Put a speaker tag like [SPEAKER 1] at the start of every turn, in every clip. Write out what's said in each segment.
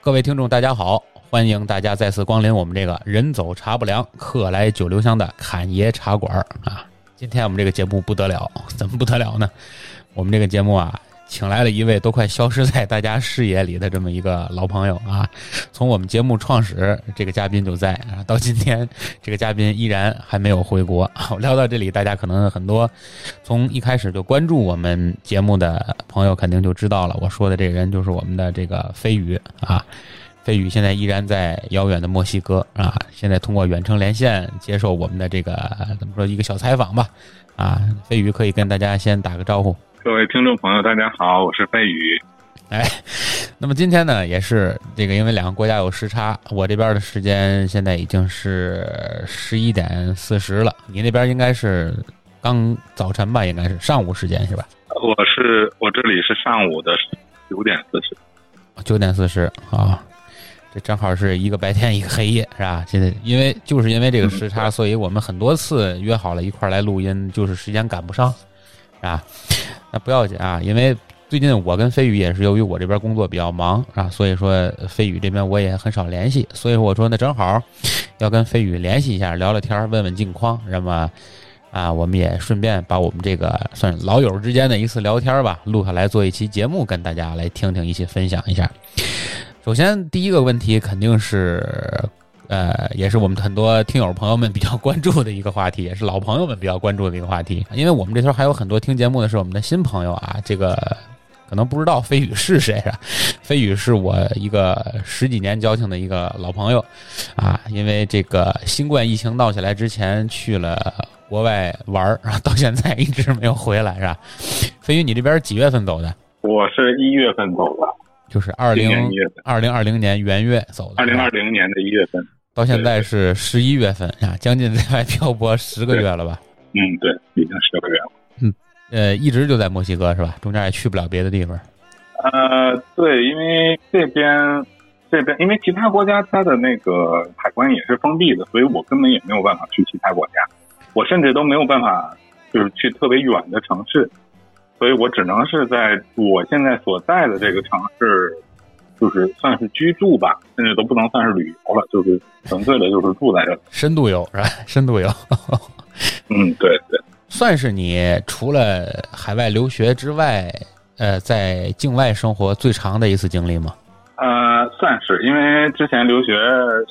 [SPEAKER 1] 各位听众，大家好，欢迎大家再次光临我们这个“人走茶不凉，客来酒留香”的侃爷茶馆儿啊！今天我们这个节目不得了，怎么不得了呢？我们这个节目啊，请来了一位都快消失在大家视野里的这么一个老朋友啊。从我们节目创始，这个嘉宾就在啊，到今天这个嘉宾依然还没有回国。啊我聊到这里，大家可能很多从一开始就关注我们节目的朋友肯定就知道了，我说的这个人就是我们的这个飞宇啊。飞宇现在依然在遥远的墨西哥啊，现在通过远程连线接受我们的这个怎么说一个小采访吧啊。飞宇可以跟大家先打个招呼。
[SPEAKER 2] 各位听众朋友，大家好，我是飞宇。
[SPEAKER 1] 那么今天呢，也是这个，因为两个国家有时差，我这边的时间现在已经是十一点四十了，你那边应该是刚早晨吧？应该是上午时间是吧？
[SPEAKER 2] 我是我这里是上午的九点四十，
[SPEAKER 1] 九点四十啊，这正好是一个白天一个黑夜，是吧？现在因为就是因为这个时差，所以我们很多次约好了一块儿来录音，就是时间赶不上，啊，那不要紧啊，因为最近我跟飞宇也是由于我这边工作比较忙啊，所以说飞宇这边我也很少联系，所以说我说那正好要跟飞宇联系一下，聊聊天儿，问问近况，那么。啊，我们也顺便把我们这个算是老友之间的一次聊天儿吧，录下来做一期节目，跟大家来听听，一起分享一下。首先，第一个问题肯定是，呃，也是我们很多听友朋友们比较关注的一个话题，也是老朋友们比较关注的一个话题。因为我们这头还有很多听节目的是我们的新朋友啊，这个可能不知道飞宇是谁啊。飞宇是我一个十几年交情的一个老朋友啊，因为这个新冠疫情闹起来之前去了国外玩儿，然后到现在一直没有回来，是吧？飞宇，你这边几月份走的？
[SPEAKER 2] 我是一月份走的，
[SPEAKER 1] 就是二
[SPEAKER 2] 今
[SPEAKER 1] 零
[SPEAKER 2] 年一月份，
[SPEAKER 1] 二零二零年元月走的，
[SPEAKER 2] 二零二零年的一月份。
[SPEAKER 1] 到现在是十一月份啊，将近在外漂泊十个月了吧？
[SPEAKER 2] 嗯，对，已经十个月了。
[SPEAKER 1] 呃，一直就在墨西哥是吧？中间也去不了别的地方。
[SPEAKER 2] 呃，对，因为这边这边，因为其他国家它的那个海关也是封闭的，所以我根本也没有办法去其他国家，我甚至都没有办法就是去特别远的城市，所以我只能是在我现在所在的这个城市，就是算是居住吧，甚至都不能算是旅游了，就是纯粹的就是住在这里。
[SPEAKER 1] 深度游是吧？深度游，
[SPEAKER 2] 嗯，对对，
[SPEAKER 1] 算是你除了海外留学之外，呃，在境外生活最长的一次经历吗？
[SPEAKER 2] 呃，算是，因为之前留学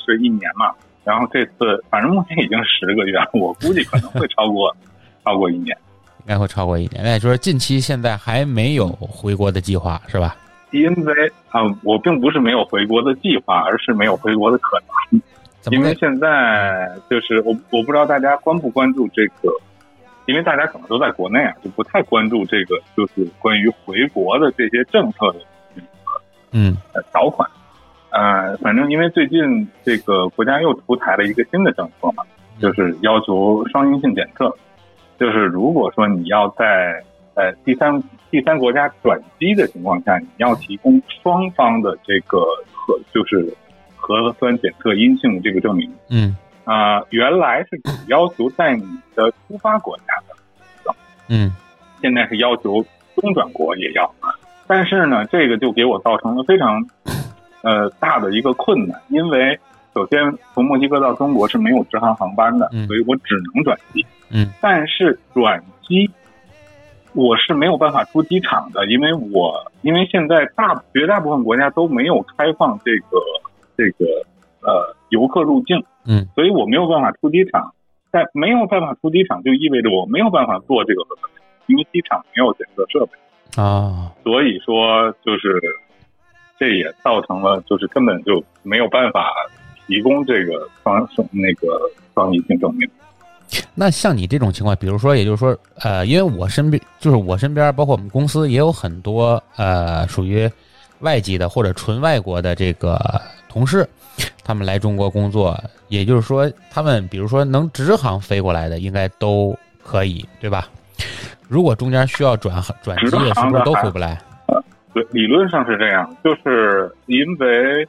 [SPEAKER 2] 是一年嘛，然后这次反正目前已经十个月了，我估计可能会超过超过一年。
[SPEAKER 1] 应该会超过一年。那也就是近期现在还没有回国的计划是吧？
[SPEAKER 2] 因为啊、我并不是没有回国的计划，而是没有回国的可能。
[SPEAKER 1] 怎么
[SPEAKER 2] 因为
[SPEAKER 1] 个
[SPEAKER 2] 现在就是我，我不知道大家关不关注这个，因为大家可能都在国内啊，就不太关注这个，就是关于回国的这些政策的
[SPEAKER 1] 嗯
[SPEAKER 2] 呃条款。呃，反正因为最近这个国家又出台了一个新的政策嘛，就是要求双阴性检测，就是如果说你要在呃第三第三国家转机的情况下，你要提供双方的这个核就是核酸检测阴性这个证明。
[SPEAKER 1] 嗯
[SPEAKER 2] 啊、原来是只要求在你的出发国家的，
[SPEAKER 1] 嗯
[SPEAKER 2] 现在是要求中转国也要。但是呢，这个就给我造成了非常呃大的一个困难，因为首先从墨西哥到中国是没有直航航班的，
[SPEAKER 1] 嗯
[SPEAKER 2] 所以我只能转机。
[SPEAKER 1] 嗯，
[SPEAKER 2] 但是转机我是没有办法出机场的，因为我因为现在大绝大部分国家都没有开放这个这个呃游客入境。
[SPEAKER 1] 嗯
[SPEAKER 2] 所以我没有办法出机场。但没有办法出机场，就意味着我没有办法做这个核酸检测，因为机场没有检测设备。
[SPEAKER 1] 啊、哦
[SPEAKER 2] 所以说，就是这也造成了，就是根本就没有办法提供这个双双那个双阴性证明。
[SPEAKER 1] 那像你这种情况，比如说，也就是说，呃，因为我身边就是我身边，包括我们公司也有很多呃属于外籍的或者纯外国的这个同事，他们来中国工作，也就是说，他们比如说能直航飞过来的，应该都可以，对吧？如果中间需要转转机，
[SPEAKER 2] 直航的
[SPEAKER 1] 是不是都回不来？
[SPEAKER 2] 对，理论上是这样，就是因为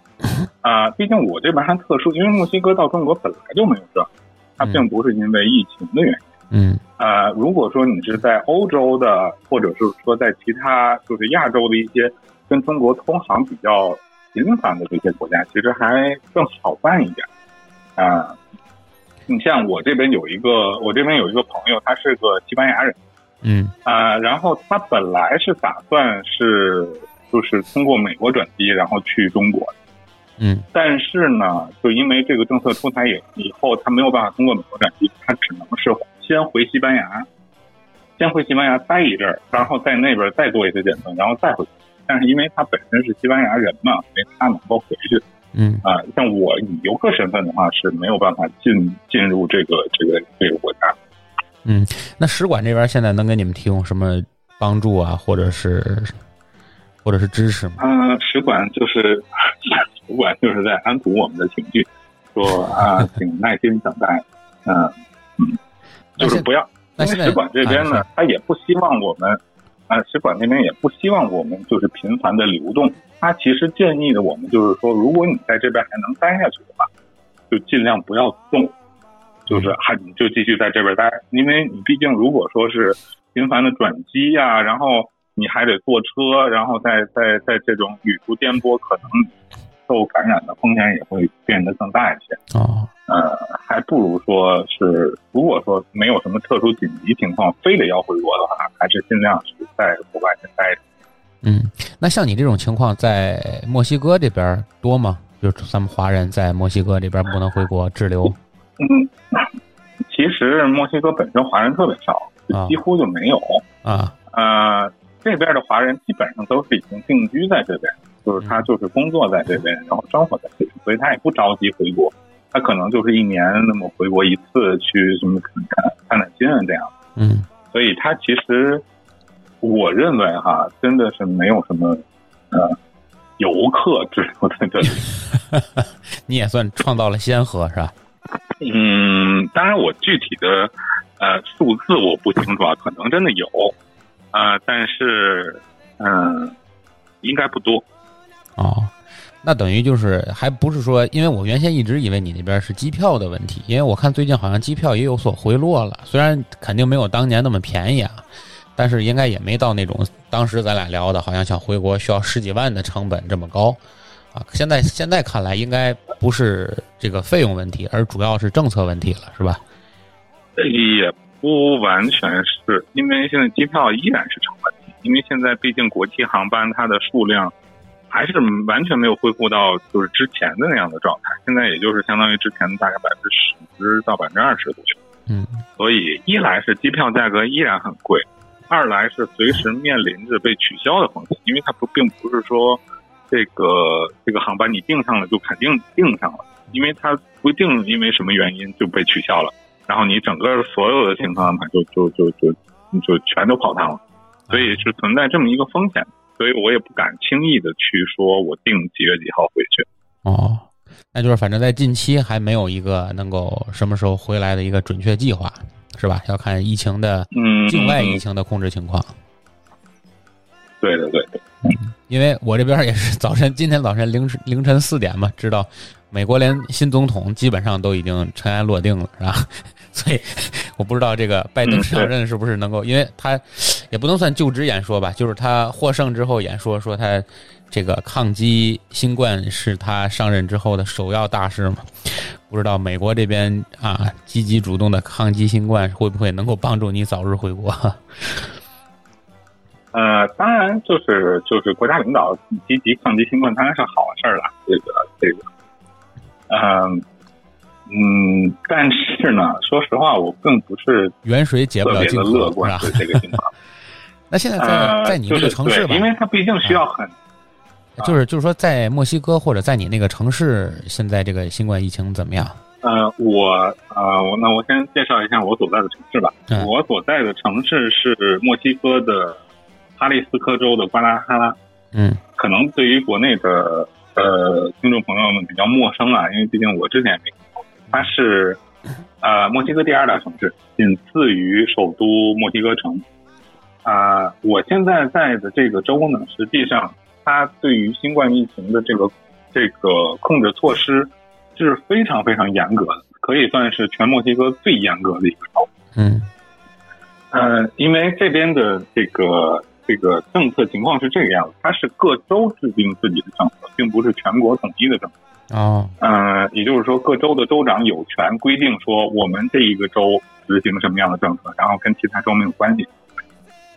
[SPEAKER 2] 啊、毕竟我这边还特殊，因为墨西哥到中国本来就没有这样，它
[SPEAKER 1] 嗯
[SPEAKER 2] 并不是因为疫情的原因。
[SPEAKER 1] 嗯
[SPEAKER 2] 呃，如果说你是在欧洲的，或者是说在其他就是亚洲的一些跟中国通航比较频繁的这些国家，其实还更好办一点啊。你像我这边有一个，我这边有一个朋友，他是个西班牙人
[SPEAKER 1] 嗯
[SPEAKER 2] 啊、然后他本来是打算是就是通过美国转机，然后去中国，
[SPEAKER 1] 嗯
[SPEAKER 2] 但是呢，就因为这个政策出台以以后，他没有办法通过美国转机，他只能是先回西班牙，先回西班牙待一阵儿，然后在那边再做一次检测，然后再回去。但是因为他本身是西班牙人嘛，所以他能够回去
[SPEAKER 1] 嗯
[SPEAKER 2] 啊、像我以游客身份的话，是没有办法进进入这个这个这个国家。
[SPEAKER 1] 嗯。那使馆这边现在能给你们提供什么帮助啊，或者是或者是支持吗？
[SPEAKER 2] 啊、使馆就是 使馆就是在安抚我们的情绪，说啊、请耐心等待，嗯、嗯，
[SPEAKER 1] 那
[SPEAKER 2] 就是
[SPEAKER 1] 现
[SPEAKER 2] 不要
[SPEAKER 1] 那
[SPEAKER 2] 因
[SPEAKER 1] 现
[SPEAKER 2] 为
[SPEAKER 1] 在啊
[SPEAKER 2] 使馆这边呢，他也不希望我们，啊、使馆那边也不希望我们就是频繁的流动。他其实建议的我们就是说，如果你在这边还能待下去的话，就尽量不要动，就是
[SPEAKER 1] 嗯
[SPEAKER 2] 还你就继续在这边待，因为你毕竟如果说是频繁的转机呀、然后你还得坐车，然后在在在这种旅途颠簸，可能受感染的风险也会变得更大一些。
[SPEAKER 1] 哦，
[SPEAKER 2] 呃，还不如说是，如果说没有什么特殊紧急情况，非得要回国的话，还是尽量是在国外先待着。
[SPEAKER 1] 嗯，那像你这种情况在墨西哥这边多吗？就是咱们华人在墨西哥这边不能回国滞留
[SPEAKER 2] 嗯，其实墨西哥本身华人特别少，
[SPEAKER 1] 啊
[SPEAKER 2] 几乎就没有。
[SPEAKER 1] 啊，
[SPEAKER 2] 呃，这边的华人基本上都是已经定居在这边，就是他就是工作在这边，然后生活在这边，所以他也不着急回国。他可能就是一年那么回国一次，去什么看看看看新闻这样。
[SPEAKER 1] 嗯
[SPEAKER 2] 所以它其实我认为哈，真的是没有什么呃游客滞留在这里。
[SPEAKER 1] 你也算创造了先河是吧？
[SPEAKER 2] 嗯，当然我具体的呃数字我不清楚啊，可能真的有，呃，但是嗯、应该不多。
[SPEAKER 1] 哦，那等于就是还不是说，因为我原先一直以为你那边是机票的问题，因为我看最近好像机票也有所回落了，虽然肯定没有当年那么便宜啊，但是应该也没到那种当时咱俩聊的，好像想回国需要十几万的成本这么高啊。现在现在看来，应该不是这个费用问题，而主要是政策问题了，是吧？
[SPEAKER 2] 也不完全是，因为现在机票依然是成问题，因为现在毕竟国际航班它的数量还是完全没有恢复到就是之前的那样的状态，现在也就是相当于之前大概百分之十到百分之二十左右，
[SPEAKER 1] 嗯
[SPEAKER 2] 所以一来是机票价格依然很贵，二来是随时面临着被取消的风险，因为它不并不是说这个这个航班你订上了就肯定订上了，因为它不一定因为什么原因就被取消了，然后你整个所有的行程安排就就就就就全都泡汤了，所以是存在这么一个风险，所以我也不敢轻易的去说我定几月几号回去。
[SPEAKER 1] 哦，那就是反正在近期还没有一个能够什么时候回来的一个准确计划，是吧？要看疫情的
[SPEAKER 2] 嗯，
[SPEAKER 1] 境外疫
[SPEAKER 2] 嗯
[SPEAKER 1] 情的控制情况。
[SPEAKER 2] 对的对的，
[SPEAKER 1] 因为我这边也是早晨，今天早晨凌晨凌晨四点嘛，知道美国连新总统基本上都已经尘埃落定了，是吧？ 所以我不知道这个拜登
[SPEAKER 2] 嗯是
[SPEAKER 1] 上任是不是能够，因为他也不能算就职演说吧，就是他获胜之后演说说他这个抗击新冠是他上任之后的首要大事嘛。不知道美国这边啊，积极主动的抗击新冠会不会能够帮助你早日回国？
[SPEAKER 2] 呃，当然就是就是国家领导积极抗击新冠，当然是好事儿了。这个这个，嗯、嗯，但是呢，说实话，我并不是
[SPEAKER 1] 远水解不
[SPEAKER 2] 特
[SPEAKER 1] 了
[SPEAKER 2] 别
[SPEAKER 1] 近
[SPEAKER 2] 的乐
[SPEAKER 1] 火，是
[SPEAKER 2] 观
[SPEAKER 1] 吧？
[SPEAKER 2] 对这个情况。
[SPEAKER 1] 那 现在在
[SPEAKER 2] 呃，
[SPEAKER 1] 在你那个城
[SPEAKER 2] 就
[SPEAKER 1] 市
[SPEAKER 2] 是
[SPEAKER 1] 吧
[SPEAKER 2] 对，因，为它毕竟需要很
[SPEAKER 1] 就是就是说，在墨西哥或者在你那个城市，现在这个新冠疫情怎么样？
[SPEAKER 2] 呃，我呃，我那我先介绍一下我所在的城市吧。
[SPEAKER 1] 嗯
[SPEAKER 2] 我所在的城市是墨西哥的哈利斯科州的瓜拉哈拉。
[SPEAKER 1] 嗯
[SPEAKER 2] 可能对于国内的呃听众朋友们比较陌生啊，因为毕竟我之前也没听过。它是呃墨西哥第二大城市，仅次于首都墨西哥城。啊、我现在在的这个州呢，实际上它对于新冠疫情的这个这个控制措施是非常非常严格的，可以算是全墨西哥最严格的一个州。
[SPEAKER 1] 嗯
[SPEAKER 2] 呃，因为这边的这个这个政策情况是这个样子，它是各州制定自己的政策，并不是全国统一的政策。
[SPEAKER 1] 哦，
[SPEAKER 2] 呃，也就是说，各州的州长有权规定说，我们这一个州执行什么样的政策，然后跟其他州没有关系。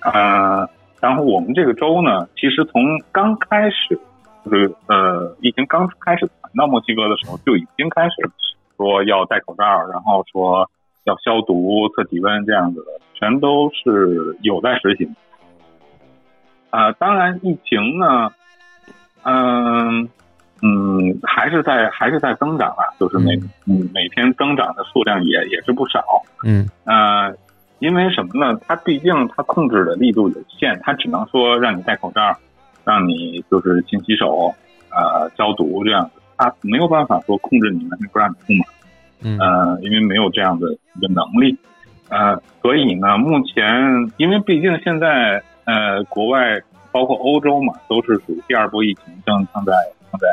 [SPEAKER 2] 呃，然后我们这个州呢，其实从刚开始，就是呃，疫情刚开始传到墨西哥的时候，就已经开始说要戴口罩，然后说要消毒、测体温这样子的，全都是有在实行。呃，当然，疫情呢，嗯、嗯，还是在还是在增长啊，就是每嗯每天增长的数量也也是不少。
[SPEAKER 1] 嗯
[SPEAKER 2] 呃，因为什么呢？它毕竟它控制的力度有限，它只能说让你戴口罩，让你就是勤洗手，呃，消毒这样子，它没有办法说控制你完全不让你出门，
[SPEAKER 1] 嗯
[SPEAKER 2] 呃，因为没有这样的一个能力，呃，所以呢，目前因为毕竟现在呃，国外包括欧洲嘛，都是属于第二波疫情正正在正在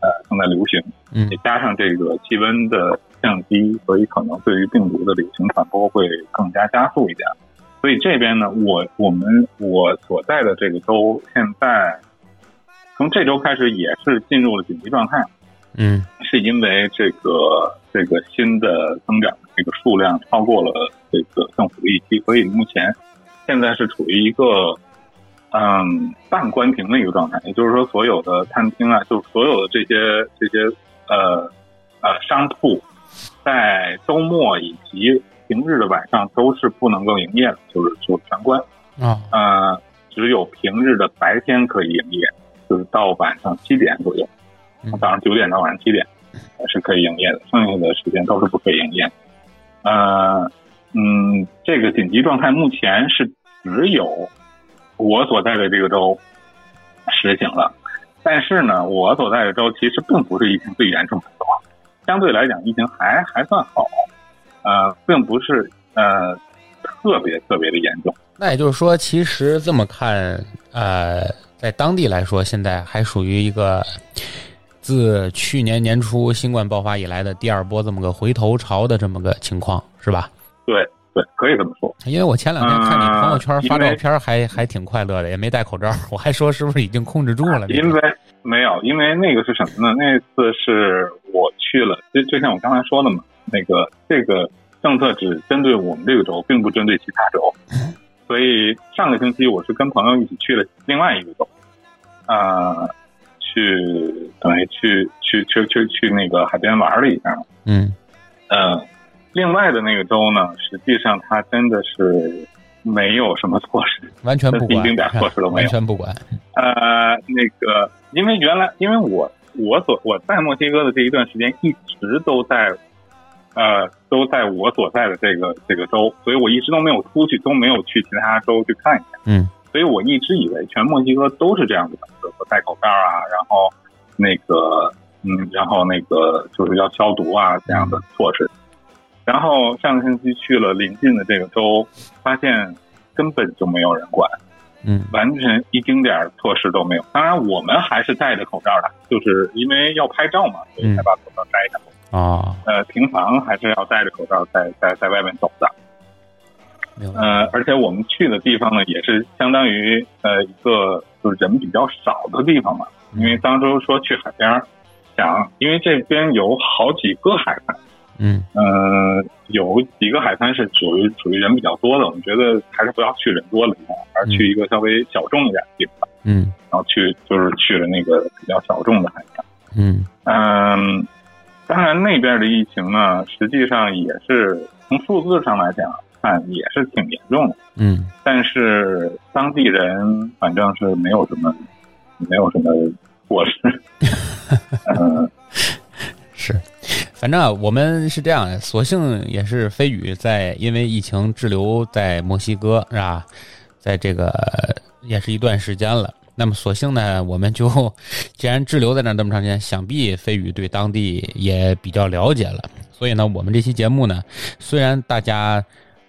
[SPEAKER 2] 呃正在流行。
[SPEAKER 1] 嗯
[SPEAKER 2] 也加上这个气温的降低，所以可能对于病毒的流行传播会更加加速一点。所以这边呢，我我们我所在的这个州，现在从这周开始也是进入了紧急状态，
[SPEAKER 1] 嗯
[SPEAKER 2] 是因为这个这个新的增长的这个数量超过了这个政府的预期，所以目前现在是处于一个嗯半关停的一个状态，也就是说，所有的餐厅啊，就是所有的这些这些呃呃商铺，在周末以及平日的晚上都是不能够营业的，就是就全关。
[SPEAKER 1] 哦
[SPEAKER 2] 呃，只有平日的白天可以营业，就是到晚上七点左右
[SPEAKER 1] 嗯，
[SPEAKER 2] 早上九点到晚上七点呃是可以营业的，剩下的时间都是不可以营业的。呃，嗯，这个紧急状态目前是只有我所在的这个州实行了，但是呢，我所在的州其实并不是疫情最严重的州，相对来讲疫情还还算好，呃，并不是呃特别特别的严重。
[SPEAKER 1] 那也就是说，其实这么看，呃，在当地来说，现在还属于一个自去年年初新冠爆发以来的第二波这么个回头潮的这么个情况，是吧？
[SPEAKER 2] 对，可以这么说。
[SPEAKER 1] 因为我前两天看你朋友圈发
[SPEAKER 2] 呃因为
[SPEAKER 1] 照片还，还挺快乐的，也没戴口罩，我还说是不是已经控制住了那
[SPEAKER 2] 因
[SPEAKER 1] 个？
[SPEAKER 2] 为没有，因为那个是什么呢？那次是我去了，就就像我刚才说的嘛，那个这个政策只针对我们这个州，并不针对其他州。所以上个星期我是跟朋友一起去了另外一个州，呃，去等于去去去去去那个海边玩了一下嘛。
[SPEAKER 1] 嗯
[SPEAKER 2] 呃，另外的那个州呢，实际上它真的是没有什么措施。
[SPEAKER 1] 完全不管
[SPEAKER 2] 一丁点，措施都没
[SPEAKER 1] 完
[SPEAKER 2] 有
[SPEAKER 1] 全不管。
[SPEAKER 2] 呃，那个，因为原来因为我我所我在墨西哥的这一段时间一直都在，呃，都在我所在的这个这个州，所以我一直都没有出去，都没有去其他州去看一看，
[SPEAKER 1] 嗯
[SPEAKER 2] 所以我一直以为全墨西哥都是这样子的，比如说戴口罩啊，然后那个嗯，然后那个就是要消毒啊这样的措施。然后上个星期去了邻近的这个州，发现根本就没有人管。
[SPEAKER 1] 嗯
[SPEAKER 2] 完全一丁点儿措施都没有。当然，我们还是戴着口罩的，就是因为要拍照嘛，所以才把口罩摘下。
[SPEAKER 1] 哦，
[SPEAKER 2] 呃，平常还是要戴着口罩在在在外面走的。
[SPEAKER 1] 明白。
[SPEAKER 2] 呃，而且我们去的地方呢，也是相当于呃一个就是人比较少的地方嘛，
[SPEAKER 1] 嗯
[SPEAKER 2] 嗯因为当初说去海边儿，想因为这边有好几个海滩。
[SPEAKER 1] 嗯
[SPEAKER 2] 呃，有几个海滩是属于属于人比较多的，我们觉得还是不要去人多的地方，而去一个稍微小众一点的地方。
[SPEAKER 1] 嗯
[SPEAKER 2] 然后去就是去了那个比较小众的海滩。
[SPEAKER 1] 嗯
[SPEAKER 2] 嗯，当然那边的疫情呢，实际上也是从数字上来讲看也是挺严重的，
[SPEAKER 1] 嗯
[SPEAKER 2] 但是当地人反正是没有什么没有什么措施。嗯，
[SPEAKER 1] 是，反正啊我们是这样，所幸也是飞宇在因为疫情滞留在墨西哥，是吧？在这个呃也是一段时间了。那么，所幸呢，我们就既然滞留在那儿这么长时间，想必飞宇对当地也比较了解了。所以呢，我们这期节目呢，虽然大家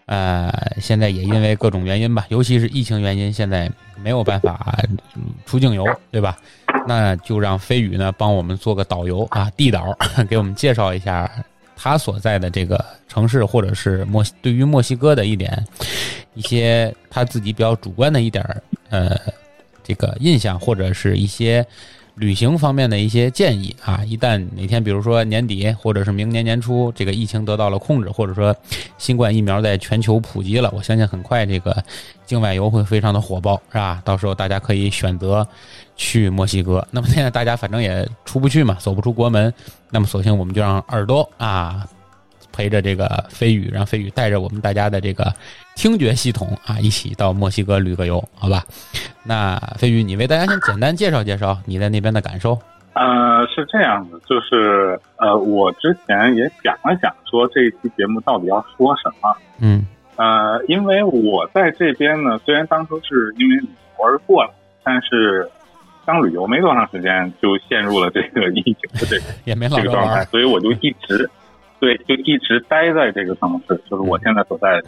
[SPEAKER 1] 呃现在也因为各种原因吧，尤其是疫情原因，现在没有办法嗯出境游，对吧？那就让飞宇呢帮我们做个导游啊，地导给我们介绍一下他所在的这个城市，或者是墨西对于墨西哥的一点一些他自己比较主观的一点儿呃这个印象或者是一些旅行方面的一些建议啊。一旦哪天，比如说年底或者是明年年初，这个疫情得到了控制，或者说新冠疫苗在全球普及了，我相信很快这个境外游会非常的火爆，是吧？到时候大家可以选择去墨西哥。那么现在大家反正也出不去嘛，走不出国门，那么索性我们就让耳朵啊陪着这个飞宇，让飞宇带着我们大家的这个听觉系统啊，一起到墨西哥旅个游，好吧？那飞宇，你为大家先简单介绍介绍你在那边的感受。
[SPEAKER 2] 呃，是这样的，就是呃，我之前也想了想，说这一期节目到底要说什么。
[SPEAKER 1] 嗯
[SPEAKER 2] 呃，因为我在这边呢，虽然当初是因为旅游而过来，但是刚旅游没多长时间，就陷入了这个疫情的这个
[SPEAKER 1] 也没老
[SPEAKER 2] 这个
[SPEAKER 1] 着
[SPEAKER 2] 状
[SPEAKER 1] 玩
[SPEAKER 2] 态
[SPEAKER 1] 儿，，
[SPEAKER 2] 所以我就一直对就一直待在这个城市，就是我现在所在的。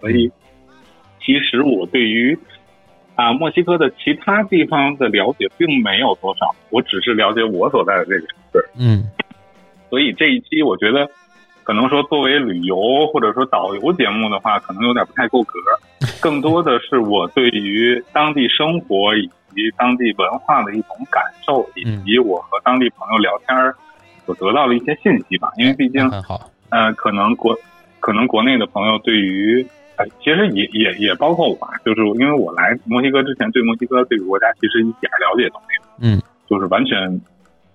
[SPEAKER 2] 所以，其实我对于啊墨西哥的其他地方的了解并没有多少，我只是了解我所在的这个城市。
[SPEAKER 1] 嗯
[SPEAKER 2] 所以这一期我觉得，可能说作为旅游或者说导游节目的话，可能有点不太够格，更多的是我对于当地生活以及当地文化的一种感受，以及我和当地朋友聊天儿所得到的一些信息吧。因为毕竟，
[SPEAKER 1] 很好，
[SPEAKER 2] 呃，可能国可能国内的朋友对于。呃其实也也也包括我，啊，就是因为我来墨西哥之前，对墨西哥这个国家其实一点儿了解都没有，
[SPEAKER 1] 嗯，
[SPEAKER 2] 就是完全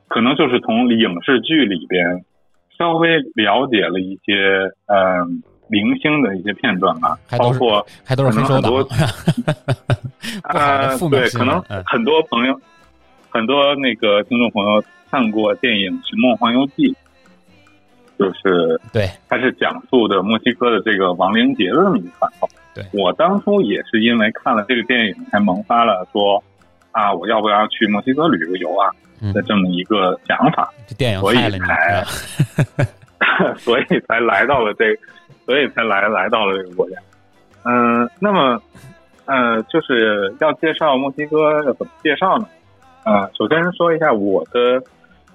[SPEAKER 2] 可能就是从影视剧里边稍微了解了一些呃明星的一些片段吧，
[SPEAKER 1] 还
[SPEAKER 2] 包
[SPEAKER 1] 都是
[SPEAKER 2] 括
[SPEAKER 1] 还都是黑手党，
[SPEAKER 2] 可
[SPEAKER 1] 不好的
[SPEAKER 2] 呃
[SPEAKER 1] 负面
[SPEAKER 2] 对，
[SPEAKER 1] 新
[SPEAKER 2] 可
[SPEAKER 1] 闻
[SPEAKER 2] 能
[SPEAKER 1] 嗯
[SPEAKER 2] 很多朋友、很多那个听众朋友看过电影《寻梦环游记》，就是
[SPEAKER 1] 对，
[SPEAKER 2] 它是讲述的墨西哥的这个亡灵节的这么一个传统。
[SPEAKER 1] 对
[SPEAKER 2] 我当初也是因为看了这个电影，才萌发了说啊，我要不要去墨西哥旅个游啊
[SPEAKER 1] 嗯
[SPEAKER 2] 的，这么一个想法。
[SPEAKER 1] 这电影
[SPEAKER 2] 所以
[SPEAKER 1] 害了你，
[SPEAKER 2] 才
[SPEAKER 1] 是吧
[SPEAKER 2] 所以才来到了这， 所以才来来到了这个国家。嗯、那么，呃，就是要介绍墨西哥要怎么介绍呢？呃，首先说一下我的，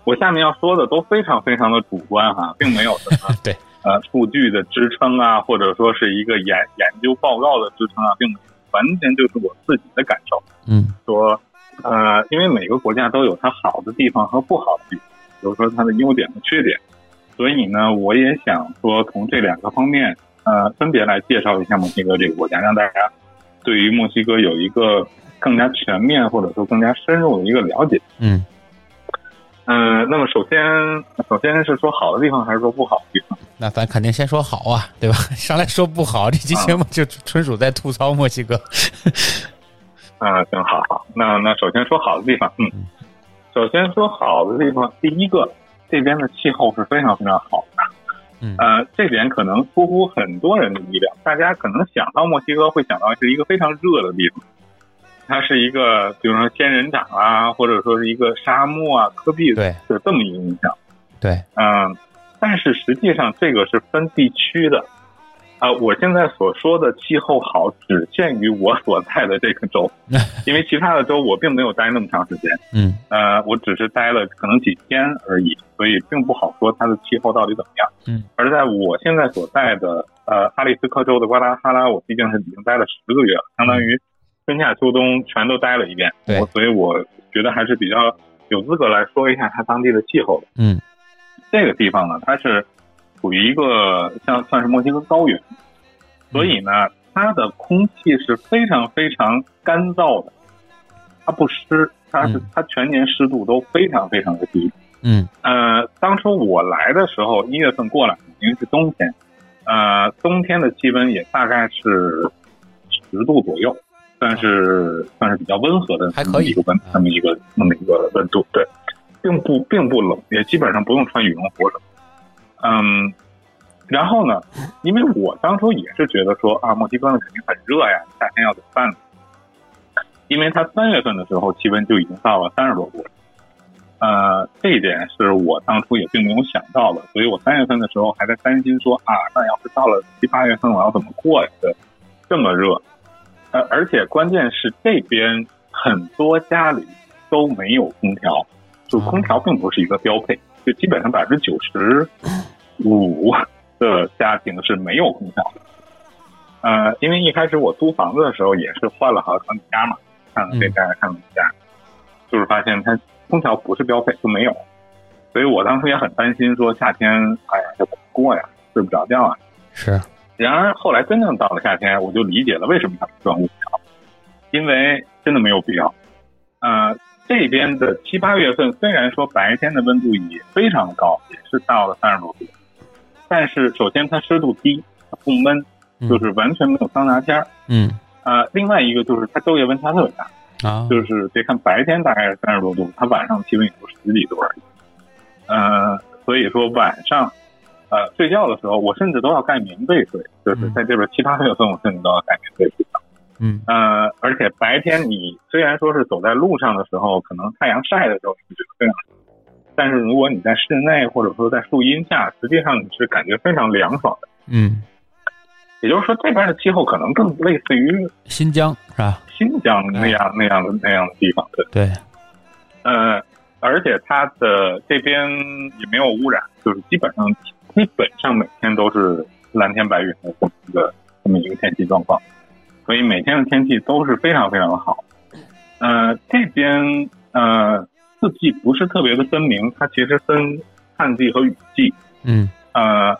[SPEAKER 2] 我下面要说的都非常非常的主观哈，并没有什么
[SPEAKER 1] 对
[SPEAKER 2] 呃数据的支撑啊，或者说是一个研研究报告的支撑啊，并没有，完全就是我自己的感受。
[SPEAKER 1] 嗯
[SPEAKER 2] 说，呃，因为每个国家都有它好的地方和不好的地方，比如说它的优点和缺点，所以呢，我也想说从这两个方面，呃，分别来介绍一下墨西哥这个国家，让大家对于墨西哥有一个更加全面或者说更加深入的一个了解。
[SPEAKER 1] 嗯
[SPEAKER 2] 嗯、那么首先，首先是说好的地方还是说不好的地方？
[SPEAKER 1] 那咱肯定先说好啊，对吧？ 上来说不好，这期节目就纯属在吐槽墨西哥。
[SPEAKER 2] 啊，行，好好，那那首先说好的地方，嗯
[SPEAKER 1] 嗯，
[SPEAKER 2] 首先说好的地方，第一个，这边的气候是非常非常好的，
[SPEAKER 1] 嗯
[SPEAKER 2] 呃，这点可能出乎很多人的意料，大家可能想到墨西哥会想到是一个非常热的地方，它是一个比如说仙人掌啊，或者说是一个沙漠啊、戈壁，
[SPEAKER 1] 对
[SPEAKER 2] 就这么一个印象，
[SPEAKER 1] 对，
[SPEAKER 2] 嗯、但是实际上这个是分地区的。啊、我现在所说的气候好，只限于我所在的这个州。因为其他的州我并没有待那么长时间，
[SPEAKER 1] 嗯
[SPEAKER 2] 呃，我只是待了可能几天而已，所以并不好说它的气候到底怎么样。
[SPEAKER 1] 嗯，
[SPEAKER 2] 而在我现在所在的呃阿利斯科州的瓜达哈拉，我毕竟是已经待了十个月了，相当于春夏秋冬全都待了一遍，
[SPEAKER 1] 对
[SPEAKER 2] 我所以我觉得还是比较有资格来说一下它当地的气候的。
[SPEAKER 1] 嗯
[SPEAKER 2] 这个地方呢，它是处于一个像算是墨西哥高原，所以呢，它的空气是非常非常干燥的，它不湿，它是
[SPEAKER 1] 嗯
[SPEAKER 2] 它全年湿度都非常非常的低。
[SPEAKER 1] 嗯
[SPEAKER 2] 呃，当初我来的时候，一月份过来，因为是冬天，呃，冬天的气温也大概是十度左右，算是算是比较温和的，
[SPEAKER 1] 还可以
[SPEAKER 2] 一个温
[SPEAKER 1] 啊
[SPEAKER 2] 那么一个那么一个温度，对，并不并不冷，也基本上不用穿羽绒服什么的。嗯，然后呢，因为我当初也是觉得说啊，墨西哥呢肯定很热呀，夏天要怎么办呢？因为它三月份的时候气温就已经到了三十多度了。呃，这一点是我当初也并没有想到的，所以我三月份的时候还在担心说啊，那要是到了七八月份，我要怎么过呀？对，这么热，呃，而且关键是这边很多家里都没有空调，就空调并不是一个标配，就基本上百分之九十五的家庭是没有空调的。呃，因为一开始我租房子的时候也是换了好几个家嘛，看了给大家看了一下，就是发现它空调不是标配就没有，所以我当时也很担心，说夏天哎呀要怎么过呀，睡不着觉啊。
[SPEAKER 1] 是，
[SPEAKER 2] 然而后来真正到了夏天，我就理解了为什么它不装空调，因为真的没有必要。呃，这边的七八月份虽然说白天的温度也非常高，也是到了三十多度，但是首先它湿度低，它不闷，
[SPEAKER 1] 嗯
[SPEAKER 2] 就是完全没有桑拿天儿。
[SPEAKER 1] 嗯
[SPEAKER 2] 呃，另外一个就是它昼夜温差特别大，
[SPEAKER 1] 啊，
[SPEAKER 2] 就是别看白天大概是三十多度，它晚上气温也就十几度而已。呃，所以说晚上，呃，睡觉的时候，我甚至都要盖棉被睡，就是
[SPEAKER 1] 嗯
[SPEAKER 2] 在这边七八月份，我甚至都要盖棉被睡觉。
[SPEAKER 1] 嗯
[SPEAKER 2] 呃，而且白天你虽然说是走在路上的时候，可能太阳晒的时候你觉得非常冷，但是如果你在室内或者说在树荫下，实际上你是感觉非常凉爽的。
[SPEAKER 1] 嗯，
[SPEAKER 2] 也就是说，这边的气候可能更类似于
[SPEAKER 1] 新疆是吧？
[SPEAKER 2] 新疆那样那样的那样的地方，对。
[SPEAKER 1] 对，
[SPEAKER 2] 呃，而且它的这边也没有污染，就是基本上基本上每天都是蓝天白云的这么一个这么一个天气状况，所以每天的天气都是非常非常好。呃，这边呃四季不是特别的分明，它其实分旱季和雨季。
[SPEAKER 1] 嗯
[SPEAKER 2] 呃，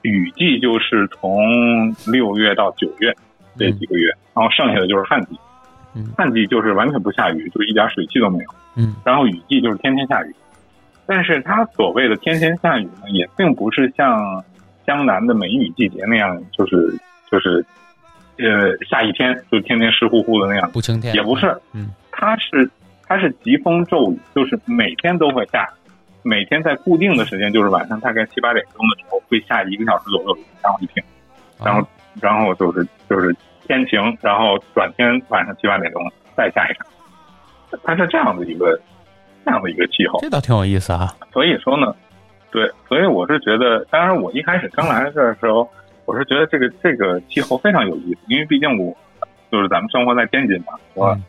[SPEAKER 2] 雨季就是从六月到九月这几个月，然后剩下的就是旱季
[SPEAKER 1] 嗯。
[SPEAKER 2] 旱季就是完全不下雨，就一点水汽都没有。
[SPEAKER 1] 嗯
[SPEAKER 2] 然后雨季就是天天下雨。但是它所谓的天天下雨呢，也并不是像江南的梅雨季节那样，就是就是，呃，下一天就天天湿乎乎的那样，
[SPEAKER 1] 不晴天
[SPEAKER 2] 也不是，
[SPEAKER 1] 嗯
[SPEAKER 2] 它是它是疾风骤雨，就是每天都会下，每天在固定的时间，就是晚上大概七八点钟的时候会下一个小时左右的雨，然后就停，然
[SPEAKER 1] 啊
[SPEAKER 2] 后然后就是就是天晴，然后转天晚上七八点钟再下一场，它是这样的一个这样的一个气候，
[SPEAKER 1] 这倒挺有意思啊，
[SPEAKER 2] 所以说呢，对，所以我是觉得，当然我一开始刚来这儿的时候，我是觉得这个这个气候非常有意思，因为毕竟我就是咱们生活在天津嘛，我、
[SPEAKER 1] 嗯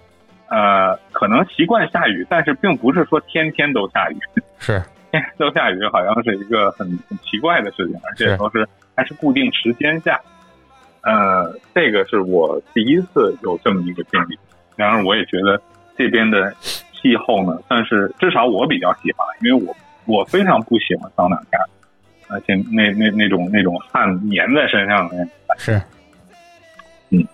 [SPEAKER 2] 呃可能习惯下雨，但是并不是说天天都下雨，
[SPEAKER 1] 是，
[SPEAKER 2] 天天 都下雨好像是一个很很奇怪的事情，而且
[SPEAKER 1] 是
[SPEAKER 2] 说是还是固定时间下。呃，这个是我第一次有这么一个经历，然而我也觉得这边的气候呢，算是至少我比较喜欢，因为我我非常不喜欢桑拿天儿，而且那那那种那种汗粘在身上的那种
[SPEAKER 1] 是，
[SPEAKER 2] 嗯，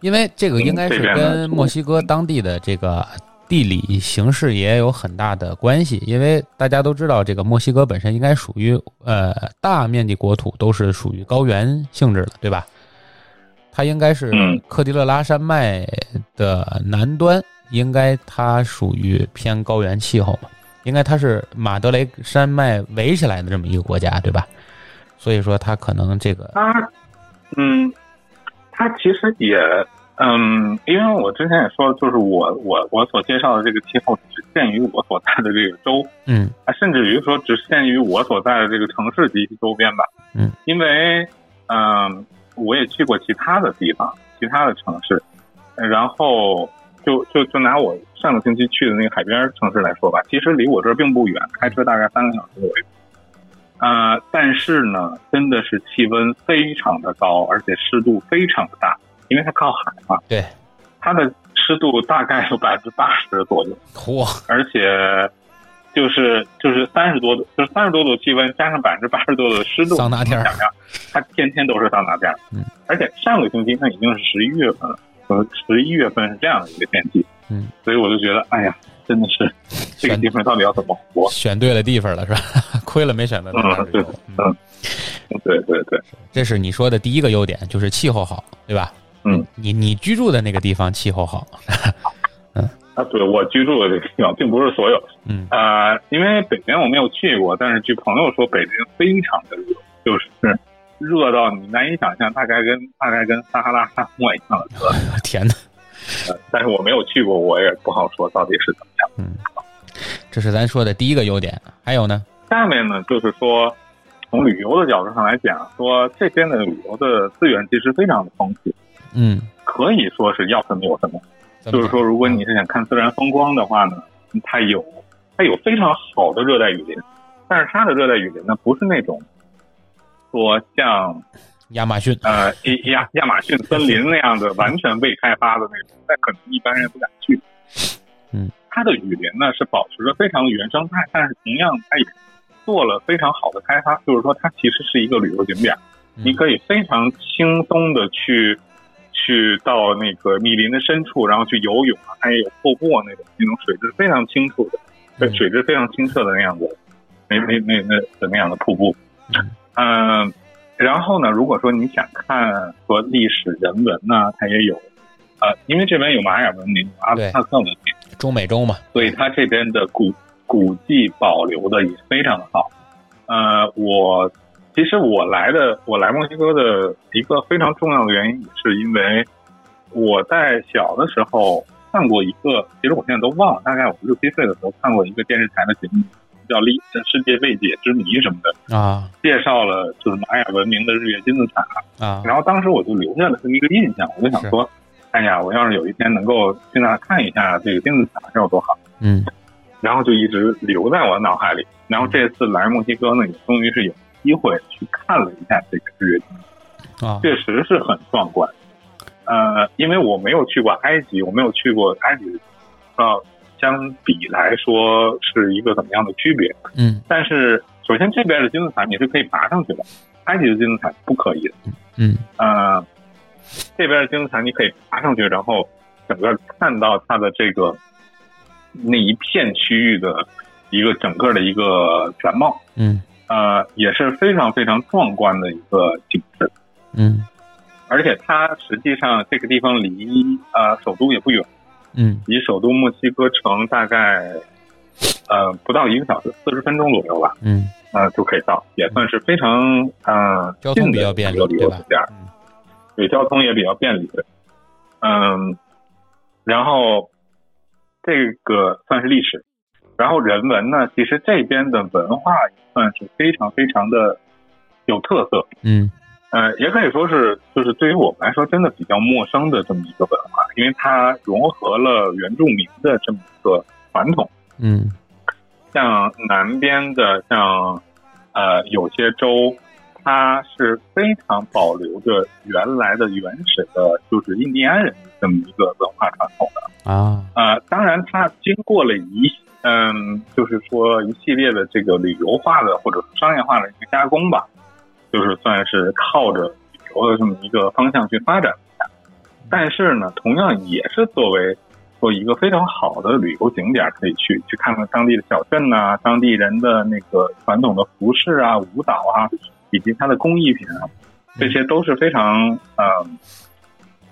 [SPEAKER 1] 因为这个应该是
[SPEAKER 2] 嗯这边呢
[SPEAKER 1] 跟墨西哥当地的这个地理形势也有很大的关系。因为大家都知道，这个墨西哥本身应该属于呃大面积国土都是属于高原性质的，对吧？它应该是
[SPEAKER 2] 嗯
[SPEAKER 1] 科迪勒拉山脉的南端，应该它属于偏高原气候嘛，应该它是马德雷山脉围起来的这么一个国家，对吧？所以说它可能这个
[SPEAKER 2] 它，嗯，它其实也，嗯，因为我之前也说了，就是我我我所介绍的这个气候只限于我所在的这个州，
[SPEAKER 1] 嗯
[SPEAKER 2] 啊，甚至于说只限于我所在的这个城市及其周边吧。
[SPEAKER 1] 嗯，
[SPEAKER 2] 因为，嗯、我也去过其他的地方，其他的城市，然后就就就拿我上个星期去的那个海边城市来说吧，其实离我这儿并不远，开车大概三个小时左右。呃，但是呢，真的是气温非常的高，而且湿度非常的大，因为它靠海嘛。
[SPEAKER 1] 对，
[SPEAKER 2] 它的湿度大概有百分之八十左右。
[SPEAKER 1] 嚯，
[SPEAKER 2] 而且就是就是三十多度，就是三十多度气温加上百分之八十多度的湿度，
[SPEAKER 1] 桑拿天儿
[SPEAKER 2] 想想它天天都是桑拿天儿。
[SPEAKER 1] 嗯，
[SPEAKER 2] 而且上个星期那已经是十一月份了，呃，十一月份是这样的一个天气。
[SPEAKER 1] 嗯，
[SPEAKER 2] 所以我就觉得，哎呀，真的 是这个
[SPEAKER 1] 选
[SPEAKER 2] 地方到底要怎么活？
[SPEAKER 1] 选对了地方了是吧？ 亏了没选择那边儿旅游。
[SPEAKER 2] 嗯
[SPEAKER 1] 嗯，
[SPEAKER 2] 对对对，
[SPEAKER 1] 这是你说的第一个优点，就是气候好，对吧？
[SPEAKER 2] 嗯，
[SPEAKER 1] 你你居住的那个地方气候好，
[SPEAKER 2] 啊，对我居住的这个地方并不是所有，
[SPEAKER 1] 嗯
[SPEAKER 2] 呃，因为北京我没有去过，但是据朋友说，北京非常的热，就是热到你难以想象，大概跟大概跟撒哈拉沙漠一样的热。
[SPEAKER 1] 天哪，
[SPEAKER 2] 呃但是我没有去过，我也不好说到底是怎么样。
[SPEAKER 1] 嗯，这是咱说的第一个优点。还有呢，
[SPEAKER 2] 下面呢，就是说从旅游的角度上来讲，说这边的旅游的资源其实非常的丰富，
[SPEAKER 1] 嗯，
[SPEAKER 2] 可以说是要什么有什么。
[SPEAKER 1] 咱们
[SPEAKER 2] 就是说，如果你是想看自然风光的话呢，它有它有非常好的热带雨林，但是它的热带雨林呢，不是那种说像
[SPEAKER 1] 亚马
[SPEAKER 2] 啊
[SPEAKER 1] 逊，
[SPEAKER 2] 呃亚亚亚马逊森林那样的完全未开发的那种，那可能一般人不敢去。
[SPEAKER 1] 嗯，
[SPEAKER 2] 它的雨林呢是保持着非常原生态，但是同样它也做了非常好的开发，就是说它其实是一个旅游景点，
[SPEAKER 1] 嗯
[SPEAKER 2] 你可以非常轻松的去去到那个密林的深处，然后去游泳啊，它也有瀑布啊那种那种水质非常清楚的，对，
[SPEAKER 1] 嗯
[SPEAKER 2] 水质非常清澈的那样子，那那那那的那样的瀑布
[SPEAKER 1] 嗯，
[SPEAKER 2] 嗯、然后呢，如果说你想看和历史人文呢，它也有，呃，因为这边有玛雅文明、阿
[SPEAKER 1] 对
[SPEAKER 2] 兹特克文明，
[SPEAKER 1] 嗯中美洲嘛，
[SPEAKER 2] 所以它这边的古古迹保留的也非常好。呃，我其实我来的，我来墨西哥的一个非常重要的原因，也是因为我在小的时候看过一个，其实我现在都忘了，大概我六七岁的时候看过一个电视台的节目，叫《历世界未解之谜》什么的，
[SPEAKER 1] 啊
[SPEAKER 2] 介绍了就是玛雅文明的日月金字塔。
[SPEAKER 1] 啊，
[SPEAKER 2] 然后当时我就留下了这么一个印象，我就想说，哎呀，我要是有一天能够去那儿看一下这个金字塔，这有多好。
[SPEAKER 1] 嗯
[SPEAKER 2] 然后就一直留在我脑海里。然后这次来墨西哥呢，也终于是有机会去看了一下这个日月潭，
[SPEAKER 1] 啊，
[SPEAKER 2] 确实是很壮观。呃，因为我没有去过埃及，我没有去过埃及，呃，相比来说是一个怎么样的区别？
[SPEAKER 1] 嗯
[SPEAKER 2] 但是首先这边的金字塔你是可以爬上去的，埃及的金字塔不可以的。
[SPEAKER 1] 嗯
[SPEAKER 2] 呃，这边的金字塔你可以爬上去，然后整个看到它的这个那一片区域的一个整个的一个全貌，
[SPEAKER 1] 嗯
[SPEAKER 2] 呃，也是非常非常壮观的一个景致。
[SPEAKER 1] 嗯
[SPEAKER 2] 而且它实际上这个地方离呃首都也不远，
[SPEAKER 1] 嗯
[SPEAKER 2] 离首都墨西哥城大概呃不到一个小时四十分钟左右吧，
[SPEAKER 1] 嗯
[SPEAKER 2] 呃就可以到，也算是非常呃
[SPEAKER 1] 交通
[SPEAKER 2] 近
[SPEAKER 1] 比
[SPEAKER 2] 的
[SPEAKER 1] 较便利
[SPEAKER 2] 一个旅
[SPEAKER 1] 对
[SPEAKER 2] 游
[SPEAKER 1] 吧
[SPEAKER 2] 景点儿
[SPEAKER 1] 嗯
[SPEAKER 2] 对，交通也比较便利。嗯，然后这个算是历史，然后人文呢，其实这边的文化也算是非常非常的有特色，
[SPEAKER 1] 嗯
[SPEAKER 2] 呃，也可以说是就是对于我们来说真的比较陌生的这么一个文化，因为它融合了原住民的这么一个传统。
[SPEAKER 1] 嗯
[SPEAKER 2] 像南边的像呃有些州，它是非常保留着原来的原始的，就是印第安人的这么一个文化传统的。
[SPEAKER 1] 啊
[SPEAKER 2] 呃，当然它经过了一嗯，就是说一系列的这个旅游化的或者是商业化的一个加工吧，就是算是靠着旅游的这么一个方向去发展一下。但是呢，同样也是作为做一个非常好的旅游景点，可以去去看看当地的小镇呐、当地人的那个传统的服饰啊、舞蹈啊，以及它的工艺品啊，这些都是非常呃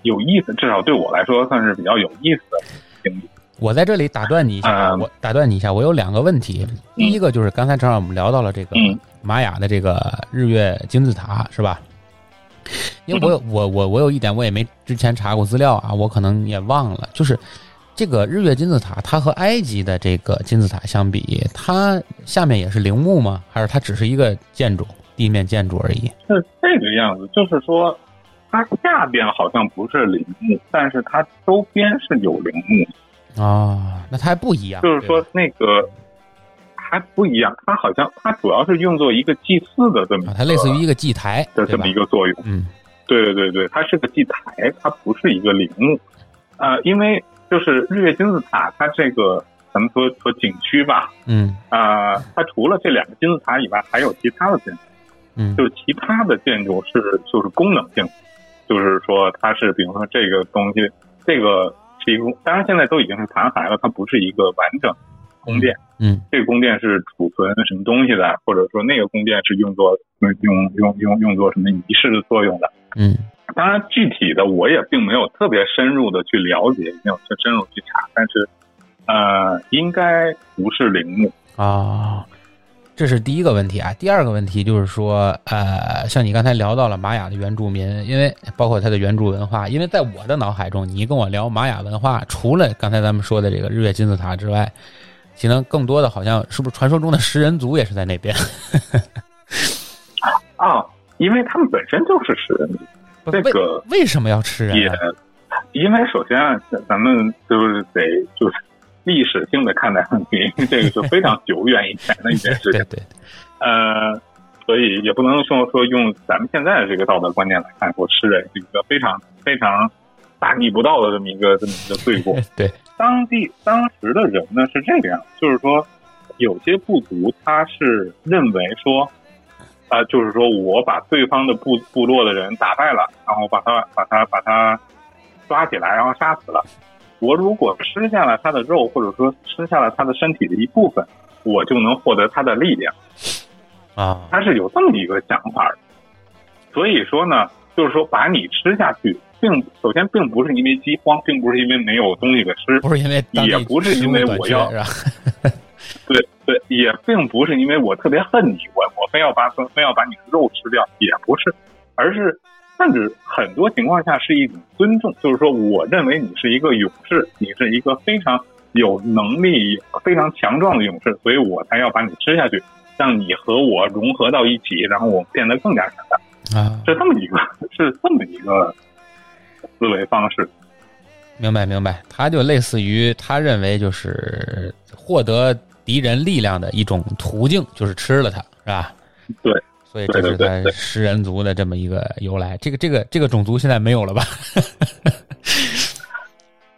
[SPEAKER 2] 有意思，至少对我来说算是比较有意思的经历。
[SPEAKER 1] 我在这里打断你一下啊，
[SPEAKER 2] 嗯
[SPEAKER 1] 我打断你一下，我有两个问题。第一个就是刚才正好我们聊到了这个
[SPEAKER 2] 嗯
[SPEAKER 1] 玛雅的这个日月金字塔，是吧？因为我
[SPEAKER 2] 嗯
[SPEAKER 1] 有我我我有一点我也没之前查过资料啊，我可能也忘了，就是这个日月金字塔，它和埃及的这个金字塔相比，它下面也是陵墓吗？还是它只是一个建筑地面建筑而已？
[SPEAKER 2] 是这个样子，就是说，它下边好像不是陵墓，但是它周边是有陵墓，
[SPEAKER 1] 啊、那它还不一样，
[SPEAKER 2] 就是说
[SPEAKER 1] 啊对吧
[SPEAKER 2] 那个还不一样，它好像它主要是用作一个祭祀的这么一个
[SPEAKER 1] 啊，它类似于一个祭台，
[SPEAKER 2] 的
[SPEAKER 1] 对
[SPEAKER 2] 这
[SPEAKER 1] 吧
[SPEAKER 2] 么一？个作用。
[SPEAKER 1] 嗯
[SPEAKER 2] 对对对对，它是个祭台，它不是一个陵墓。呃，因为就是日月金字塔，它这个咱们说说景区吧，
[SPEAKER 1] 嗯
[SPEAKER 2] 啊、它除了这两个金字塔以外，还有其他的建筑，
[SPEAKER 1] 嗯
[SPEAKER 2] 就是其他的建筑是就是功能性，就是说它是比如说这个东西，这个是一个，当然现在都已经是残骸了，它不是一个完整宫殿。
[SPEAKER 1] 嗯
[SPEAKER 2] 这个宫殿是储存什么东西的，或者说那个宫殿是用作用用用用用作什么仪式的作用的。
[SPEAKER 1] 嗯
[SPEAKER 2] 当然，具体的我也并没有特别深入的去了解，没有去深入去查，但是，呃，应该不是陵墓。
[SPEAKER 1] 啊，这是第一个问题啊。第二个问题就是说，呃，像你刚才聊到了玛雅的原住民，因为包括它的原住文化，因为在我的脑海中，你跟我聊玛雅文化，除了刚才咱们说的这个日月金字塔之外，其能更多的好像是不是传说中的食人族也是在那 边？
[SPEAKER 2] 啊、因为他们本身就是食人族，
[SPEAKER 1] 不
[SPEAKER 2] 这个
[SPEAKER 1] 为为什么要吃
[SPEAKER 2] 也
[SPEAKER 1] 人啊？
[SPEAKER 2] 因为首先啊，咱咱们就是得就是历史性的看待问题，因为这个是非常久远以前的一件事
[SPEAKER 1] 对
[SPEAKER 2] 情
[SPEAKER 1] 对。对，
[SPEAKER 2] 呃，所以也不能说说用咱们现在的这个道德观念来看，说吃人是一个非常非常大逆不道的这么一个这么一个罪过。
[SPEAKER 1] 对，
[SPEAKER 2] 当地当时的人呢是这个样子，就是说有些部族他是认为说，呃，就是说我把对方的部部落的人打败了，然后把他把他把他抓起来，然后杀死了。我如果吃下了他的肉，或者说吃下了他的身体的一部分，我就能获得他的力量。
[SPEAKER 1] 啊，
[SPEAKER 2] 他是有这么一个想法的。所以说呢，就是说把你吃下去，并首先并不是因为饥荒，并不是因为没有东西可吃，
[SPEAKER 1] 不是因为当地
[SPEAKER 2] 也不是因为我要
[SPEAKER 1] 食物短缺是吧？
[SPEAKER 2] 对对，也并不是因为我特别恨你，我我非要把非要把你的肉吃掉，也不是，而是甚至很多情况下是一种尊重，就是说，我认为你是一个勇士，你是一个非常有能力、非常强壮的勇士，所以我才要把你吃下去，让你和我融合到一起，然后我们变得更加强大。
[SPEAKER 1] 啊，
[SPEAKER 2] 是这么一个，是这么一个思维方式。
[SPEAKER 1] 明白明白，他就类似于他认为就是获得敌人力量的一种途径，就是吃了它，是吧？
[SPEAKER 2] 对，
[SPEAKER 1] 所以这是
[SPEAKER 2] 对对对
[SPEAKER 1] 他
[SPEAKER 2] 对
[SPEAKER 1] 食人族的这么一个由来。这个这个这个种族现在没有了吧？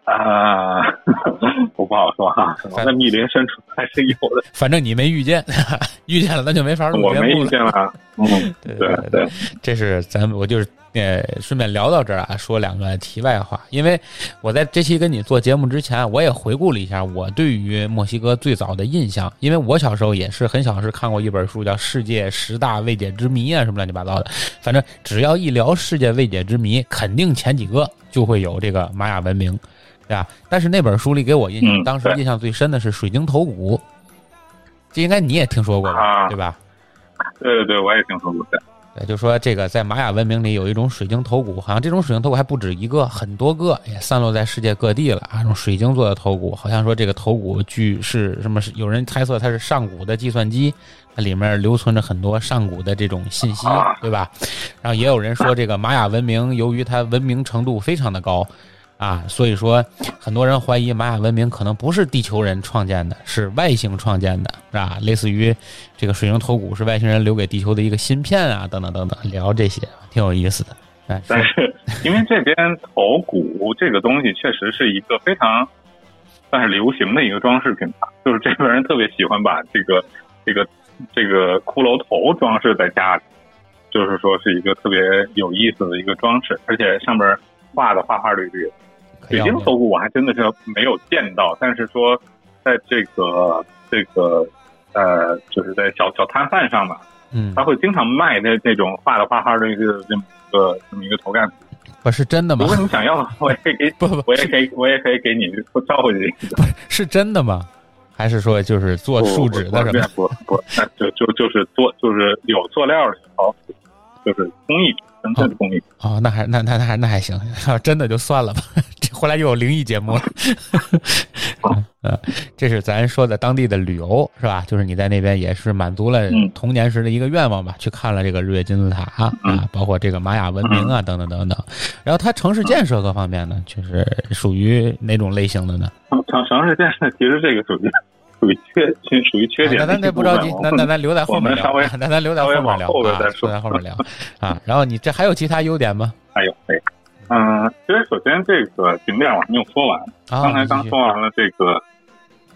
[SPEAKER 2] 啊、 我不好说哈、
[SPEAKER 1] 反
[SPEAKER 2] 那密林深处还是有的，
[SPEAKER 1] 反正你没遇见， 遇见了那就没法录
[SPEAKER 2] 我
[SPEAKER 1] 节
[SPEAKER 2] 没
[SPEAKER 1] 目
[SPEAKER 2] 遇
[SPEAKER 1] 了。
[SPEAKER 2] 见 了。嗯，
[SPEAKER 1] 对
[SPEAKER 2] 对
[SPEAKER 1] 对
[SPEAKER 2] 对，
[SPEAKER 1] 这是咱们我就是呃，顺便聊到这儿啊，说两个题外话。因为我在这期跟你做节目之前，我也回顾了一下我对于墨西哥最早的印象，因为我小时候也是很小是看过一本书叫《世界十大未解之谜》啊，什么乱七八糟的。反正只要一聊世界未解之谜，肯定前几个就会有这个玛雅文明，对吧？但是那本书里给我印象，
[SPEAKER 2] 嗯
[SPEAKER 1] 当时
[SPEAKER 2] 对
[SPEAKER 1] 印象最深的是水晶头骨，这应该你也听说过吧，
[SPEAKER 2] 啊
[SPEAKER 1] 对吧？
[SPEAKER 2] 对对对，我也听说过。对
[SPEAKER 1] 对，就说这个在玛雅文明里有一种水晶头骨，好像这种水晶头骨还不止一个，很多个，也散落在世界各地了啊。这种水晶做的头骨，好像说这个头骨据是什么？是有人猜测它是上古的计算机，它里面留存着很多上古的这种信息，对吧？然后也有人说，这个玛雅文明由于它文明程度非常的高。啊，所以说很多人怀疑玛雅文明可能不是地球人创建的，是外星创建的，是吧？类似于这个水晶头骨是外星人留给地球的一个芯片啊，等等等等，聊这些啊挺有意思的。哎，
[SPEAKER 2] 但是因为这边头骨这个东西确实是一个非常算是流行的一个装饰品吧，就是这边人特别喜欢把这个这个这个骷髅头装饰在家里，就是说是一个特别有意思的一个装饰，而且上面画的花花绿
[SPEAKER 1] 哎
[SPEAKER 2] 绿的。
[SPEAKER 1] 可以
[SPEAKER 2] 水
[SPEAKER 1] 要
[SPEAKER 2] 晶
[SPEAKER 1] 命
[SPEAKER 2] 头骨我还真的是没有见到，但是说在这个这个呃，就是在小小摊贩上吧，
[SPEAKER 1] 嗯，
[SPEAKER 2] 他会经常卖那那种画的花花的一个这么一个这么一个头盖骨。
[SPEAKER 1] 不是真的吗
[SPEAKER 2] 如？果你想要，我也可以给，
[SPEAKER 1] 不不，
[SPEAKER 2] 我也可以，我也可以给你捎回去。
[SPEAKER 1] 是真的吗？还是说就是做
[SPEAKER 2] 不
[SPEAKER 1] 树脂的什么？
[SPEAKER 2] 不不，不那就就就是做就是有做料的陶瓷，就是工艺纯粹的工艺。
[SPEAKER 1] 哦，那还那那那还那还行， 要真的就算了吧。这回来又有灵异节目了。
[SPEAKER 2] 哦
[SPEAKER 1] 嗯，这是咱说的当地的旅游是吧？就是你在那边也是满足了
[SPEAKER 2] 嗯
[SPEAKER 1] 童年时的一个愿望吧，去看了这个日月金字塔啊
[SPEAKER 2] 嗯，
[SPEAKER 1] 包括这个玛雅文明啊，等等等等。然后它城市建设各方面呢，就是属于哪种类型的呢？
[SPEAKER 2] 城城市建设其实这个属于属于缺属于缺
[SPEAKER 1] 啊
[SPEAKER 2] 点
[SPEAKER 1] 那
[SPEAKER 2] 的
[SPEAKER 1] 咱
[SPEAKER 2] 一
[SPEAKER 1] 这
[SPEAKER 2] 部
[SPEAKER 1] 不
[SPEAKER 2] 分。
[SPEAKER 1] 着急，那那咱留在后面
[SPEAKER 2] 我们稍
[SPEAKER 1] 聊
[SPEAKER 2] 微，
[SPEAKER 1] 那咱留在后
[SPEAKER 2] 稍
[SPEAKER 1] 面
[SPEAKER 2] 微往
[SPEAKER 1] 聊
[SPEAKER 2] 后边
[SPEAKER 1] 啊，
[SPEAKER 2] 再
[SPEAKER 1] 留
[SPEAKER 2] 说
[SPEAKER 1] 在后面聊啊。然后你这还有其他优点吗？
[SPEAKER 2] 还有哎，嗯，其实首先这个景点我还没有说完，
[SPEAKER 1] 啊，
[SPEAKER 2] 刚才
[SPEAKER 1] 你继
[SPEAKER 2] 刚
[SPEAKER 1] 续
[SPEAKER 2] 说完了这个，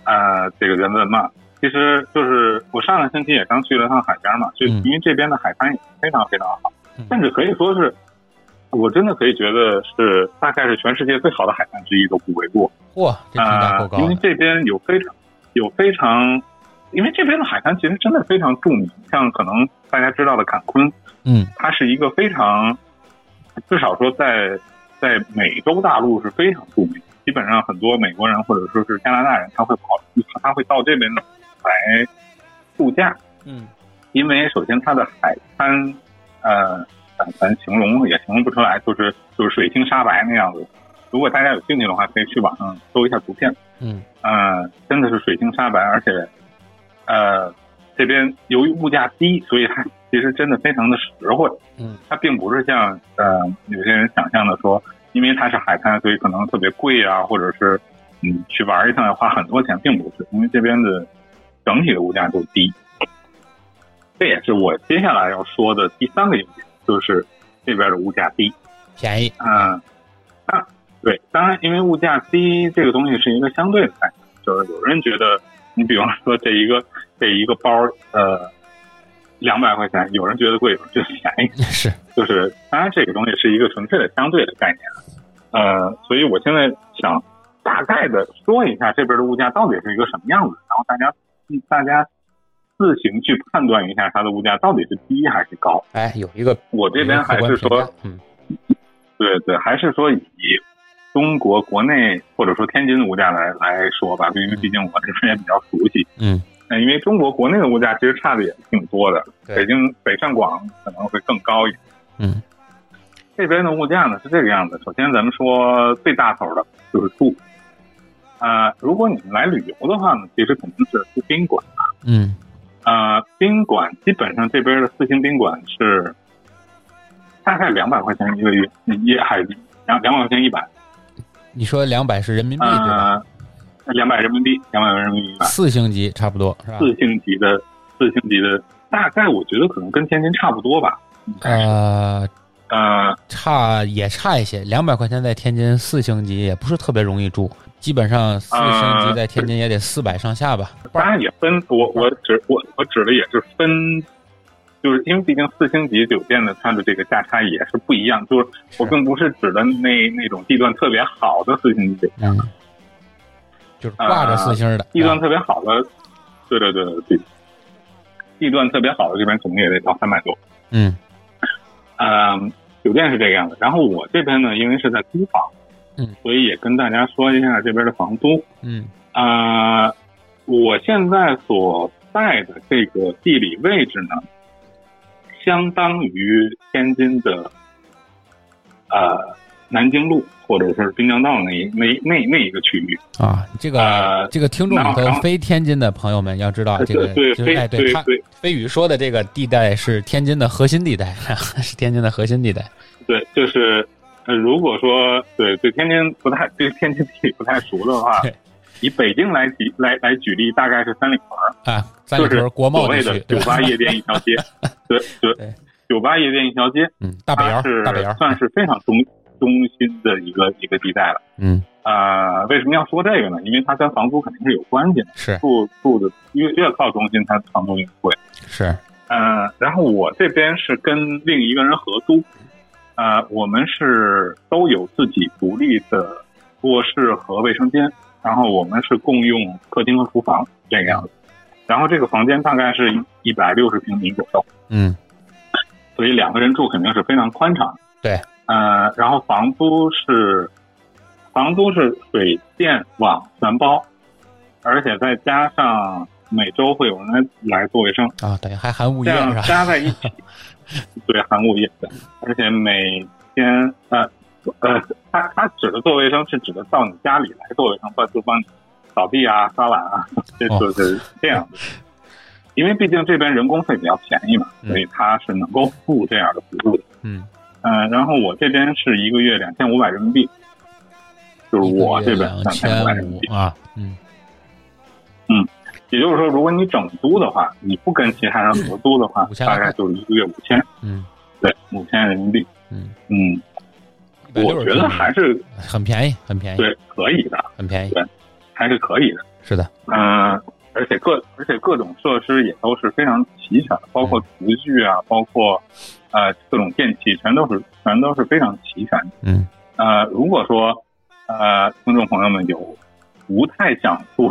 [SPEAKER 2] 呃，这个人文嘛，其实就是我上个星期也刚去了趟海边嘛，就
[SPEAKER 1] 嗯
[SPEAKER 2] 因为这边的海滩也非常非常好
[SPEAKER 1] 嗯，
[SPEAKER 2] 甚至可以说是，我真的可以觉得是大概是全世界最好的海滩之一都不为过
[SPEAKER 1] 嚯，这评价
[SPEAKER 2] 啊、
[SPEAKER 1] 够
[SPEAKER 2] 呃
[SPEAKER 1] 高
[SPEAKER 2] 因为
[SPEAKER 1] 的。
[SPEAKER 2] 这边有非常有非常，因为这边的海滩其实真的非常著名，像可能大家知道的坎昆，
[SPEAKER 1] 嗯，
[SPEAKER 2] 它是一个非常，至少说在在美洲大陆是非常著名。基本上很多美国人或者说是加拿大人，他会跑，他会到这边来度假，
[SPEAKER 1] 嗯
[SPEAKER 2] 因为首先它的海滩，呃，咱咱形容也形容不出来，就是就是水清沙白那样子。如果大家有兴趣的话，可以去网上搜一下图片。
[SPEAKER 1] 嗯
[SPEAKER 2] 呃，真的是水晶沙白，而且，呃，这边由于物价低，所以它其实真的非常的实惠。
[SPEAKER 1] 嗯，
[SPEAKER 2] 它并不是像呃有些人想象的说，因为它是海滩，所以可能特别贵啊，或者是嗯去玩一趟要花很多钱，并不是，因为这边的整体的物价都低。这也是我接下来要说的第三个优点，就是这边的物价低。
[SPEAKER 1] 便宜。
[SPEAKER 2] 嗯，它啊对，当然，因为物价低这个东西是一个相对的概念，就是有人觉得，你比方说这一个这一个包，呃，两百块钱，有人觉得贵，有人觉得便宜，
[SPEAKER 1] 是
[SPEAKER 2] 就是当然这个东西是一个纯粹的相对的概念，呃，所以我现在想大概的说一下这边的物价到底是一个什么样子，然后大家嗯大家自行去判断一下它的物价到底是低还是高。
[SPEAKER 1] 哎，有一个
[SPEAKER 2] 我这边还是
[SPEAKER 1] 有一个客观
[SPEAKER 2] 说
[SPEAKER 1] 评，价嗯，
[SPEAKER 2] 对对，还是说以中国国内或者说天津的物价来来说吧，因为毕竟我这边也比较熟悉。
[SPEAKER 1] 嗯，
[SPEAKER 2] 呃因为中国国内的物价其实差的也挺多的，
[SPEAKER 1] 对
[SPEAKER 2] 北京、北上广可能会更高一点。
[SPEAKER 1] 嗯，
[SPEAKER 2] 这边的物价呢是这个样子。首先，咱们说最大头的就是住。啊、如果你们来旅游的话呢，其实肯定是住宾馆。
[SPEAKER 1] 嗯，
[SPEAKER 2] 呃，宾馆基本上这边的四星宾馆是大概两百块钱一个月，也还两两百块钱一晚。
[SPEAKER 1] 你说两百是人民币对吧？
[SPEAKER 2] 呃，两百人民币，两百人民币吧，
[SPEAKER 1] 四星级差不多是吧？
[SPEAKER 2] 四星级的，四星级的，大概我觉得可能跟天津差不多吧。
[SPEAKER 1] 呃，
[SPEAKER 2] 呃，
[SPEAKER 1] 差也差一些，两百块钱在天津四星级也不是特别容易住，基本上四
[SPEAKER 2] 啊
[SPEAKER 1] 星级在天津也得四百上下吧。
[SPEAKER 2] 当然也分，我我指我我指的也是分，就是因为毕竟四星级酒店的它的这个价差也是不一样，就是
[SPEAKER 1] 是
[SPEAKER 2] 我更不是指的那那种地段特别好的四星级酒店，
[SPEAKER 1] 嗯，就是挂着四星的，
[SPEAKER 2] 地段
[SPEAKER 1] 啊
[SPEAKER 2] 特别好的，对对对对对，地段特别好的这边可能也得到三百多。
[SPEAKER 1] 嗯
[SPEAKER 2] 嗯，酒店是这个样子。然后我这边呢，因为是在租房，
[SPEAKER 1] 嗯，
[SPEAKER 2] 所以也跟大家说一下这边的房租。
[SPEAKER 1] 嗯
[SPEAKER 2] 啊，我现在所在的这个地理位置呢，相当于天津的呃南京路或者是滨江道那一那那那一个区域。
[SPEAKER 1] 啊，这个、
[SPEAKER 2] 呃
[SPEAKER 1] 这个听众里头
[SPEAKER 2] 然后
[SPEAKER 1] 非天津的朋友们要知道，这个
[SPEAKER 2] 对
[SPEAKER 1] 就是哎，
[SPEAKER 2] 对对
[SPEAKER 1] 他
[SPEAKER 2] 对
[SPEAKER 1] 飞宇说的这个地带是天津的核心地带， 是天津的核心地带。
[SPEAKER 2] 对，就是。呃，如果说对对天津不太对天津地理不太熟的话
[SPEAKER 1] 对，
[SPEAKER 2] 以北京来举来来举例，大概是三里屯儿
[SPEAKER 1] 啊，三里
[SPEAKER 2] 就是
[SPEAKER 1] 屯国贸
[SPEAKER 2] 所谓
[SPEAKER 1] 地
[SPEAKER 2] 的
[SPEAKER 1] 区，
[SPEAKER 2] 酒
[SPEAKER 1] 对吧？
[SPEAKER 2] 吧夜店一条街，对
[SPEAKER 1] 对
[SPEAKER 2] 对，酒吧夜店一条街，
[SPEAKER 1] 嗯，大北
[SPEAKER 2] 它
[SPEAKER 1] 窑
[SPEAKER 2] 啊是，
[SPEAKER 1] 大北窑，
[SPEAKER 2] 算是非常中中心的一个一个地带了。
[SPEAKER 1] 嗯，
[SPEAKER 2] 呃，为什么要说这个呢？因为它跟房租肯定是有关系的，
[SPEAKER 1] 是
[SPEAKER 2] 住住的越越靠中心，它房租越贵。
[SPEAKER 1] 是，
[SPEAKER 2] 呃，然后我这边是跟另一个人合租，呃，我们是都有自己独立的卧室和卫生间，然后我们是共用客厅和厨房这个样子。然后这个房间大概是一百六十平米左右，
[SPEAKER 1] 嗯
[SPEAKER 2] 所以两个人住肯定是非常宽敞。
[SPEAKER 1] 对，
[SPEAKER 2] 呃，然后房租是房租是水电网全包，而且再加上每周会有人来来做卫生。
[SPEAKER 1] 啊，等于还含物
[SPEAKER 2] 这
[SPEAKER 1] 业
[SPEAKER 2] 样
[SPEAKER 1] 是吧？
[SPEAKER 2] 加在一起， 对韩物业的，而且每天呃呃，他他指的做卫生是指的到你家里来做卫生，帮就帮你扫地啊、刷碗啊， 这
[SPEAKER 1] 哦
[SPEAKER 2] 就是这样子。因为毕竟这边人工费比较便宜嘛，
[SPEAKER 1] 嗯
[SPEAKER 2] 所以他是能够付这样的服务的。
[SPEAKER 1] 嗯，
[SPEAKER 2] 嗯、然后我这边是一个月两千五百人民币，就是我这边
[SPEAKER 1] 两
[SPEAKER 2] 两千五百
[SPEAKER 1] 千
[SPEAKER 2] 人民
[SPEAKER 1] 五
[SPEAKER 2] 币。
[SPEAKER 1] 啊，嗯，
[SPEAKER 2] 也就是说，如果你整租的话，你不跟其他人合租的话，
[SPEAKER 1] 5000
[SPEAKER 2] 大概就是一个月五千。
[SPEAKER 1] 嗯
[SPEAKER 2] 对，五千人民币。
[SPEAKER 1] 嗯
[SPEAKER 2] 嗯，
[SPEAKER 1] 160
[SPEAKER 2] 我觉得还是
[SPEAKER 1] 很便宜，很便宜，
[SPEAKER 2] 对可以的，
[SPEAKER 1] 很便宜，
[SPEAKER 2] 还是可以的。
[SPEAKER 1] 是的，
[SPEAKER 2] 嗯、而且各而且各种设施也都是非常齐全的，包括厨具啊，包括呃各种电器，全都是全都是非常齐全的。
[SPEAKER 1] 嗯
[SPEAKER 2] 呃，如果说呃听众朋友们有不太想住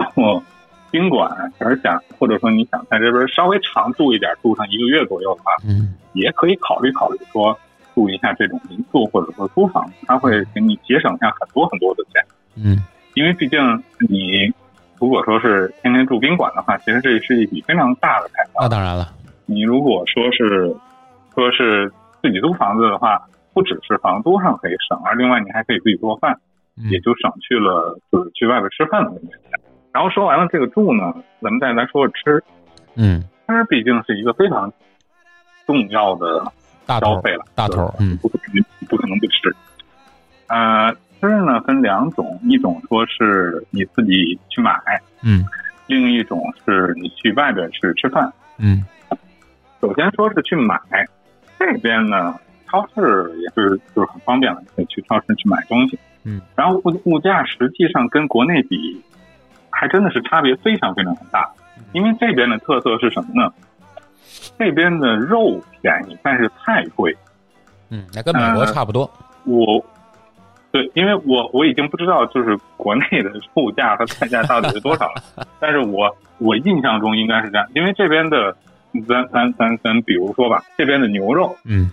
[SPEAKER 2] 宾馆，而想或者说你想在这边稍微长住一点，住上一个月左右的话，
[SPEAKER 1] 嗯
[SPEAKER 2] 也可以考虑考虑说住一下这种民宿或者说租房，它会给你节省下很多很多的钱。
[SPEAKER 1] 嗯，
[SPEAKER 2] 因为毕竟你如果说是天天住宾馆的话，其实这是一笔非常大的开
[SPEAKER 1] 那
[SPEAKER 2] 销。
[SPEAKER 1] 当然了，
[SPEAKER 2] 你如果说是说是自己租房子的话，不只是房租上可以省，而另外你还可以自己做饭，
[SPEAKER 1] 嗯
[SPEAKER 2] 也就省去了就是去外边吃饭的那个钱。然后说完了这个住呢，咱们再来说说吃，
[SPEAKER 1] 嗯，
[SPEAKER 2] 吃毕竟是一个非常重要的
[SPEAKER 1] 大
[SPEAKER 2] 消
[SPEAKER 1] 头
[SPEAKER 2] 费了，
[SPEAKER 1] 大头，嗯
[SPEAKER 2] 不可能不可能不吃。呃，吃呢分两种，一种说是你自己去买，
[SPEAKER 1] 嗯
[SPEAKER 2] 另一种是你去外边去吃饭。
[SPEAKER 1] 嗯
[SPEAKER 2] 首先说是去买，这边呢超市也是就是很方便了，你可以去超市去买东西。
[SPEAKER 1] 嗯，
[SPEAKER 2] 然后物物价实际上跟国内比，还真的是差别非常非常大。因为这边的特色是什么呢？这边的肉便宜，但是菜贵。
[SPEAKER 1] 嗯，那跟美
[SPEAKER 2] 呃
[SPEAKER 1] 国差不多。
[SPEAKER 2] 我对，因为我我已经不知道就是国内的物价和菜价到底是多少了，但是我我印象中应该是这样，因为这边的咱咱咱咱比如说吧，这边的牛肉，
[SPEAKER 1] 嗯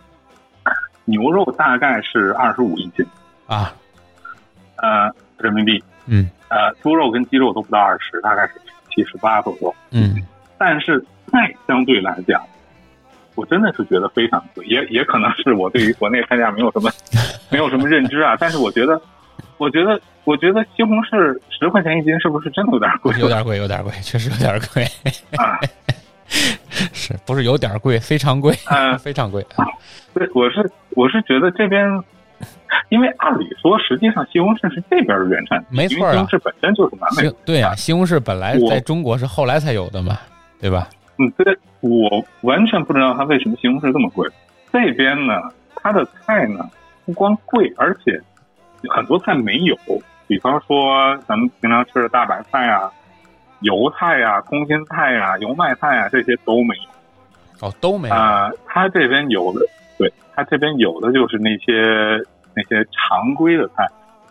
[SPEAKER 2] 牛肉大概是二十五一斤，
[SPEAKER 1] 啊，
[SPEAKER 2] 呃，人民币，
[SPEAKER 1] 嗯
[SPEAKER 2] 呃，猪肉跟鸡肉都不到二十，大概是七十八左右。
[SPEAKER 1] 嗯
[SPEAKER 2] 但是菜相对来讲，我真的是觉得非常贵，也也可能是我对于国内菜价没有 什么没有什么认知啊。但是我觉得，我觉得，我觉得西红柿十块钱一斤是不是真的有点贵？
[SPEAKER 1] 有点贵，有点贵，确实有点贵，
[SPEAKER 2] 啊，
[SPEAKER 1] 是不是有点贵？非常贵，
[SPEAKER 2] 嗯
[SPEAKER 1] 非常贵。
[SPEAKER 2] 对，我是我是觉得这边。因为按理说，实际上西红柿是这边的原产地，
[SPEAKER 1] 没错啊
[SPEAKER 2] 因为西红柿本身就是南美
[SPEAKER 1] 西对呀、西红柿本来在中国是后来才有的嘛，对吧？
[SPEAKER 2] 嗯，对，我完全不知道它为什么西红柿这么贵。这边呢，它的菜呢不光贵，而且很多菜没有，比方说咱们平常吃的大白菜啊、油菜啊、空心菜啊、油麦菜啊这些都没有
[SPEAKER 1] 哦，都没有。
[SPEAKER 2] 啊、它这边有的，对，它这边有的就是那些那些常规的菜，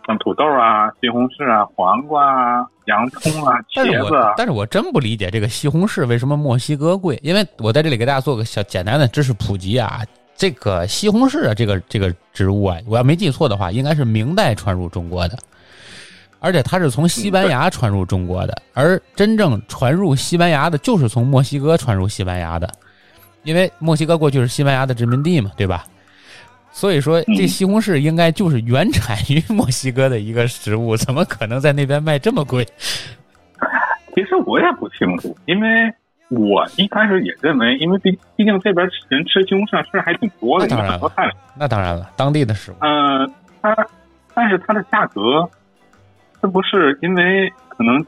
[SPEAKER 2] 像土豆啊、西红柿啊、黄瓜啊、洋葱啊、
[SPEAKER 1] 但是
[SPEAKER 2] 茄子
[SPEAKER 1] 我
[SPEAKER 2] 啊，
[SPEAKER 1] 但是我真不理解这个西红柿为什么墨西哥贵，因为我在这里给大家做个小简单的知识普及啊。这个西红柿啊，这个这个植物啊，我要没记错的话，应该是明代传入中国的，而且它是从西班牙传入中国的，而真正传入西班牙的，就是从墨西哥传入西班牙的，因为墨西哥过去是西班牙的殖民地嘛，对吧？所以说，这
[SPEAKER 2] 嗯
[SPEAKER 1] 西红柿应该就是原产于 墨西哥的一个植物，怎么可能在那边卖这么贵？
[SPEAKER 2] 其实我也不清楚，因为我一开始也认为，因为毕毕竟这边人吃西红柿吃的还挺多的，
[SPEAKER 1] 那当
[SPEAKER 2] 有
[SPEAKER 1] 然了
[SPEAKER 2] 很多菜。
[SPEAKER 1] 那当然了，当地的食物。
[SPEAKER 2] 呃，它但是它的价格，是不是因为可能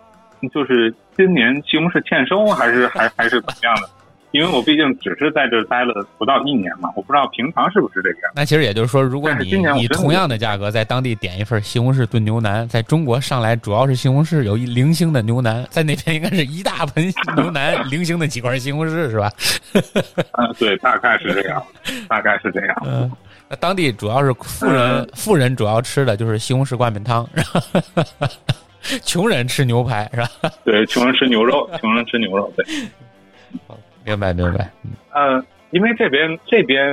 [SPEAKER 2] 就是今年西红柿欠收，还是 还还是怎么样的？因为我毕竟只是在这儿待了不到一年嘛，我不知道平常是不是这个样。
[SPEAKER 1] 那其实也就是说，如果
[SPEAKER 2] 但是
[SPEAKER 1] 你
[SPEAKER 2] 今年我
[SPEAKER 1] 以
[SPEAKER 2] 真的
[SPEAKER 1] 同样的价格在当地点一份西红柿炖牛腩，在中国上来主要是西红柿，有一零星的牛腩，在那边应该是一大 盆牛腩，零星的几块西红柿是吧？
[SPEAKER 2] 嗯、对，大概是这样，大概是这样。
[SPEAKER 1] 嗯， 那当地主要是富人
[SPEAKER 2] 嗯，
[SPEAKER 1] 富人主要吃的就是西红柿灌饼汤，然后 穷人吃牛排是吧？
[SPEAKER 2] 对，穷人吃牛肉，穷人吃牛肉，对。
[SPEAKER 1] 哦明白明白，
[SPEAKER 2] 呃，因为这边这边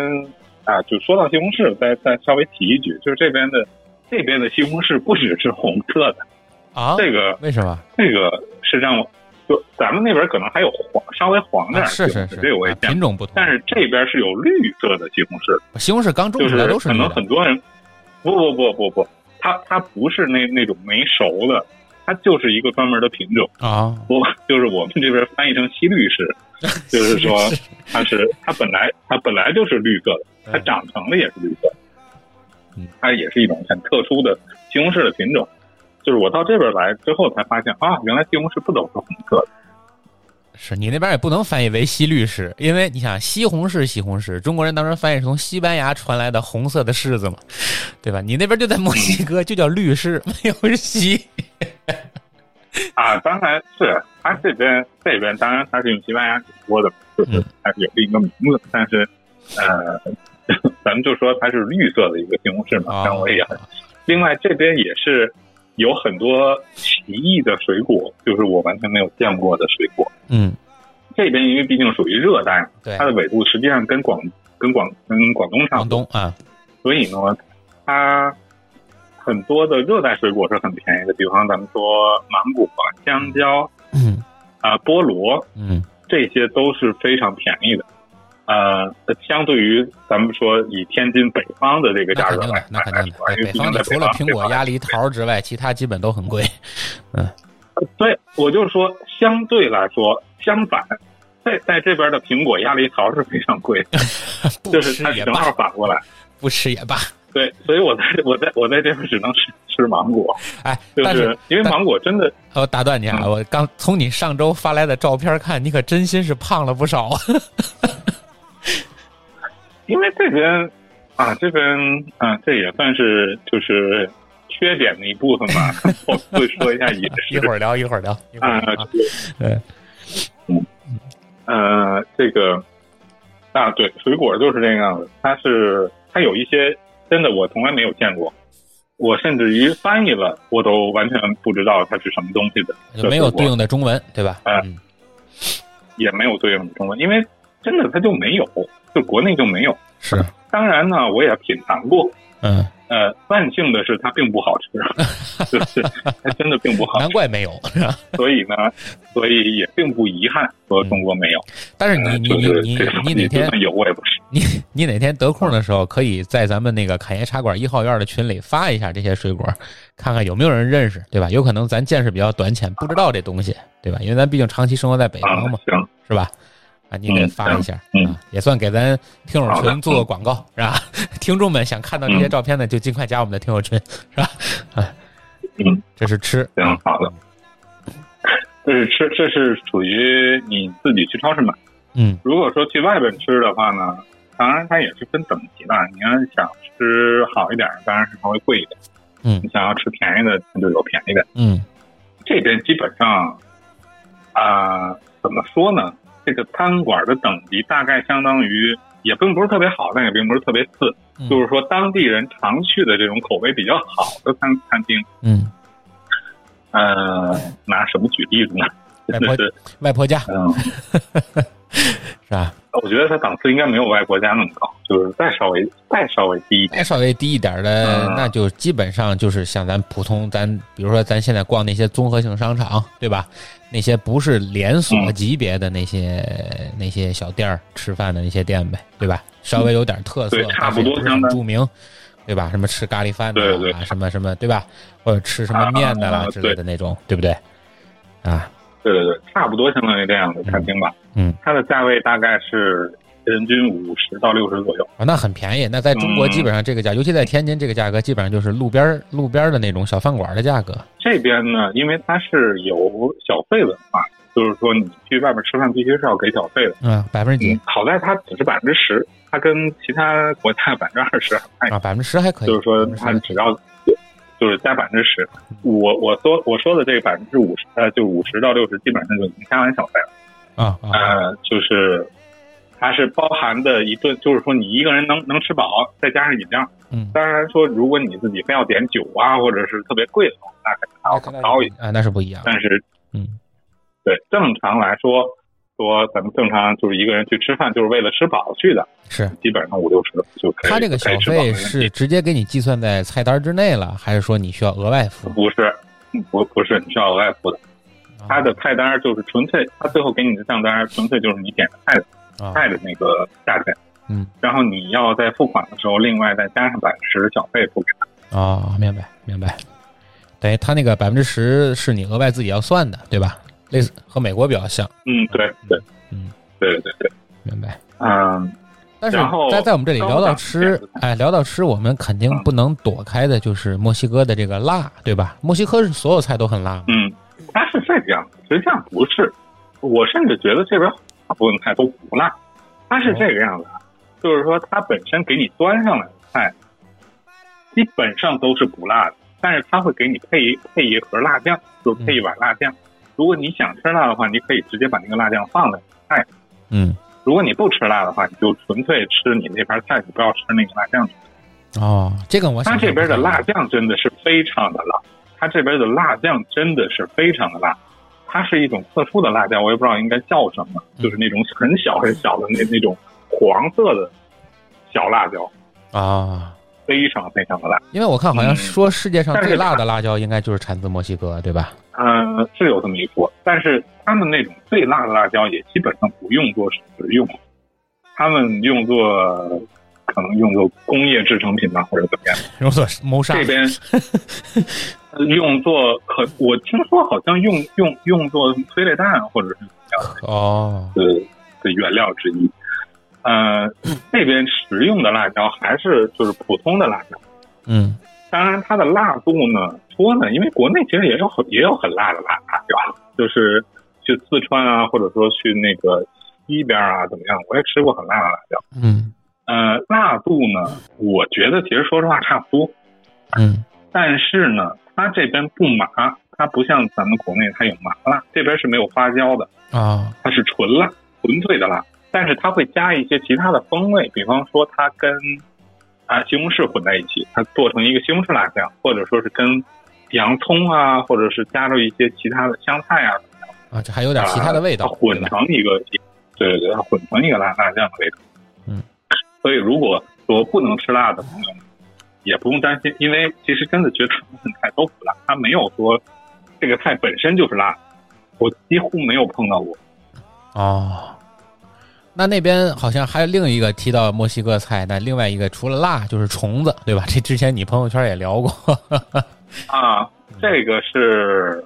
[SPEAKER 2] 啊，就说到西红柿，再再稍微提一句，就是这边的这边的西红柿不只是红色的，
[SPEAKER 1] 啊？
[SPEAKER 2] 这个
[SPEAKER 1] 为什么？
[SPEAKER 2] 这个是让我就咱们那边可能还有黄，稍微黄点
[SPEAKER 1] 啊
[SPEAKER 2] 儿西
[SPEAKER 1] 是
[SPEAKER 2] 红
[SPEAKER 1] 是
[SPEAKER 2] 柿，
[SPEAKER 1] 是，
[SPEAKER 2] 这个我也
[SPEAKER 1] 啊
[SPEAKER 2] 见
[SPEAKER 1] 品
[SPEAKER 2] 过。
[SPEAKER 1] 种不同，
[SPEAKER 2] 但是这边是有绿色的西红柿，
[SPEAKER 1] 西红柿刚种
[SPEAKER 2] 就
[SPEAKER 1] 出来都是
[SPEAKER 2] 可
[SPEAKER 1] 绿
[SPEAKER 2] 能
[SPEAKER 1] 的
[SPEAKER 2] 很多人不不不不不，它它不是那那种没熟的，它就是一个专门的品种。
[SPEAKER 1] 啊。
[SPEAKER 2] 我 就是我们这边翻译成西 律师，就是说它是它本来它本来就是绿色的，它
[SPEAKER 1] 嗯
[SPEAKER 2] 长成的也是绿色
[SPEAKER 1] 嗯，
[SPEAKER 2] 它也是一种很特殊的西红柿的品种。就是我到这边来之后才发现啊，原来西红柿不都是红色的。
[SPEAKER 1] 是你那边也不能翻译为西律师，因为你想西红柿，西红柿，中国人当时翻译是从西班牙传来的红色的柿子嘛，对吧？你那边就在墨西哥就叫律师，没有 西。
[SPEAKER 2] 啊，当然是它这边这边当然它是用西班牙语说的，就是
[SPEAKER 1] 嗯
[SPEAKER 2] 它有另一个名字，但是呃， 咱们就说它是绿色的一个西红柿嘛，
[SPEAKER 1] 啊
[SPEAKER 2] 但我也很另外这边也是有很多奇异的水果，就是我完全没有见过的水果。
[SPEAKER 1] 嗯，
[SPEAKER 2] 这边因为毕竟属于热带，
[SPEAKER 1] 对
[SPEAKER 2] 它，的纬度实际上跟广跟广跟广东差
[SPEAKER 1] 广
[SPEAKER 2] 不多，
[SPEAKER 1] 东啊，
[SPEAKER 2] 所以呢，它很多的热带水果是很便宜的，比方咱们说芒果、啊香蕉
[SPEAKER 1] 嗯
[SPEAKER 2] 啊、菠萝，
[SPEAKER 1] 嗯
[SPEAKER 2] 这些都是非常便宜的。呃，相对于咱们说以天津北方的这个
[SPEAKER 1] 那
[SPEAKER 2] 价
[SPEAKER 1] 肯
[SPEAKER 2] 格
[SPEAKER 1] 定
[SPEAKER 2] 来
[SPEAKER 1] 的，，那肯定的。
[SPEAKER 2] 来
[SPEAKER 1] 对
[SPEAKER 2] 说
[SPEAKER 1] 北方的除了苹果、鸭梨、桃之外，其他基本都很贵。
[SPEAKER 2] 呃对，我就说相对来说，相反，在在这边的苹果、鸭梨、桃是非常贵 的，
[SPEAKER 1] 不
[SPEAKER 2] 就是
[SPEAKER 1] 吃
[SPEAKER 2] 它
[SPEAKER 1] 也
[SPEAKER 2] 正好
[SPEAKER 1] 罢，
[SPEAKER 2] 反过来。
[SPEAKER 1] 不吃也罢。
[SPEAKER 2] 对，所以我在我在我在这边只能吃吃芒果，
[SPEAKER 1] 哎，
[SPEAKER 2] 就
[SPEAKER 1] 但
[SPEAKER 2] 是因为芒果真的
[SPEAKER 1] 我打断你啊，
[SPEAKER 2] 嗯
[SPEAKER 1] 我刚从你上周发来的照片看，你可真心是胖了不少啊。
[SPEAKER 2] 因为这边啊，这边啊，这也算是就是缺点的一部分吧， 我会说一下也 是。
[SPEAKER 1] 一会儿聊，一会儿聊，一会
[SPEAKER 2] 啊
[SPEAKER 1] 儿聊啊，
[SPEAKER 2] 对
[SPEAKER 1] 对，
[SPEAKER 2] 呃，这个啊，对，水果就是这样的，它是它有一些真的我从来没有见过，我甚至于翻译了我都完全不知道它是什么东西的，
[SPEAKER 1] 就没有对应的中文，对吧？
[SPEAKER 2] 哎
[SPEAKER 1] 嗯，
[SPEAKER 2] 也没有对应的中文，因为真的它就没有，就国内就没有。
[SPEAKER 1] 是，
[SPEAKER 2] 当然呢，我也品尝过，
[SPEAKER 1] 嗯，
[SPEAKER 2] 呃，万幸的是它并不好吃， 就是它真的并不 好
[SPEAKER 1] 难
[SPEAKER 2] 吃，
[SPEAKER 1] 怪没有。
[SPEAKER 2] 所以呢，所以也并不遗憾说中国没有。
[SPEAKER 1] 但是你你
[SPEAKER 2] 呃就是
[SPEAKER 1] 你
[SPEAKER 2] 这个东
[SPEAKER 1] 你你
[SPEAKER 2] 西
[SPEAKER 1] 哪
[SPEAKER 2] 就
[SPEAKER 1] 天
[SPEAKER 2] 算有我也不吃。
[SPEAKER 1] 你你哪天得空的时候，可以在咱们那个侃爷茶馆一号院的群里发一下这些水果，看看有没有人认识，对吧？有可能咱见识比较短浅，不知道这东西，对吧？因为咱毕竟长期生活在北
[SPEAKER 2] 啊
[SPEAKER 1] 方嘛，，
[SPEAKER 2] 行，
[SPEAKER 1] 是吧？啊，你给发一下，
[SPEAKER 2] 嗯嗯
[SPEAKER 1] 啊，也算给咱听友
[SPEAKER 2] 好的
[SPEAKER 1] 群做个广告，是吧？ 听众们想看到这些照片的，就尽快加我们的听友群，是吧？啊，
[SPEAKER 2] 嗯，
[SPEAKER 1] 这是吃，
[SPEAKER 2] 行，好的。这是吃，这是属于你自己去超市买。
[SPEAKER 1] 嗯
[SPEAKER 2] 如果说去外边吃的话呢，当然它也是分等级的。你要想吃好一点，当然是稍微贵一点；
[SPEAKER 1] 嗯
[SPEAKER 2] 你想要吃便宜的，那就有便宜的。
[SPEAKER 1] 嗯
[SPEAKER 2] 这边基本上，啊、怎么说呢？这个餐馆的等级大概相当于，也并不是特别好，但也并不是特别次。
[SPEAKER 1] 嗯
[SPEAKER 2] 就是说，当地人常去的这种口味比较好的餐餐厅，
[SPEAKER 1] 嗯，
[SPEAKER 2] 呃，拿什么举例子呢？
[SPEAKER 1] 外
[SPEAKER 2] 真
[SPEAKER 1] 婆
[SPEAKER 2] 的是，
[SPEAKER 1] 外婆家
[SPEAKER 2] 嗯，
[SPEAKER 1] 是吧？
[SPEAKER 2] 我觉得它档次应该没有外婆家那么高，就是再稍微再稍微低一点。
[SPEAKER 1] 再稍微低一点的，
[SPEAKER 2] 嗯
[SPEAKER 1] 那就基本上就是像咱普通咱，比如说咱现在逛那些综合性商场，对吧？那些不是连锁级别的那些、
[SPEAKER 2] 嗯
[SPEAKER 1] 那些小店儿吃饭的那些店呗，对吧？稍微有点特色，
[SPEAKER 2] 对差不多
[SPEAKER 1] 但是也是
[SPEAKER 2] 相
[SPEAKER 1] 很
[SPEAKER 2] 当
[SPEAKER 1] 著名，对吧？什么吃咖喱饭的、啊，
[SPEAKER 2] 对对
[SPEAKER 1] 什么什么，对吧？或者吃什么面的啦、
[SPEAKER 2] 啊
[SPEAKER 1] 之类的那种，对不对？啊，
[SPEAKER 2] 对对对，差不多相当于这样的餐厅吧。
[SPEAKER 1] 嗯，
[SPEAKER 2] 它的价位大概是人均五十到六十左右。
[SPEAKER 1] 啊，那很便宜。那在中国
[SPEAKER 2] 嗯
[SPEAKER 1] 基本上这个价，尤其在天津这个价格，基本上就是路边儿路边儿的那种小饭馆儿的价格。
[SPEAKER 2] 这边呢，因为它是有小费文化，就是说你去外面吃饭必须是要给小费的。
[SPEAKER 1] 嗯，百分之几
[SPEAKER 2] 嗯，好在它只是百分之十，它跟其他国家百分之二十还不太一样
[SPEAKER 1] 啊？百分之十嗯还可以。
[SPEAKER 2] 就是说
[SPEAKER 1] 10%
[SPEAKER 2] 它只要就是加百分之十。我我说我说的这个百分之五十，呃，就五十到六十，基本上就已经加完小费了。
[SPEAKER 1] 啊啊，
[SPEAKER 2] 呃，就是它是包含的一顿，就是说你一个人能能吃饱，再加上饮料。
[SPEAKER 1] 嗯，
[SPEAKER 2] 当然说，如果你自己非要点酒啊，或者是特别贵的话，那肯定还要更高一点。
[SPEAKER 1] 啊，那是不一样。
[SPEAKER 2] 但是，
[SPEAKER 1] 嗯，
[SPEAKER 2] 对，正常来说，说咱们正常就是一个人去吃饭，就是为了吃饱去的，
[SPEAKER 1] 是
[SPEAKER 2] 基本上五六十就可以。
[SPEAKER 1] 他这个
[SPEAKER 2] 可
[SPEAKER 1] 小
[SPEAKER 2] 以吃饱
[SPEAKER 1] 费
[SPEAKER 2] 了
[SPEAKER 1] 是直接给你计算在菜单之内了，还是说你需要额外付？
[SPEAKER 2] 不是，不不是，你需要额外付的。它的菜单就是纯粹，它最后给你的账单纯粹就是你点的菜的
[SPEAKER 1] 啊，
[SPEAKER 2] 菜的那个价钱，
[SPEAKER 1] 嗯，
[SPEAKER 2] 然后你要在付款的时候另外再加上百分之十小费付给他。
[SPEAKER 1] 哦，明白明白。等于他那个百分之十是你额外自己要算的，对吧？类似和美国比较像，
[SPEAKER 2] 嗯，对对，
[SPEAKER 1] 嗯，
[SPEAKER 2] 对对对，
[SPEAKER 1] 明白。
[SPEAKER 2] 嗯，
[SPEAKER 1] 但是
[SPEAKER 2] 然后
[SPEAKER 1] 在在我们这里聊到吃
[SPEAKER 2] 高档一点，
[SPEAKER 1] 哎，聊到吃，我们肯定不能躲开的就是墨西哥的这个辣，对吧？墨西哥是所有菜都很辣吗？
[SPEAKER 2] 嗯，它是这个样子，实际上不是，我甚至觉得这边大部分菜都不辣，它是这个样子，啊，
[SPEAKER 1] 嗯
[SPEAKER 2] 就是说它本身给你端上来的菜，基本上都是不辣的，但是它会给你配一配一盒辣酱，就是配一碗辣
[SPEAKER 1] 嗯
[SPEAKER 2] 酱。如果你想吃辣的话，你可以直接把那个辣酱放在；
[SPEAKER 1] 嗯，
[SPEAKER 2] 如果你不吃辣的话，你就纯粹吃你那盘菜，你不要吃那个辣酱。
[SPEAKER 1] 哦，这个我
[SPEAKER 2] 它
[SPEAKER 1] 想
[SPEAKER 2] 这边的
[SPEAKER 1] 象不到
[SPEAKER 2] 辣酱真的是非常的辣，它这边的辣酱真的是非常的辣，它是一种特殊的辣酱，我也不知道应该叫什么，
[SPEAKER 1] 嗯
[SPEAKER 2] 就是那种很小很小的那那种黄色的小辣椒，
[SPEAKER 1] 啊，
[SPEAKER 2] 非常非常的辣。
[SPEAKER 1] 因为我看好像说世界上
[SPEAKER 2] 但是
[SPEAKER 1] 最辣的辣椒应该就是产自墨西哥，对吧？
[SPEAKER 2] 呃，是有这么一说，但是他们那种最辣的辣椒也基本上不用作食用，他们用作可能用作工业制成品吧，或者怎么样。
[SPEAKER 1] 有所谋杀
[SPEAKER 2] 这边呃用作可，我听说好像用用用作催泪弹或者是
[SPEAKER 1] 哦，
[SPEAKER 2] 的的原料之一。呃，那边食用的辣椒还是就是普通的辣椒，
[SPEAKER 1] 嗯
[SPEAKER 2] 当然它的辣度呢，说呢，因为国内其实也有很也有很辣的辣辣椒，就是去四川啊，或者说去那个西边啊，怎么样？我也吃过很辣的辣椒。
[SPEAKER 1] 嗯
[SPEAKER 2] 呃，辣度呢，我觉得其实说实话差不多，
[SPEAKER 1] 嗯
[SPEAKER 2] 但是呢，它这边不麻，它不像咱们国内它有麻辣，这边是没有花椒的，
[SPEAKER 1] 啊
[SPEAKER 2] 它是纯辣，纯粹的辣。但是它会加一些其他的风味，比方说它跟啊西红柿混在一起，它做成一个西红柿辣酱，或者说是跟洋葱啊，或者是加入一些其他的香菜啊，
[SPEAKER 1] 啊，这还有点其他的味道，
[SPEAKER 2] 它呃混
[SPEAKER 1] 对吧
[SPEAKER 2] 成一个，对对对，它混成一个辣辣酱的味道。
[SPEAKER 1] 嗯，
[SPEAKER 2] 所以如果说不能吃辣的朋友，也不用担心，因为其实真的绝大部分菜都不辣，它没有说这个菜本身就是辣的，我几乎没有碰到过。
[SPEAKER 1] 哦。那那边好像还有另一个提到墨西哥菜，那另外一个除了辣就是虫子，对吧？这之前你朋友圈也聊过，
[SPEAKER 2] 啊，
[SPEAKER 1] 嗯
[SPEAKER 2] 这个是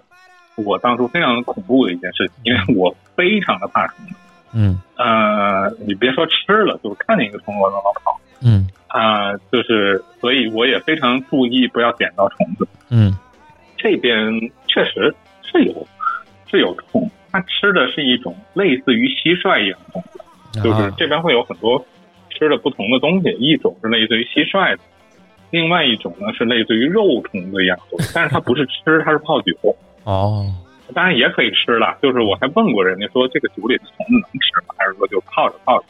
[SPEAKER 2] 我当初非常恐怖的一件事情，因为我非常的怕虫子。
[SPEAKER 1] 嗯
[SPEAKER 2] 呃，你别说吃了，就是看见一个虫子我都能跑。
[SPEAKER 1] 嗯
[SPEAKER 2] 啊、就是所以我也非常注意不要点到虫子。
[SPEAKER 1] 嗯
[SPEAKER 2] 这边确实是有是有虫，它吃的是一种类似于蟋蟀一样的东西，就是
[SPEAKER 1] 啊
[SPEAKER 2] 这边会有很多吃的不同的东西，一种是类似于蟋蟀的，另外一种呢是类似于肉虫子一样的东西，但是它不是吃，它是泡酒。
[SPEAKER 1] 哦
[SPEAKER 2] 当然也可以吃了，就是我还问过人家说这个酒里的虫子能吃吗？还是说就泡着泡着？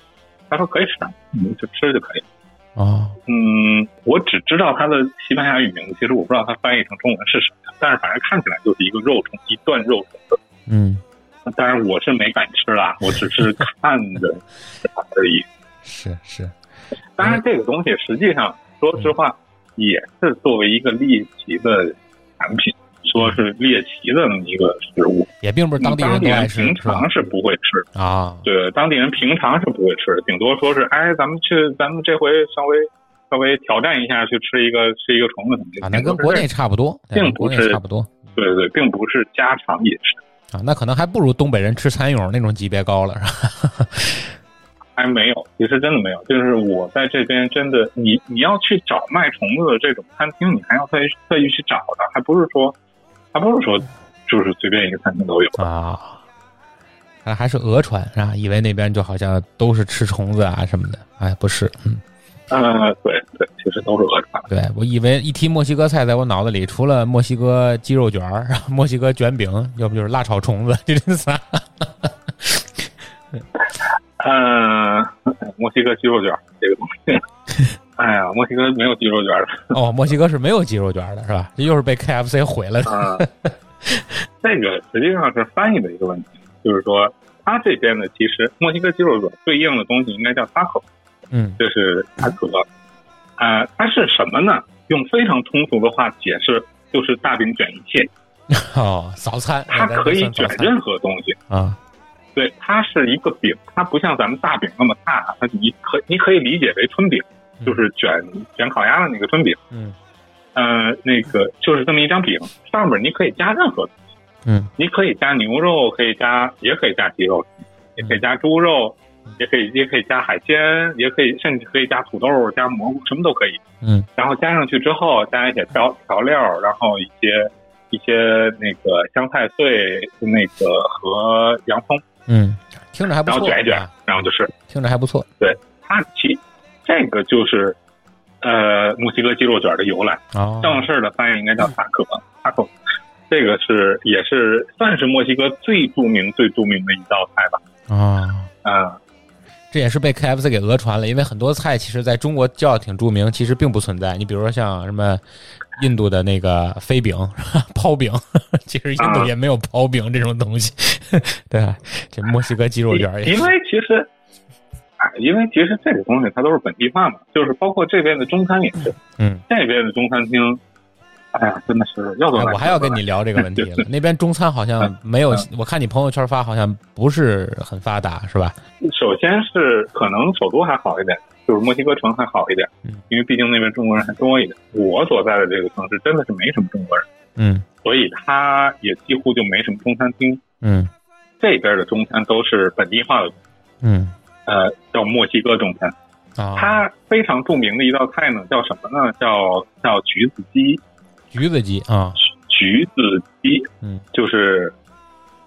[SPEAKER 2] 他说可以吃，你就吃就可以。
[SPEAKER 1] 哦
[SPEAKER 2] 嗯，我只知道它的西班牙语名字，其实我不知道它翻译成中文是什么，但是反正看起来就是一个肉虫，一段肉虫子。
[SPEAKER 1] 嗯
[SPEAKER 2] 当然我是没敢吃啦，我只是看着而已。
[SPEAKER 1] 是是
[SPEAKER 2] 当然这个东西实际上说实话也是作为一个猎奇的产品，说是猎奇的那么一个食物，
[SPEAKER 1] 也并不是当地人
[SPEAKER 2] 当
[SPEAKER 1] 都
[SPEAKER 2] 地
[SPEAKER 1] 爱
[SPEAKER 2] 人
[SPEAKER 1] 吃
[SPEAKER 2] 平，
[SPEAKER 1] 是吧
[SPEAKER 2] 常？是不会吃的。
[SPEAKER 1] 啊，
[SPEAKER 2] 对，当地人平常是不会吃的，顶多说是哎，咱们去，咱们这回稍微稍微挑战一下，去吃一个吃一个虫子什么的。
[SPEAKER 1] 啊，那跟国内差不多，对
[SPEAKER 2] 并
[SPEAKER 1] 国
[SPEAKER 2] 不
[SPEAKER 1] 内
[SPEAKER 2] 是
[SPEAKER 1] 差不多
[SPEAKER 2] 对对，并不是家常饮食，
[SPEAKER 1] 啊，那可能还不如东北人吃蚕蛹那种级别高了，是吧？
[SPEAKER 2] 还哎没有，其实真的没有。就是我在这边真的，你你要去找卖虫子的这种餐厅，你还要特意特意去找的，还不是说，还不是说就是随便一个餐厅都有。
[SPEAKER 1] 啊，看 来还是讹传是吧？以为那边就好像都是吃虫子啊什么的，哎，不是，嗯，
[SPEAKER 2] 呃，对对，其实都是讹传。
[SPEAKER 1] 对我以为一提墨西哥菜，在我脑子里除了墨西哥鸡肉卷儿、然后墨西哥卷饼，要不就是辣炒虫子，就这仨。
[SPEAKER 2] 呃，墨西哥鸡肉卷儿这个东西， 哎呀，墨西哥没有鸡肉卷儿的。
[SPEAKER 1] 哦，墨西哥是没有鸡肉卷儿的，是吧？这又是被 KFC 毁了的。
[SPEAKER 2] 啊，这个实际上是翻译的一个问题，就是说它这边的其实墨西哥鸡肉卷对应的东西应该叫 taco，
[SPEAKER 1] 嗯
[SPEAKER 2] 这是塔可。啊，它是什么呢？用非常通俗的话解释，就是大饼卷一切，
[SPEAKER 1] 哦，早餐，
[SPEAKER 2] 它可以卷任何东西。
[SPEAKER 1] 啊
[SPEAKER 2] 对，它是一个饼，它不像咱们大饼那么大，它你可你可以理解为春饼，就是卷卷烤鸭的那个春饼。
[SPEAKER 1] 嗯
[SPEAKER 2] 呃，那个就是这么一张饼，上面你可以加任何
[SPEAKER 1] 嗯
[SPEAKER 2] 你可以加牛肉，可以加，也可以加鸡肉，也可以加猪肉
[SPEAKER 1] 嗯，
[SPEAKER 2] 也可以也可以加海鲜，也可以甚至可以加土豆、加蘑菇，什么都可以。
[SPEAKER 1] 嗯
[SPEAKER 2] 然后加上去之后，加一些调调料，然后一些一些那个香菜碎，那个和洋葱，
[SPEAKER 1] 嗯，听着还不
[SPEAKER 2] 然后
[SPEAKER 1] 错，
[SPEAKER 2] 卷一卷
[SPEAKER 1] 啊，
[SPEAKER 2] 然后就是
[SPEAKER 1] 听着还不错
[SPEAKER 2] 它其这个就是呃墨西哥鸡肉卷的由来。
[SPEAKER 1] 哦
[SPEAKER 2] 正式的翻译应该叫塔克塔克，这个是也是算是墨西哥最著名最著名的一道菜吧。
[SPEAKER 1] 啊。
[SPEAKER 2] 嗯，
[SPEAKER 1] 这也是被 KFC 给讹传了，因为很多菜其实在中国叫挺著名，其实并不存在。你比如说像什么印度的那个飞饼、 泡饼，其实印度
[SPEAKER 2] 啊
[SPEAKER 1] 也没有泡饼这种东西。 对吧，这墨西哥鸡肉卷儿也
[SPEAKER 2] 因
[SPEAKER 1] 是
[SPEAKER 2] 为其实，哎，因为其实这个东西它都是本地化嘛，就是包括这边的中餐也是，
[SPEAKER 1] 嗯，
[SPEAKER 2] 这边的中餐厅，哎呀，真的是要多
[SPEAKER 1] 哎
[SPEAKER 2] 难吃
[SPEAKER 1] 我还要跟你聊这个问题 了。那边中餐好像没有，
[SPEAKER 2] 嗯
[SPEAKER 1] 我看你朋友圈发好像不是很发达，是吧？
[SPEAKER 2] 首先是可能首都还好一点，就是墨西哥城还好一点，
[SPEAKER 1] 嗯
[SPEAKER 2] 因为毕竟那边中国人还多一点。我所在的这个城市真的是没什么中国人，
[SPEAKER 1] 嗯
[SPEAKER 2] 所以它也几乎就没什么中餐厅。
[SPEAKER 1] 嗯
[SPEAKER 2] 这边的中餐都是本地化的，
[SPEAKER 1] 嗯
[SPEAKER 2] 呃，叫墨西哥中餐。
[SPEAKER 1] 啊，
[SPEAKER 2] 它非常著名的一道菜呢，叫什么呢？叫叫橘子鸡，
[SPEAKER 1] 橘子鸡啊，
[SPEAKER 2] 橘子鸡，
[SPEAKER 1] 嗯，
[SPEAKER 2] 就是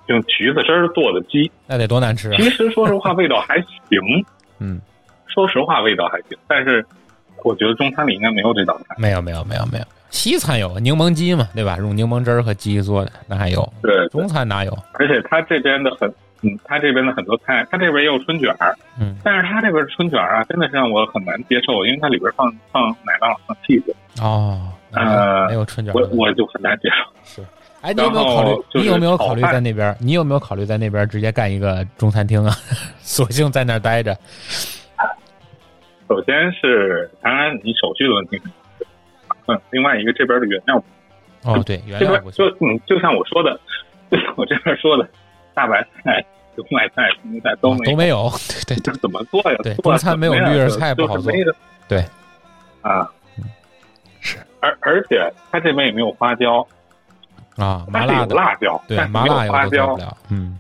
[SPEAKER 2] 用橘子汁儿做的鸡。
[SPEAKER 1] 那得多难吃啊
[SPEAKER 2] 其！实说实话，味道还 行，
[SPEAKER 1] 嗯，
[SPEAKER 2] 说实话味道还行，但是我觉得中餐里应该没有这道菜。
[SPEAKER 1] 没有没有没有没有，西餐有柠檬鸡嘛，对吧？用柠檬汁儿和鸡做的，那还有。
[SPEAKER 2] 对，
[SPEAKER 1] 中餐哪有？
[SPEAKER 2] 而且他这边的很，嗯，他这边的很多菜，他这边也有春卷儿，
[SPEAKER 1] 嗯，
[SPEAKER 2] 但是他这边春卷儿啊，真的是让我很难接受，因为它里边放放奶酪、放 cheese，
[SPEAKER 1] 哦，那没有
[SPEAKER 2] 呃
[SPEAKER 1] 没有春卷儿
[SPEAKER 2] 我
[SPEAKER 1] 的。
[SPEAKER 2] 我就很难接受。
[SPEAKER 1] 哎，你有没有考
[SPEAKER 2] 然
[SPEAKER 1] 虑
[SPEAKER 2] 后？就是
[SPEAKER 1] 你有没有考虑
[SPEAKER 2] 炒饭
[SPEAKER 1] 在那边？你有没有考虑在那边直接干一个中餐厅啊？ 索性在那儿待着。
[SPEAKER 2] 首先是当然你手续的问题，嗯，另外一个这边的原料，
[SPEAKER 1] 哦，对，原
[SPEAKER 2] 这
[SPEAKER 1] 料
[SPEAKER 2] 边
[SPEAKER 1] 不行
[SPEAKER 2] 就。嗯，就像我说的，就像我这边说的，大白菜、油麦菜、青菜都
[SPEAKER 1] 啊
[SPEAKER 2] 没有
[SPEAKER 1] 都没有， 对对
[SPEAKER 2] 这怎么做呀？
[SPEAKER 1] 对
[SPEAKER 2] 做
[SPEAKER 1] 中餐没有绿叶菜不好做
[SPEAKER 2] 做。
[SPEAKER 1] 对，嗯
[SPEAKER 2] 啊，
[SPEAKER 1] 是，
[SPEAKER 2] 而而且它这边也没有花椒，
[SPEAKER 1] 对啊，麻
[SPEAKER 2] 它是
[SPEAKER 1] 辣
[SPEAKER 2] 有
[SPEAKER 1] 的，
[SPEAKER 2] 辣椒，
[SPEAKER 1] 对
[SPEAKER 2] 但是
[SPEAKER 1] 麻
[SPEAKER 2] 没有
[SPEAKER 1] 辣
[SPEAKER 2] 花
[SPEAKER 1] 我都做
[SPEAKER 2] 椒
[SPEAKER 1] 不，了。嗯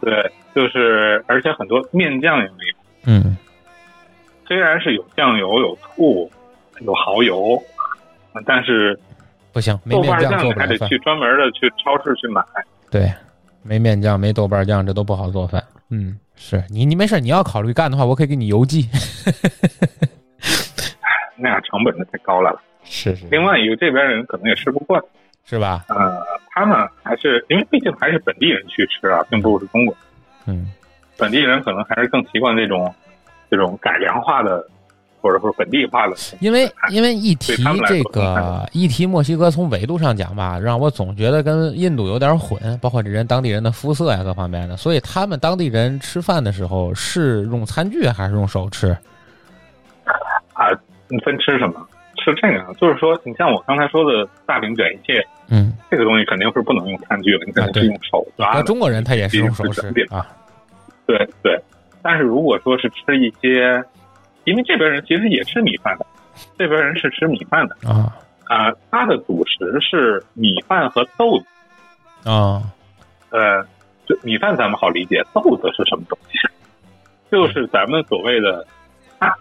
[SPEAKER 2] 对，就是而且很多面酱也没有，
[SPEAKER 1] 嗯，
[SPEAKER 2] 虽然是有酱油、有醋、有蚝油，嗯但是
[SPEAKER 1] 不行，没
[SPEAKER 2] 豆
[SPEAKER 1] 面
[SPEAKER 2] 瓣
[SPEAKER 1] 酱
[SPEAKER 2] 酱
[SPEAKER 1] 做
[SPEAKER 2] 你
[SPEAKER 1] 不
[SPEAKER 2] 还
[SPEAKER 1] 了
[SPEAKER 2] 得
[SPEAKER 1] 饭。
[SPEAKER 2] 去专门的去超市去买。
[SPEAKER 1] 对，没面酱，没豆瓣酱，这都不好做饭。嗯，是你你没事，你要考虑干的话，我可以给你邮寄。
[SPEAKER 2] 那样成本就太高了。
[SPEAKER 1] 是是，
[SPEAKER 2] 另外一个，这边人可能也吃不惯，
[SPEAKER 1] 是吧？
[SPEAKER 2] 呃，他们还是因为毕竟还是本地人去吃啊，并不是中国人。
[SPEAKER 1] 嗯，
[SPEAKER 2] 本地人可能还是更习惯这种这种改良化的，或者说本地化的。
[SPEAKER 1] 因为因为一提
[SPEAKER 2] 对他们来说嗯
[SPEAKER 1] 这个一提墨西哥，从纬度上讲吧，让我总觉得跟印度有点混，包括这人当地人的肤色呀各方面的，所以他们当地人吃饭的时候是用餐具还是用手吃？
[SPEAKER 2] 啊你分吃什么？是这样，就是说，你像我刚才说的大饼卷一切，
[SPEAKER 1] 嗯，
[SPEAKER 2] 这个东西肯定是不能用餐具了，你肯定
[SPEAKER 1] 啊对
[SPEAKER 2] 是用手抓
[SPEAKER 1] 那
[SPEAKER 2] 的。
[SPEAKER 1] 中国人他也是用手
[SPEAKER 2] 是
[SPEAKER 1] 吃
[SPEAKER 2] 的对
[SPEAKER 1] 啊。
[SPEAKER 2] 对对，但是如果说是吃一些，因为这边人其实也吃米饭的，这边人是吃米饭的
[SPEAKER 1] 啊
[SPEAKER 2] 啊、他的主食是米饭和豆子。
[SPEAKER 1] 啊
[SPEAKER 2] 呃，就米饭咱们好理解，豆子是什么东西？就是咱们所谓的，它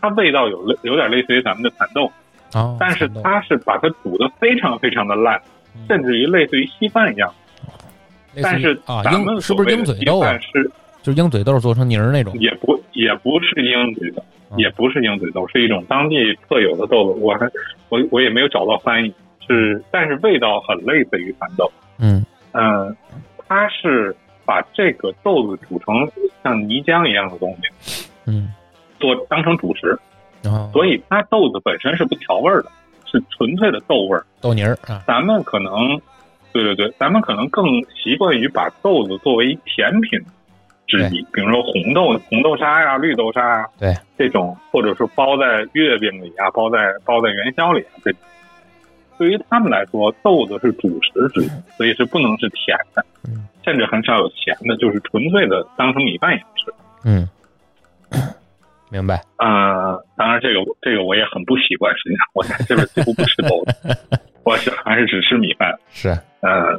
[SPEAKER 2] 它味道有类有点类似于咱们的蚕豆，
[SPEAKER 1] 啊！
[SPEAKER 2] 但是
[SPEAKER 1] 蚕豆
[SPEAKER 2] 它是把它煮的非常非常的烂，
[SPEAKER 1] 嗯
[SPEAKER 2] 甚至于类似于稀饭一样。
[SPEAKER 1] 类似于
[SPEAKER 2] 但是
[SPEAKER 1] 啊，
[SPEAKER 2] 咱
[SPEAKER 1] 鹰
[SPEAKER 2] 们
[SPEAKER 1] 是
[SPEAKER 2] 所
[SPEAKER 1] 不
[SPEAKER 2] 谓
[SPEAKER 1] 是鹰
[SPEAKER 2] 的
[SPEAKER 1] 嘴
[SPEAKER 2] 稀
[SPEAKER 1] 豆啊
[SPEAKER 2] 饭？是
[SPEAKER 1] 就是鹰嘴豆做成泥儿那种。
[SPEAKER 2] 也不也不是鹰嘴豆，
[SPEAKER 1] 嗯
[SPEAKER 2] 也不是鹰嘴豆，是一种当地特有的豆子。我还我我也没有找到翻译，是但是味道很类似于蚕豆。
[SPEAKER 1] 嗯
[SPEAKER 2] 嗯，它是把这个豆子煮成像泥浆一样的东西，
[SPEAKER 1] 嗯，
[SPEAKER 2] 做当成主食，
[SPEAKER 1] 然后
[SPEAKER 2] 所以它豆子本身是不调味儿的，是纯粹的豆味儿。
[SPEAKER 1] 豆泥儿啊，
[SPEAKER 2] 咱们可能，对对对，咱们可能更习惯于把豆子作为甜品之一，比如说红豆、红豆沙呀、绿豆沙呀，
[SPEAKER 1] 对
[SPEAKER 2] 这种，或者说包在月饼里啊，包在包在元宵里啊，这种。对于他们来说，豆子是主食之一，所以是不能是甜的
[SPEAKER 1] 嗯，
[SPEAKER 2] 甚至很少有咸的，就是纯粹的当成米饭一样吃。
[SPEAKER 1] 嗯，明白。
[SPEAKER 2] 呃，当然这个这个我也很不习惯，实际上我在这边几乎不吃豆子， 我是还是只吃米饭。
[SPEAKER 1] 是。
[SPEAKER 2] 呃，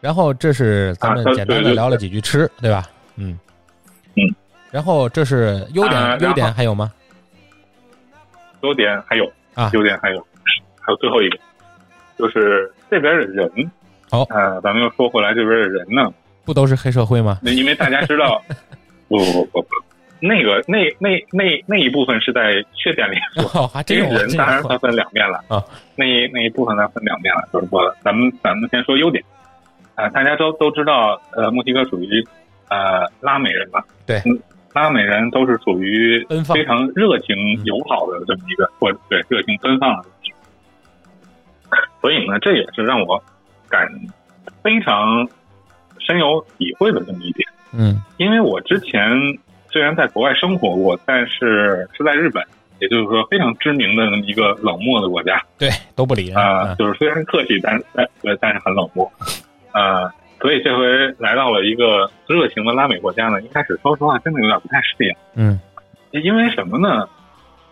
[SPEAKER 1] 然后这是咱们
[SPEAKER 2] 啊对
[SPEAKER 1] 简单
[SPEAKER 2] 对
[SPEAKER 1] 的
[SPEAKER 2] 对
[SPEAKER 1] 聊了几句吃，对吧？嗯
[SPEAKER 2] 嗯。
[SPEAKER 1] 然后这是优
[SPEAKER 2] 啊
[SPEAKER 1] 点，
[SPEAKER 2] 然
[SPEAKER 1] 优
[SPEAKER 2] 后
[SPEAKER 1] 点还有吗？
[SPEAKER 2] 优点还有
[SPEAKER 1] 啊
[SPEAKER 2] 优点还有，还有最后一个，就是这边的人。
[SPEAKER 1] 好
[SPEAKER 2] 呃，咱们又说回来，这边的人呢，
[SPEAKER 1] 不都是黑社会吗？
[SPEAKER 2] 那因为大家 知道，不不不不不，那个那那那那一部分是在缺点里说，
[SPEAKER 1] 哦，还真
[SPEAKER 2] 因为
[SPEAKER 3] 啊
[SPEAKER 1] 有
[SPEAKER 2] 人
[SPEAKER 1] 这
[SPEAKER 2] 当然
[SPEAKER 1] 样
[SPEAKER 2] 它分两面了
[SPEAKER 1] 啊，
[SPEAKER 2] 那一那一部分它分两面了，就是说咱们咱们先说优点啊、大家都都知道，呃，墨西哥属于呃拉美人嘛，
[SPEAKER 1] 对
[SPEAKER 2] 嗯，拉美人都是属于
[SPEAKER 1] 奔 放
[SPEAKER 2] 非常热情友好的这么一个，或对热情奔放的这么一个，所以呢，这也是让我感非常深有体会的这么一点。
[SPEAKER 1] 嗯
[SPEAKER 2] 因为我之前虽然在国外生活过，但是是在日本，也就是说非常知名的那么一个冷漠的国家
[SPEAKER 1] 对，都不理人
[SPEAKER 2] 啊、
[SPEAKER 1] 嗯
[SPEAKER 2] 就是虽然客气，但但对，但是很冷漠啊、所以这回来到了一个热情的拉美国家呢，一开始说实话真的有点不太适应，
[SPEAKER 1] 嗯
[SPEAKER 2] 因为什么呢？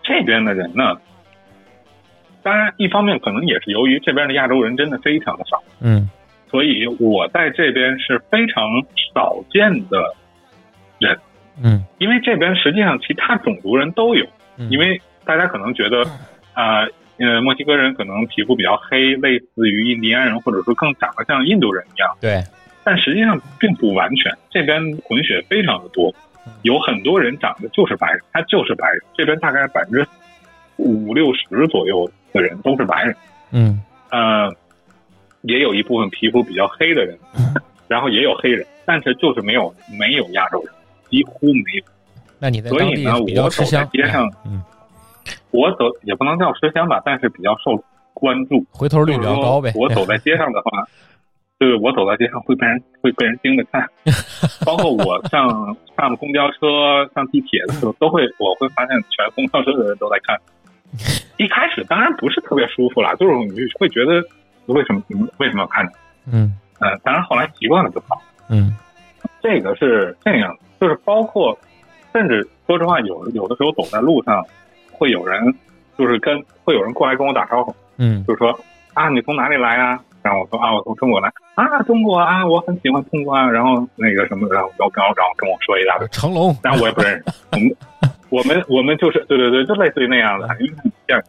[SPEAKER 2] 这边的人呢，当然一方面可能也是由于这边的亚洲人真的非常的少。
[SPEAKER 1] 嗯
[SPEAKER 2] 所以我在这边是非常少见的，
[SPEAKER 1] 嗯
[SPEAKER 2] 因为这边实际上其他种族人都有，
[SPEAKER 1] 嗯，
[SPEAKER 2] 因为大家可能觉得，啊、呃，墨西哥人可能皮肤比较黑，类似于印第安人，或者说更长得像印度人一样，
[SPEAKER 1] 对
[SPEAKER 2] 但实际上并不完全。这边混血非常的多
[SPEAKER 1] 嗯，
[SPEAKER 2] 有很多人长得就是白人，他就是白人，这边大概百分之五六十左右的人都是白人，
[SPEAKER 3] 嗯
[SPEAKER 2] 呃，也有一部分皮肤比较黑的人，
[SPEAKER 3] 嗯
[SPEAKER 2] 然后也有黑人，但是就是没有没有亚洲人，几乎没有。
[SPEAKER 3] 那你在
[SPEAKER 2] 所
[SPEAKER 3] 当
[SPEAKER 2] 以
[SPEAKER 3] 地
[SPEAKER 2] 呢，
[SPEAKER 3] 比
[SPEAKER 2] 我
[SPEAKER 3] 较
[SPEAKER 2] 走
[SPEAKER 3] 吃
[SPEAKER 2] 在
[SPEAKER 3] 香，
[SPEAKER 2] 街上，
[SPEAKER 3] 嗯，
[SPEAKER 2] 我走也不能叫吃香吧，但是比较受关注。
[SPEAKER 3] 回头率比较高呗。哎
[SPEAKER 2] 就是说我走在街上的话，就是我走在街上会被人会被人盯着看，包括我上上公交车、上地铁的时候，都会我会发现全公交车的人都在看。一开始当然不是特别舒服啦，就是你会觉得为什么你们为什么要看你？
[SPEAKER 3] 嗯
[SPEAKER 2] 嗯、当然后来习惯了就好。
[SPEAKER 3] 嗯
[SPEAKER 2] 这个是这样，就是包括，甚至说实话，有有的时候走在路上，会有人就是跟会有人过来跟我打招呼，
[SPEAKER 3] 嗯
[SPEAKER 2] 就说啊，你从哪里来啊？然后我说啊，我从中国来啊，中国啊，我很喜欢中国啊。然后那个什么，然后然后然后然后跟我说一大堆，
[SPEAKER 3] 成龙，
[SPEAKER 2] 但我也不认识。我们我们我们就是对对对，就类似于那样的，因为很像。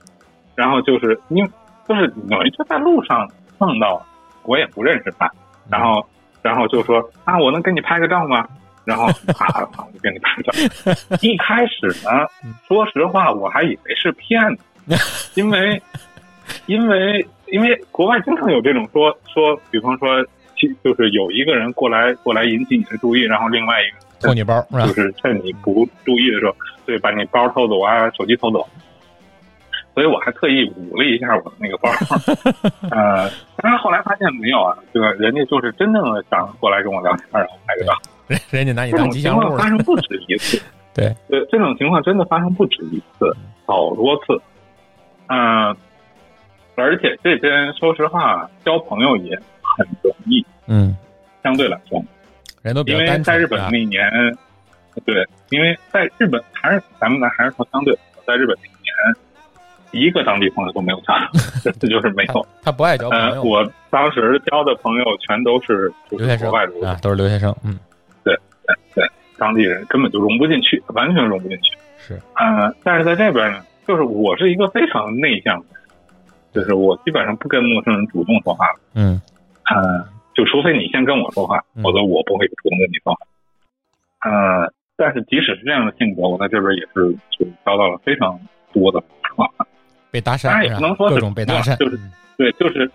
[SPEAKER 2] 然后就是因为就是等于就在路上碰到，我也不认识他，然后然后就说啊，我能跟你拍个照吗？然后啊，我就跟你拍个照。一开始呢，说实话，我还以为是骗子，因为因为因为国外经常有这种说说，比方说。其就是有一个人过来过来引起你的注意，然后另外一个
[SPEAKER 3] 扣你包是吧
[SPEAKER 2] 就？是趁你不注意的时候，对，把你包偷走啊，手机偷走。所以我还特意捂了一下我的那个 包，呃，但是后来发现没有啊，这个人家就是真正的想过来跟我聊天，然后拍个照。
[SPEAKER 3] 人人家拿你
[SPEAKER 2] 这
[SPEAKER 3] 当
[SPEAKER 2] 种
[SPEAKER 3] 吉
[SPEAKER 2] 情
[SPEAKER 3] 祥
[SPEAKER 2] 况
[SPEAKER 3] 物了。
[SPEAKER 2] 发。生不止一次
[SPEAKER 3] 对，
[SPEAKER 2] 对，这种情况真的发生不止一次，好多次。嗯、而且这边说实话，交朋友也很容易，
[SPEAKER 3] 嗯，
[SPEAKER 2] 相对来说，
[SPEAKER 3] 人都比
[SPEAKER 2] 因
[SPEAKER 3] 较
[SPEAKER 2] 为
[SPEAKER 3] 单纯。
[SPEAKER 2] 在日本
[SPEAKER 3] 啊
[SPEAKER 2] 那年，对，因为在日本还是咱们呢，还是说相对来说，在日本那年，一个当地朋友都没有交， 这就是 没有。
[SPEAKER 3] 他不爱交朋
[SPEAKER 2] 呃，
[SPEAKER 3] 友
[SPEAKER 2] 我当时交的朋友全都是就
[SPEAKER 3] 留学
[SPEAKER 2] 是
[SPEAKER 3] 生
[SPEAKER 2] 国外留学
[SPEAKER 3] 啊，都是留学生。嗯
[SPEAKER 2] 当地人根本就融不进去，完全融不进去。
[SPEAKER 3] 是，
[SPEAKER 2] 呃，但是在这边呢，就是我是一个非常内向的人，就是我基本上不跟陌生人主动说话，
[SPEAKER 3] 嗯
[SPEAKER 2] 呃，就除非你先跟我说话，
[SPEAKER 3] 嗯
[SPEAKER 2] 否则我不会主动跟你说话。呃，但是即使是这样的性格，我在这边也是就遭到了非常多的朋友
[SPEAKER 3] 被搭讪
[SPEAKER 2] 当然也
[SPEAKER 3] 是吧
[SPEAKER 2] 不能说是
[SPEAKER 3] 各种被搭讪，
[SPEAKER 2] 就是
[SPEAKER 3] 嗯
[SPEAKER 2] 对，就是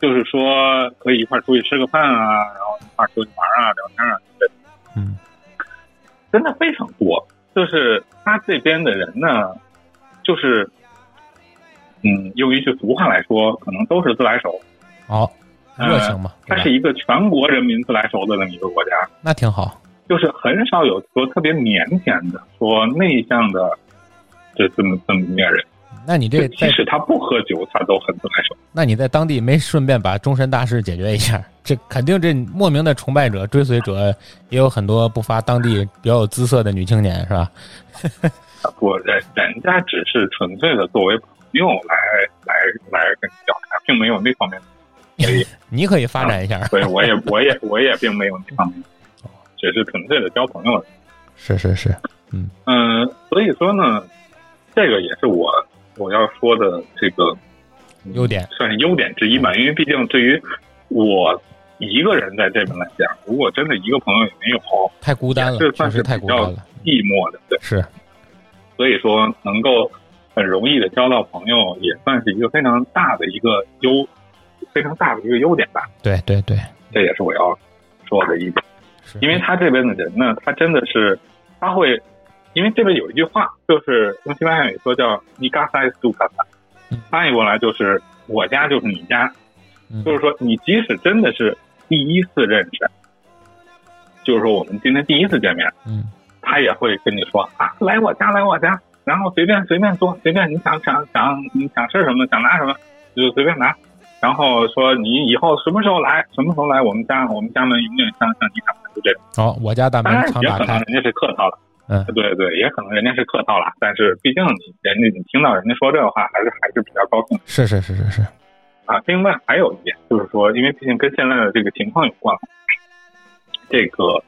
[SPEAKER 2] 就是说可以一块儿出去吃个饭啊，然后一块儿出去玩啊，聊天啊，对，
[SPEAKER 3] 嗯，
[SPEAKER 2] 真的非常多。就是他这边的人呢，就是嗯，用一句俗话来说，可能都是自来熟，
[SPEAKER 3] 好热情嘛，
[SPEAKER 2] 它
[SPEAKER 3] 对吧
[SPEAKER 2] 嗯是一个全国人民自来熟的这么一个国家，
[SPEAKER 3] 那挺好。
[SPEAKER 2] 就是很少有说特别腼腆的、说内向的。这这么这么一面人，
[SPEAKER 3] 那你
[SPEAKER 2] 就
[SPEAKER 3] 这
[SPEAKER 2] 即
[SPEAKER 3] 在
[SPEAKER 2] 使他不喝酒，他都很自来熟。
[SPEAKER 3] 那你在当地没顺便把终身大事解决一下，这肯定这莫名的崇拜者、追随者也有很多不乏当地比较有姿色的女青年，是吧？
[SPEAKER 2] 我哎人人家只是纯粹的作为朋友来来来跟你聊天，并没有那方面，
[SPEAKER 3] 你可以发展一下，
[SPEAKER 2] 所以我也我也我也并没有那方面，只是纯粹的交朋友。
[SPEAKER 3] 是是是，
[SPEAKER 2] 嗯、所以说呢，这个也是我我要说的这个嗯
[SPEAKER 3] 优点
[SPEAKER 2] 算是优点之一吧。因为毕竟对于我一个人在这边来讲，如果真的一个朋友也没有，
[SPEAKER 3] 太孤单了，
[SPEAKER 2] 这
[SPEAKER 3] 确
[SPEAKER 2] 算
[SPEAKER 3] 实
[SPEAKER 2] 是
[SPEAKER 3] 太
[SPEAKER 2] 比
[SPEAKER 3] 孤单
[SPEAKER 2] 较
[SPEAKER 3] 了。
[SPEAKER 2] 寂寞的，对。
[SPEAKER 3] 是，
[SPEAKER 2] 所以说能够很容易的交到朋友，也算是一个非常大的一个优，非常大的一个优点吧。
[SPEAKER 3] 对对对，
[SPEAKER 2] 这也是我要说的一点，
[SPEAKER 3] 是
[SPEAKER 2] 因为他这边的人呢，他真的是他会，因为这边有一句话，就是用西班牙语说叫“你嘎塞苏嘎塞
[SPEAKER 3] 嗯”，
[SPEAKER 2] 翻译过来就是“我家就是你家”，
[SPEAKER 3] 嗯
[SPEAKER 2] 就是说你即使真的是第一次认识，就是说我们今天第一次见面。
[SPEAKER 3] 嗯
[SPEAKER 2] 他也会跟你说啊，来我家，来我家，然后随便随便做，随便你想想想你想吃什么，想拿什么你就随便拿，然后说你以后什么时候来，什么时候来我们家，我们家门永远向向你敞开，就这种。
[SPEAKER 3] 好、我家大门
[SPEAKER 2] 当然
[SPEAKER 3] 常
[SPEAKER 2] 也
[SPEAKER 3] 打
[SPEAKER 2] 可能
[SPEAKER 3] 开，
[SPEAKER 2] 人家是客套了，
[SPEAKER 3] 嗯
[SPEAKER 2] 对对，也可能人家是客套了，但是毕竟你人家你听到人家说这话，还是还是比较高兴的
[SPEAKER 3] 是是是是是，
[SPEAKER 2] 啊。另外还有一点就是说，因为毕竟跟现在的这个情况有关，这个，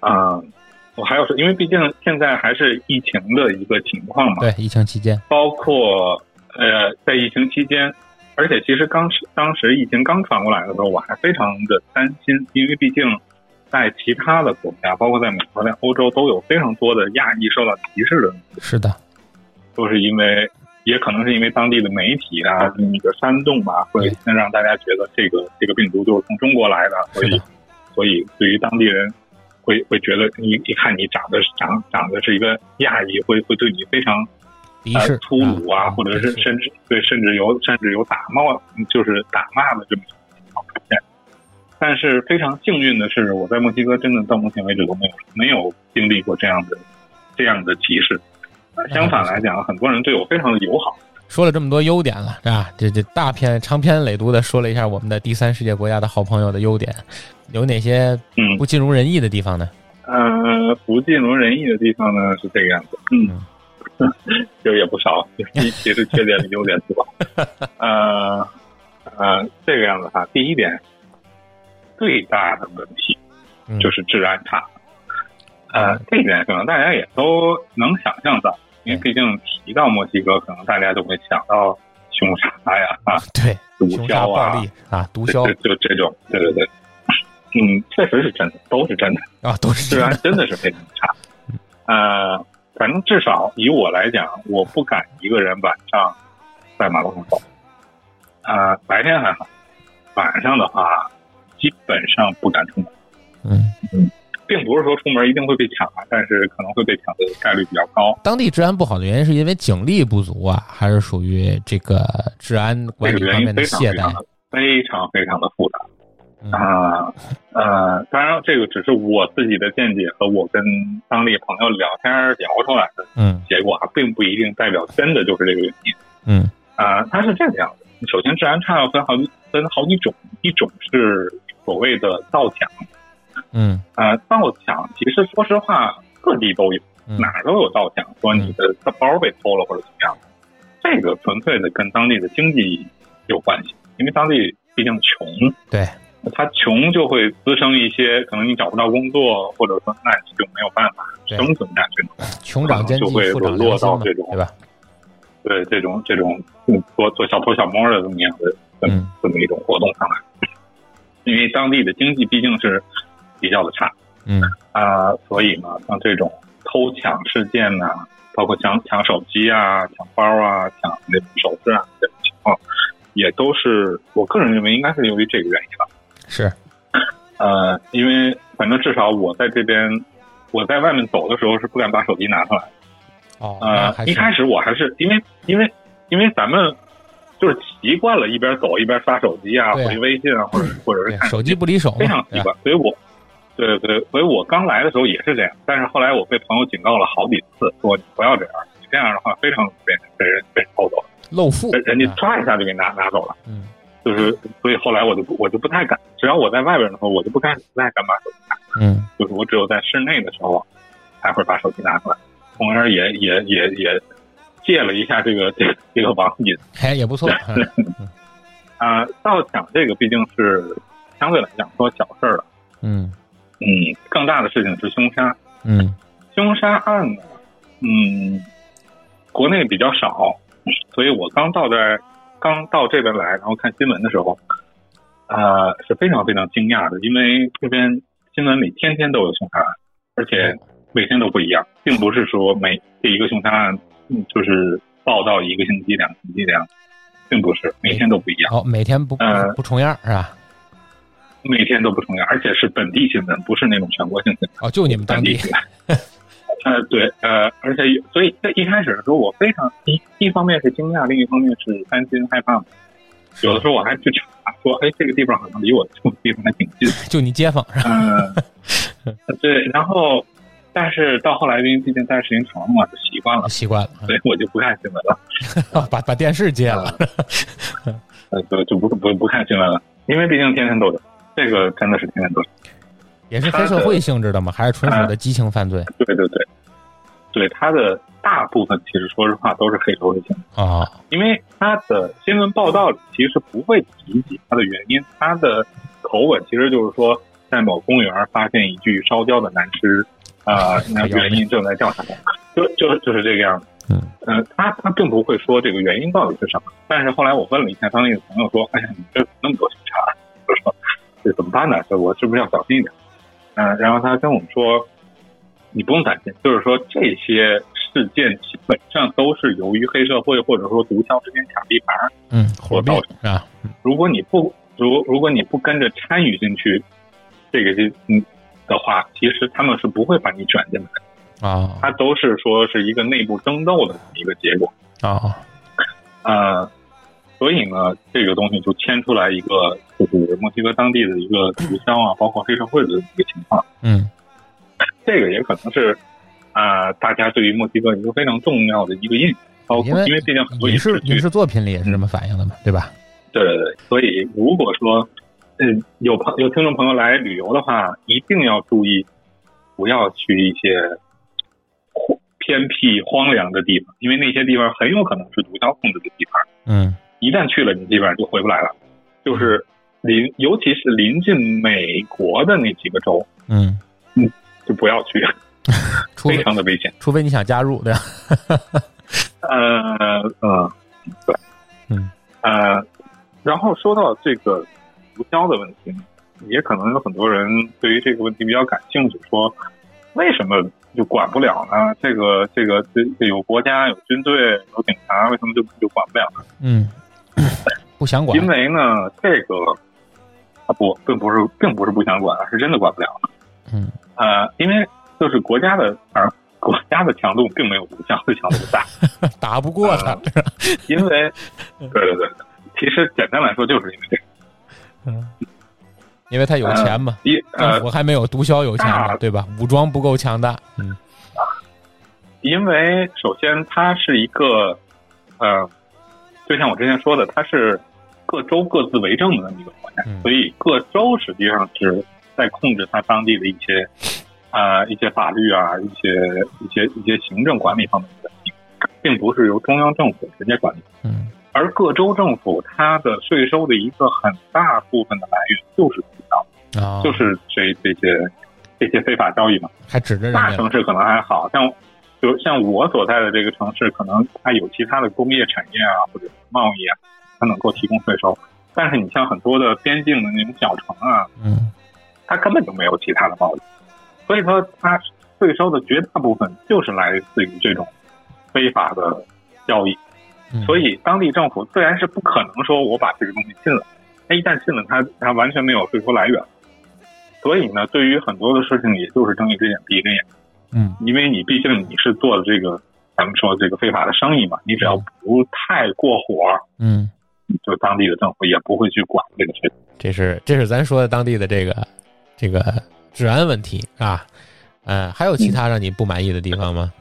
[SPEAKER 2] 嗯、我还有说，因为毕竟现在还是疫情的一个情况嘛，
[SPEAKER 3] 对，疫情期间，
[SPEAKER 2] 包括呃，在疫情期间，而且其实刚时当时疫情刚传过来的时候，我还非常的担心，因为毕竟在其他的国家，包括在美国、在欧洲，都有非常多的亚裔受到歧视的，
[SPEAKER 3] 是的，
[SPEAKER 2] 都是因为也可能是因为当地的媒体啊，那个煽动吧，会先让大家觉得这个这个病毒就是从中国来的，所以所以对于当地人会会觉得你一看你长得长长得是一个亚裔，会会对你非常
[SPEAKER 1] 敌
[SPEAKER 2] 呃
[SPEAKER 1] 视
[SPEAKER 2] 粗鲁啊，或者是
[SPEAKER 1] 是
[SPEAKER 2] 甚至对甚至有甚至有打骂，就是打骂的这么一种情况出现。但是非常幸运的是，我在墨西哥真的到目前为止都没有没有经历过这样的这样的歧视。呃相反来讲，很多人对我非常的友好。
[SPEAKER 3] 说了这么多优点了，是吧？这这大篇长篇累牍的说了一下我们的第三世界国家的好朋友的优点，有哪些
[SPEAKER 2] 嗯
[SPEAKER 3] 不尽如人意的地方呢？
[SPEAKER 2] 呃，不尽如人意的地方呢是这个样子，嗯， 就也不少， 其其实缺点比优点多。 呃呃，这个样子哈，第一点最大的问题
[SPEAKER 3] 嗯
[SPEAKER 2] 就是治安差。呃，这一点可能大家也都能想象到，因为
[SPEAKER 3] 嗯
[SPEAKER 2] 毕竟提到墨西哥，可能大家就会想到凶杀呀、啊、
[SPEAKER 3] 对，
[SPEAKER 2] 毒
[SPEAKER 3] 凶杀、
[SPEAKER 2] 枭啊
[SPEAKER 3] 暴，力啊，毒
[SPEAKER 2] 就
[SPEAKER 3] 枭
[SPEAKER 2] 就这种，对对对，嗯，确实是真的，都是真的。
[SPEAKER 3] 啊，都是
[SPEAKER 2] 治安真的是非常差。
[SPEAKER 3] 嗯
[SPEAKER 2] 呃，反正至少以我来讲，我不敢一个人晚上在马路上走。呃，白天还好，晚上的话基本上不敢出门，
[SPEAKER 3] 嗯，
[SPEAKER 2] 并不是说出门一定会被抢啊，但是可能会被抢的概率比较高。
[SPEAKER 3] 当地治安不好的原因是因为警力不足啊，还是属于这个治安
[SPEAKER 2] 这
[SPEAKER 3] 管
[SPEAKER 2] 个
[SPEAKER 3] 理
[SPEAKER 2] 原
[SPEAKER 3] 方
[SPEAKER 2] 因
[SPEAKER 3] 面
[SPEAKER 2] 非
[SPEAKER 3] 的
[SPEAKER 2] 常
[SPEAKER 3] 懈
[SPEAKER 2] 非常
[SPEAKER 3] 怠？
[SPEAKER 2] 的非常非常的复杂。
[SPEAKER 3] 嗯
[SPEAKER 2] 啊、呃，当然这个只是我自己的见解和我跟当地朋友聊天儿聊出来的
[SPEAKER 3] 嗯
[SPEAKER 2] 结果啊，并不一定代表真的就是这个原因。
[SPEAKER 3] 嗯
[SPEAKER 2] 啊，它是这个样子。首先，治安差要分好几分好几种，一种是所谓的盗抢，
[SPEAKER 3] 嗯
[SPEAKER 2] 啊，盗抢其实说实话，各地都有，
[SPEAKER 3] 嗯
[SPEAKER 2] 哪儿都有盗抢，说你的包被偷了或者怎么样，这个纯粹的跟当地的经济有关系，因为当地毕竟穷，
[SPEAKER 3] 对，
[SPEAKER 2] 他穷就会滋生一些可能你找不到工作，或者说那你就没有办法
[SPEAKER 3] 对
[SPEAKER 2] 生存下去，
[SPEAKER 3] 穷长奸计，
[SPEAKER 2] 就会
[SPEAKER 3] 富长
[SPEAKER 2] 落
[SPEAKER 3] 良心
[SPEAKER 2] 到
[SPEAKER 3] 嘛，
[SPEAKER 2] 这种
[SPEAKER 3] 对吧？
[SPEAKER 2] 对这种这种嗯做做小偷小摸的这么样的这么
[SPEAKER 3] 嗯
[SPEAKER 2] 这么一种活动上来，因为当地的经济毕竟是比较的差
[SPEAKER 3] 嗯
[SPEAKER 2] 啊、所以呢，像这种偷抢事件呐、包括抢抢手机啊、抢包啊、抢那种首饰啊这种情况，也都是我个人认为应该是由于这个原因吧。
[SPEAKER 3] 是
[SPEAKER 2] 呃，因为反正至少我在这边，我在外面走的时候是不敢把手机拿出来的。
[SPEAKER 3] 哦，那
[SPEAKER 2] 呃
[SPEAKER 3] 还，
[SPEAKER 2] 一
[SPEAKER 3] 是
[SPEAKER 2] 开始我还是因为因为因为咱们就是习惯了一边走一边刷手机啊，
[SPEAKER 3] 对啊
[SPEAKER 2] 回微信啊，或者或者是
[SPEAKER 3] 对
[SPEAKER 2] 看
[SPEAKER 3] 手机不离
[SPEAKER 1] 哦
[SPEAKER 3] 手
[SPEAKER 2] 非常
[SPEAKER 3] 嘛，
[SPEAKER 2] 习
[SPEAKER 3] 对吧
[SPEAKER 2] 惯，所以我对对，所以我刚来的时候也是这样，但是后来我被朋友警告了好几次，说你不要这样，你这样的话非常容易被被人被人偷走，
[SPEAKER 3] 露
[SPEAKER 1] 嗯
[SPEAKER 3] 富，
[SPEAKER 2] 人人家
[SPEAKER 3] 啊
[SPEAKER 2] 唰一下就给拿拿走了。
[SPEAKER 3] 嗯
[SPEAKER 2] 就是，所以后来我就不我就不太敢，只要我在外边的时候，我就不敢不太敢把手机拿
[SPEAKER 3] 嗯
[SPEAKER 2] 就是我只有在室内的时候才会把手机拿出来，从而也也也也戒了一下这个这个这个网瘾
[SPEAKER 1] 哎
[SPEAKER 3] 还也不错，啊
[SPEAKER 2] 啊。盗抢这个毕竟是相对来讲说小事儿了，
[SPEAKER 3] 嗯
[SPEAKER 2] 嗯，更大的事情是凶杀，
[SPEAKER 3] 嗯
[SPEAKER 2] 凶杀案呢，嗯，国内比较少，所以我刚到这儿刚到这边来，然后看新闻的时候，呃，是非常非常惊讶的，因为这边新闻里天天都有凶杀案，而且每天都不一样，并不是说每这一个凶杀案，嗯，就是报道一个星期、两个星期这样，并不是每天都不一样，
[SPEAKER 3] 好，
[SPEAKER 1] 哦
[SPEAKER 3] 每天不不
[SPEAKER 2] 呃
[SPEAKER 3] 不重样是吧？
[SPEAKER 2] 每天都不重样，而且是本地新闻，不是那种全国性新闻。
[SPEAKER 3] 哦，就你们当地，
[SPEAKER 2] 呃，对，呃，而且有所以在一开始的时候，我非常一一方面是惊讶，另一方面是担心害怕嘛。有的时候我还去查，说，哎，这个地方好像离我住的地方还挺近。
[SPEAKER 3] 就你街坊是吧？
[SPEAKER 2] 嗯、对，然后，但是到后来，因为毕竟待时间长了嘛，就习惯了，
[SPEAKER 3] 习惯
[SPEAKER 2] 所以我就不看新闻了，
[SPEAKER 3] 了，把把电视接
[SPEAKER 2] 嗯
[SPEAKER 3] 了，
[SPEAKER 2] 呃，就就不不不看新闻了，因为毕竟天天都有，这个真的是天天都有。
[SPEAKER 3] 也是黑社会性质的嘛，还是纯属
[SPEAKER 2] 嗯
[SPEAKER 3] 的激情犯罪
[SPEAKER 2] 对对对，对，它的大部分其实说实话都是黑社会性质。
[SPEAKER 3] 啊？
[SPEAKER 1] 哦
[SPEAKER 2] 因为他的新闻报道里其实不会提及他的原因，他的口吻其实就是说，在某公园发现一具烧焦的男尸，啊、那原因正在调查，就就就是这个样子。
[SPEAKER 3] 嗯，
[SPEAKER 2] 呃，他他并不会说这个原因到底是什么，但是后来我问了一下当地的朋友说，哎呀，你这那么多警察， 就说这怎么办呢？这我是不是要小心呃一点？嗯、然后他跟我们说，你不用担心，就是说这些事件基本上都是由于黑社会或者说毒枭之间抢地盘儿。
[SPEAKER 1] 嗯，火
[SPEAKER 2] 到
[SPEAKER 1] 爆是吧？
[SPEAKER 2] 如果你不如如果你不跟着参与进去，这个就嗯的话，其实他们是不会把你卷进来的，
[SPEAKER 1] 啊
[SPEAKER 2] 它都是说是一个内部争斗的一个结果。
[SPEAKER 1] 啊
[SPEAKER 2] 呃，所以呢，这个东西就牵出来一个就是墨西哥当地的一个毒枭啊，包括黑社会的一个情况。
[SPEAKER 1] 嗯
[SPEAKER 2] 这个也可能是啊、呃大家对于墨西哥一个非常重要的一个印象。包
[SPEAKER 1] 因
[SPEAKER 2] 括
[SPEAKER 1] 为
[SPEAKER 2] 哦因为毕竟很多
[SPEAKER 1] 影
[SPEAKER 2] 视
[SPEAKER 1] 视
[SPEAKER 2] 剧
[SPEAKER 1] 影视作品里也是这么反映的嘛，对吧？
[SPEAKER 2] 对对对，所以如果说，嗯，有朋有听众朋友来旅游的话，一定要注意，不要去一些荒偏僻荒凉的地方，因为那些地方很有可能是毒枭控制的地方，
[SPEAKER 1] 嗯
[SPEAKER 2] 一旦去了，你基本上就回不来了。就是临，尤其是临近美国的那几个州，
[SPEAKER 1] 嗯，
[SPEAKER 2] 就不要去，
[SPEAKER 1] 除
[SPEAKER 2] 非
[SPEAKER 1] 非
[SPEAKER 2] 常的危险。
[SPEAKER 1] 除非你想加入，对吧？
[SPEAKER 2] 呃呃，对，
[SPEAKER 1] 嗯
[SPEAKER 2] 呃，然后说到这个毒枭的问题，也可能有很多人对于这个问题比较感兴趣，说为什么就管不了呢？这个这个这这有国家有军队有警察，为什么就就管不了呢？
[SPEAKER 1] 嗯，不想管
[SPEAKER 2] 因为呢，这个啊不，并不是并不是不想管，是真的管不了。
[SPEAKER 1] 嗯，
[SPEAKER 2] 呃，因为就是国家的啊、国家的强度并没有毒枭的强度大。
[SPEAKER 1] 打不过他，
[SPEAKER 2] 因为，对对对，其实简单来说就是因为这个，嗯
[SPEAKER 1] 因为他有钱嘛，
[SPEAKER 2] 一
[SPEAKER 1] 政
[SPEAKER 2] 呃，
[SPEAKER 1] 府还没有毒枭有钱嘛，
[SPEAKER 2] 大
[SPEAKER 1] 对吧？武装不够强大，嗯
[SPEAKER 2] 因为首先它是一个，呃，就像我之前说的，它是各州各自为政的那么一个国家，
[SPEAKER 1] 嗯
[SPEAKER 2] 所以各州实际上是在控制它当地的一些，啊、一些法律啊，一些一些一些行政管理方面的问题，并不是由中央政府直接管理。
[SPEAKER 1] 嗯
[SPEAKER 2] 而各州政府它的税收的一个很大部分的来源就是渠道。
[SPEAKER 1] 啊，
[SPEAKER 2] 就是这这些这些非法交易嘛。
[SPEAKER 1] 还指着人
[SPEAKER 2] 大
[SPEAKER 1] 家
[SPEAKER 2] 城市可能还好像，就像我所在的这个城市，可能它有其他的工业产业啊，或者是贸易啊，它能够提供税收。但是你像很多的边境的那种小城啊，
[SPEAKER 1] 嗯
[SPEAKER 2] 它根本就没有其他的贸易，所以说它税收的绝大部分就是来自于这种非法的交易。
[SPEAKER 1] 嗯，
[SPEAKER 2] 所以当地政府自然是不可能说我把这个东西禁了，它一旦禁了它，它完全没有税收来源。所以呢，对于很多的事情，也就是睁一只眼闭一只眼，
[SPEAKER 1] 嗯
[SPEAKER 2] 因为你毕竟你是做的这个咱们说这个非法的生意嘛，你只要不太过火，
[SPEAKER 1] 嗯。
[SPEAKER 2] 就当地的政府也不会去管这个事情。
[SPEAKER 1] 这是这是咱说的当地的这个这个治安问题啊，嗯，还有其他让你不满意的地方吗？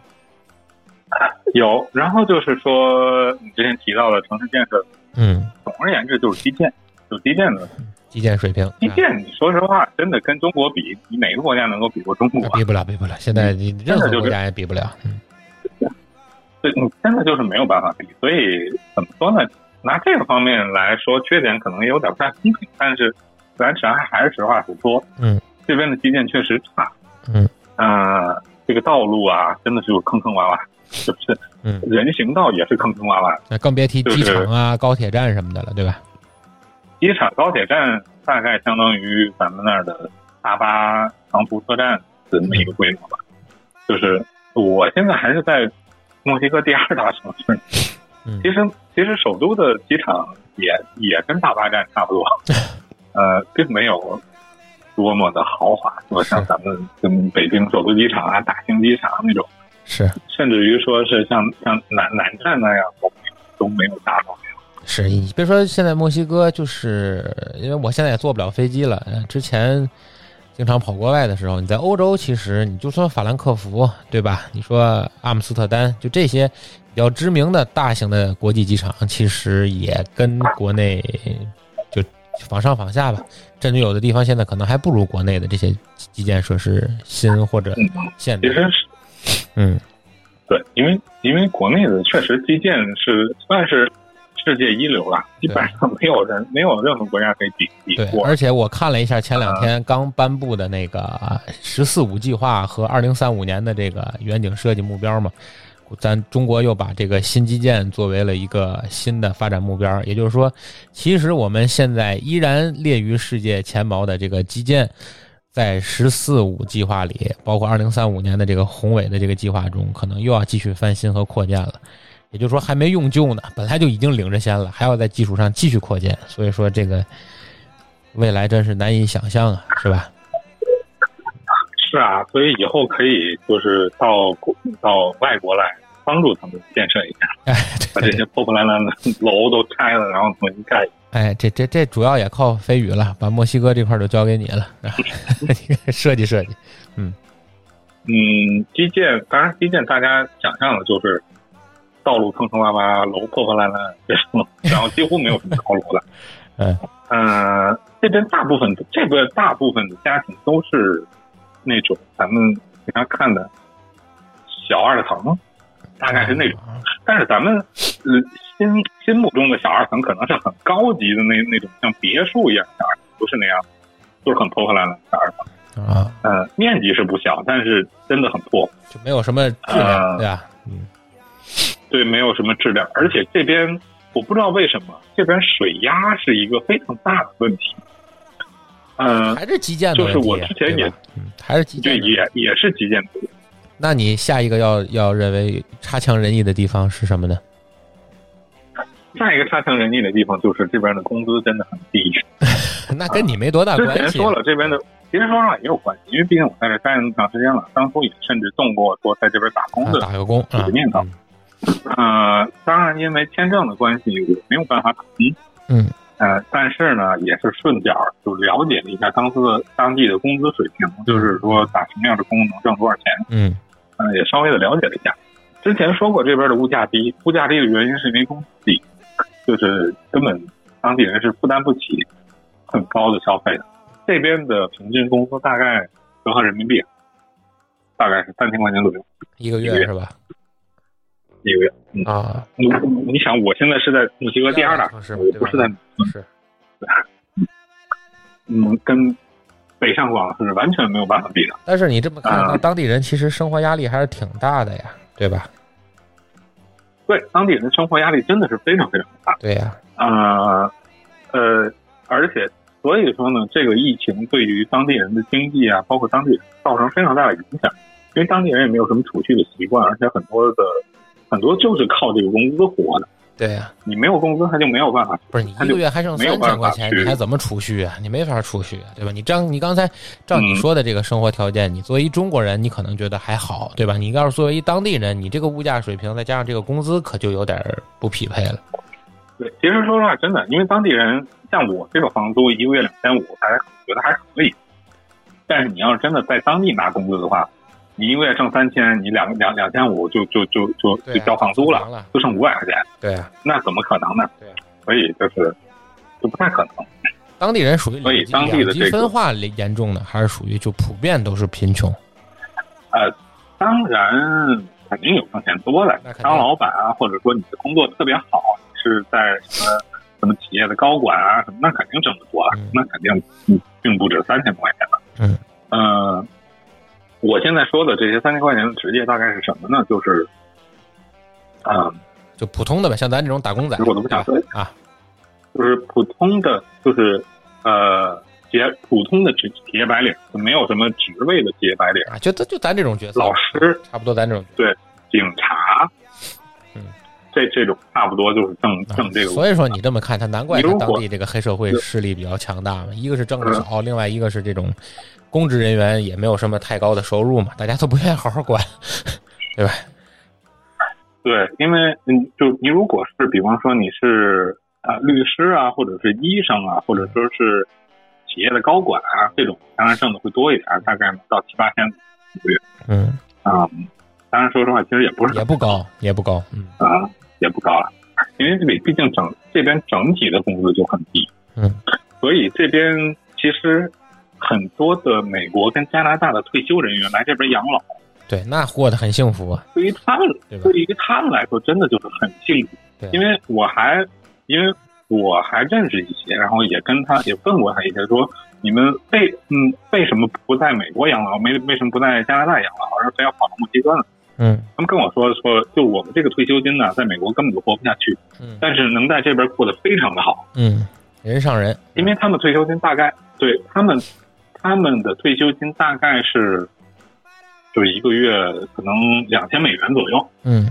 [SPEAKER 2] 有，然后就是说你之前提到的城市建设，
[SPEAKER 1] 嗯，
[SPEAKER 2] 总而言之就是基建，就基建的
[SPEAKER 1] 基建水平，
[SPEAKER 2] 基
[SPEAKER 1] 啊
[SPEAKER 2] 建，你说实话，真的跟中国比，你哪个国家能够比过中国
[SPEAKER 1] 啊
[SPEAKER 2] 啊？
[SPEAKER 1] 比不了，比不了，现在你任何
[SPEAKER 2] 真的就是
[SPEAKER 1] 国家也比不了。嗯
[SPEAKER 2] 对，你真的就是没有办法比，所以怎么说呢？拿这个方面来说，缺点可能也有点不太公平，但是咱实话还是实话实说，
[SPEAKER 1] 嗯，
[SPEAKER 2] 这边的基建确实差，
[SPEAKER 1] 嗯，
[SPEAKER 2] 呃，这个道路啊，真的是有坑坑洼洼，是不是？
[SPEAKER 1] 嗯
[SPEAKER 2] 人行道也是坑坑洼洼，
[SPEAKER 1] 那更别提
[SPEAKER 2] 就是
[SPEAKER 1] 机场啊、高铁站什么的了，对吧？
[SPEAKER 2] 机场高铁站大概相当于咱们那儿的大巴长途车站的那么一个规模吧，就是我现在还是在墨西哥第二大城市，
[SPEAKER 1] 嗯
[SPEAKER 2] 其实其实首都的机场也也跟大巴站 差不多，呃，并没有多么的豪华，说像
[SPEAKER 1] 是
[SPEAKER 2] 咱们跟北京首都机场啊、大兴机场那种，
[SPEAKER 1] 是
[SPEAKER 2] 甚至于说是像像南南站那样都没有都没有大到。
[SPEAKER 1] 是，你别说现在墨西哥，就是因为我现在也坐不了飞机了，呃之前。经常跑国外的时候，你在欧洲，其实你就说法兰克福，对吧？你说阿姆斯特丹，就这些比较知名的大型的国际机场，其实也跟国内就仿上仿下吧，甚至有的地方现在可能还不如国内的这些基建设施新或者现
[SPEAKER 2] 其
[SPEAKER 1] 代。
[SPEAKER 2] 实是
[SPEAKER 1] 嗯
[SPEAKER 2] 对，因为因为国内的确实基建是算是世界一流了，基
[SPEAKER 1] 对
[SPEAKER 2] 本上没有人没有任何国家可以比比
[SPEAKER 1] 对，
[SPEAKER 2] 过。
[SPEAKER 1] 而且我看了一下前两天刚颁布的那个“十四五”计划和二零三五年的这个远景设计目标嘛，咱中国又把这个新基建作为了一个新的发展目标，也就是说，其实我们现在依然列于世界前茅的这个基建。在“十四五”计划里，包括二零三五年的这个宏伟的这个计划中，可能又要继续翻新和扩建了。也就是说，还没用旧呢，本来就已经领着先了，还要在基础上继续扩建。所以说，这个未来真是难以想象啊，是吧？
[SPEAKER 2] 是啊，所以以后可以就是到国到外国来帮助他们建设一下，
[SPEAKER 1] 哎，
[SPEAKER 2] 把
[SPEAKER 1] 对对
[SPEAKER 2] 这些破破烂烂的 楼都拆了，然后重新盖。
[SPEAKER 1] 哎，这这这主要也靠飞宇了，把墨西哥这块儿就交给你了，啊 设计设计。
[SPEAKER 2] 嗯，基建当然基建大家想象的就是道路坑坑洼洼，楼破破烂烂这种，然后几乎没有什么高楼的。
[SPEAKER 1] 嗯
[SPEAKER 2] 呃，这边大部分的这个大部分的家庭都是那种咱们平常看的小二层，大概是那种。但是咱们呃心心目中的小二层可能是很高级的那那种，像别墅一样的小二层，不是那样，就是很破破烂烂的小二层。
[SPEAKER 1] 啊，
[SPEAKER 2] 呃，面积是不小，但是真的很破，
[SPEAKER 1] 就没有什么质量，
[SPEAKER 2] 呃
[SPEAKER 1] 对吧？嗯，
[SPEAKER 2] 对，没有什么质量。而且这边我不知道为什么这边水压是一个非常大的问题。嗯、
[SPEAKER 1] 还是基建的问题，
[SPEAKER 2] 就是我之前
[SPEAKER 1] 对吧嗯还是基
[SPEAKER 2] 对，
[SPEAKER 1] 建的。
[SPEAKER 2] 也也是基建的
[SPEAKER 1] 那你下一个要要认为差强人意的地方是什么呢？
[SPEAKER 2] 下一个差强人意的地方就是这边的工资真的很低。
[SPEAKER 1] 那跟你没多大
[SPEAKER 2] 之
[SPEAKER 1] 关
[SPEAKER 2] 前
[SPEAKER 1] 系。嗯
[SPEAKER 2] 说了，这边的其实说实话也有关系，因为毕竟我在这待了那么长时间了，当初也甚至动过说在这边打工
[SPEAKER 1] 啊
[SPEAKER 2] 的。
[SPEAKER 1] 打个工啊
[SPEAKER 2] 有，念头
[SPEAKER 1] 嗯啊
[SPEAKER 2] 呃，当然因为签证的关系，我没有办法打工。
[SPEAKER 1] 嗯。
[SPEAKER 2] 呃，但是呢，也是顺脚就了解了一下当地的当地的工资水平，就是说打什么样的工能挣多少钱，
[SPEAKER 1] 嗯
[SPEAKER 2] 呃，也稍微的了解了一下。之前说过这边的物价低，物价低的原因是因为工资低，就是根本当地人是负担不起很高的消费的。这边的平均工资大概折合人民币，啊大概是三千块钱左右
[SPEAKER 1] 一个
[SPEAKER 2] 一个
[SPEAKER 1] 月
[SPEAKER 2] 月
[SPEAKER 1] 是吧？
[SPEAKER 2] 一个月。嗯
[SPEAKER 1] 啊，
[SPEAKER 2] 你你想，我现在是在墨西哥第二大
[SPEAKER 1] 城
[SPEAKER 2] 城
[SPEAKER 1] 市
[SPEAKER 2] 市，
[SPEAKER 1] 嘛
[SPEAKER 2] 我
[SPEAKER 1] 对
[SPEAKER 2] 不
[SPEAKER 1] 吧啊
[SPEAKER 2] 是在
[SPEAKER 1] 是
[SPEAKER 2] 嗯跟北上广是完全没有办法比的。
[SPEAKER 1] 但是你这么看，
[SPEAKER 2] 啊
[SPEAKER 1] 那当地人其实生活压力还是挺大的呀，对吧？
[SPEAKER 2] 对，当地人的生活压力真的是非常非常大。
[SPEAKER 1] 对呀，
[SPEAKER 2] 呃呃，而且所以说呢，这个疫情对于当地人的经济啊，包括当地人造成非常大的影响，因为当地人也没有什么储蓄的习惯，而且很多的很多就是靠这个工资活的。
[SPEAKER 1] 对呀。
[SPEAKER 2] 你没有工资，他就没有办法。
[SPEAKER 1] 不是你
[SPEAKER 2] 他
[SPEAKER 1] 一
[SPEAKER 2] 就
[SPEAKER 1] 个月还剩
[SPEAKER 2] 没有
[SPEAKER 1] 三千块
[SPEAKER 2] 办
[SPEAKER 1] 钱，
[SPEAKER 2] 法去
[SPEAKER 1] 你还怎么储蓄啊？你没法储蓄啊，对吧？你照你刚才照你
[SPEAKER 2] 嗯
[SPEAKER 1] 说的这个生活条件，你作为一中国人，你可能觉得还好，对吧？你要是作为一当地人，你这个物价水平再加上这个工资，可就有点儿不匹配了。
[SPEAKER 2] 对，其实说实话，真的，因为当地人像我这个房租一个月两千五，大家觉得还可以。但是你要是真的在当地拿工资的话，你一个月挣三千，你两两两千五就就就就
[SPEAKER 1] 对
[SPEAKER 2] 就
[SPEAKER 1] 啊
[SPEAKER 2] 交房租了，
[SPEAKER 1] 了，
[SPEAKER 2] 就剩五百块钱，
[SPEAKER 1] 对啊，
[SPEAKER 2] 那怎么可能呢？
[SPEAKER 1] 对啊
[SPEAKER 2] 所以就是就不太可能。
[SPEAKER 1] 当地人属于
[SPEAKER 2] 所以
[SPEAKER 1] 两极
[SPEAKER 2] 当地的
[SPEAKER 1] 两极
[SPEAKER 2] 这个
[SPEAKER 1] 分化严重的，还是属于就普遍都是贫穷？
[SPEAKER 2] 当然，肯定有挣钱多的
[SPEAKER 1] 那肯定，
[SPEAKER 2] 当老板啊，或者说你的工作特别好，是在什么什么企业的高管啊什么，那肯定挣得多了，
[SPEAKER 1] 嗯
[SPEAKER 2] 那肯定嗯并不止三千块钱了。
[SPEAKER 1] 嗯，
[SPEAKER 2] 呃，我现在说的这些三千块钱的职业大概是什么呢？就是，嗯、
[SPEAKER 1] 就普通的呗，像咱这种打工仔，
[SPEAKER 2] 其实我都不想
[SPEAKER 1] 对吧啊，
[SPEAKER 2] 就是普通的，就是呃，企业普通的职企业白领，没有什么职位的企业白领，
[SPEAKER 1] 啊，就就就咱这种角色，
[SPEAKER 2] 老师，
[SPEAKER 1] 差不多咱这种角
[SPEAKER 2] 警察，
[SPEAKER 1] 嗯，
[SPEAKER 2] 这这种差不多就是挣
[SPEAKER 1] 色
[SPEAKER 2] 挣这个。
[SPEAKER 1] 嗯所以说你这么看，他难怪他
[SPEAKER 2] 如果
[SPEAKER 1] 当地这个黑社会势力比较强大嘛，一个是挣
[SPEAKER 2] 嗯
[SPEAKER 1] 的少，另外一个是这种公职人员也没有什么太高的收入嘛，大家都不愿意好好管，对吧？
[SPEAKER 2] 对，因为嗯，就你如果是比方说你是啊、呃律师啊，或者是医生啊，或者说是企业的高管啊，这种当然挣的会多一点，大概能到七八千一个月
[SPEAKER 1] 嗯，
[SPEAKER 2] 啊、嗯当然说实话，其实也不是
[SPEAKER 1] 也不高，也不高，嗯
[SPEAKER 2] 啊、也不高了，因为毕毕竟整这边整体的工资就很低，
[SPEAKER 1] 嗯，
[SPEAKER 2] 所以这边其实很多的美国跟加拿大的退休人员来这边养老。
[SPEAKER 1] 对，那过得很幸福啊，
[SPEAKER 2] 对于他们，
[SPEAKER 1] 对吧
[SPEAKER 2] 对于他们来说，真的就是很幸福
[SPEAKER 1] 对。
[SPEAKER 2] 因为我还，因为我还认识一些，然后也跟他也问过他一些，说你们为嗯为什么不在美国养老，没为什么不在加拿大养老，而非要跑到墨西哥呢？
[SPEAKER 1] 嗯
[SPEAKER 2] 他们跟我说说，就我们这个退休金呢，在美国根本就活不下去，
[SPEAKER 1] 嗯
[SPEAKER 2] 但是能在这边过得非常的好，
[SPEAKER 1] 嗯，人上人，
[SPEAKER 2] 因为他们退休金大概对他们他们的退休金大概是，就一个月可能两千美元左右，
[SPEAKER 1] 嗯，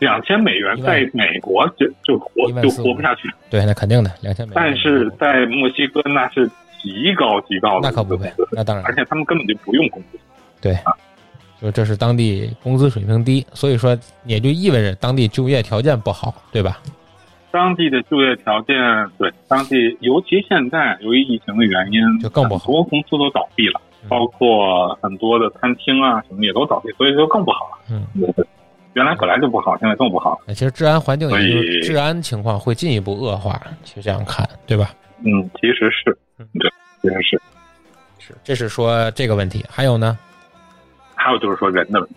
[SPEAKER 2] 两千美元
[SPEAKER 1] 一万
[SPEAKER 2] 在美国就就活就
[SPEAKER 1] 14500
[SPEAKER 2] 活不下去，
[SPEAKER 1] 对，那肯定的，两千美元。
[SPEAKER 2] 但是在墨西哥那是极高极高的
[SPEAKER 1] 那
[SPEAKER 2] 一个
[SPEAKER 1] 可
[SPEAKER 2] 工
[SPEAKER 1] 不
[SPEAKER 2] 资，
[SPEAKER 1] 呗，那当然
[SPEAKER 2] 而，且他们根本就不用工资。
[SPEAKER 1] 就这是当地工资水平低，所以说也就意味着当地就业条件不好，对吧？
[SPEAKER 2] 当地的就业条件，对当地，尤其现在由于疫情的原因，
[SPEAKER 1] 就更不好
[SPEAKER 2] 很多公司都倒闭了，
[SPEAKER 1] 嗯
[SPEAKER 2] 包括很多的餐厅啊什么也都倒闭，所以就更不好了。
[SPEAKER 1] 嗯，
[SPEAKER 2] 原来本来就不好，现在更不好了。
[SPEAKER 1] 那其实治安环境也
[SPEAKER 2] 所
[SPEAKER 1] 就
[SPEAKER 2] 以
[SPEAKER 1] 治安情况会进一步恶化，其实这样看，对吧？
[SPEAKER 2] 嗯，其实是，对，其实是。
[SPEAKER 1] 是，这是说这个问题。还有呢，
[SPEAKER 2] 还有就是说人 的问题，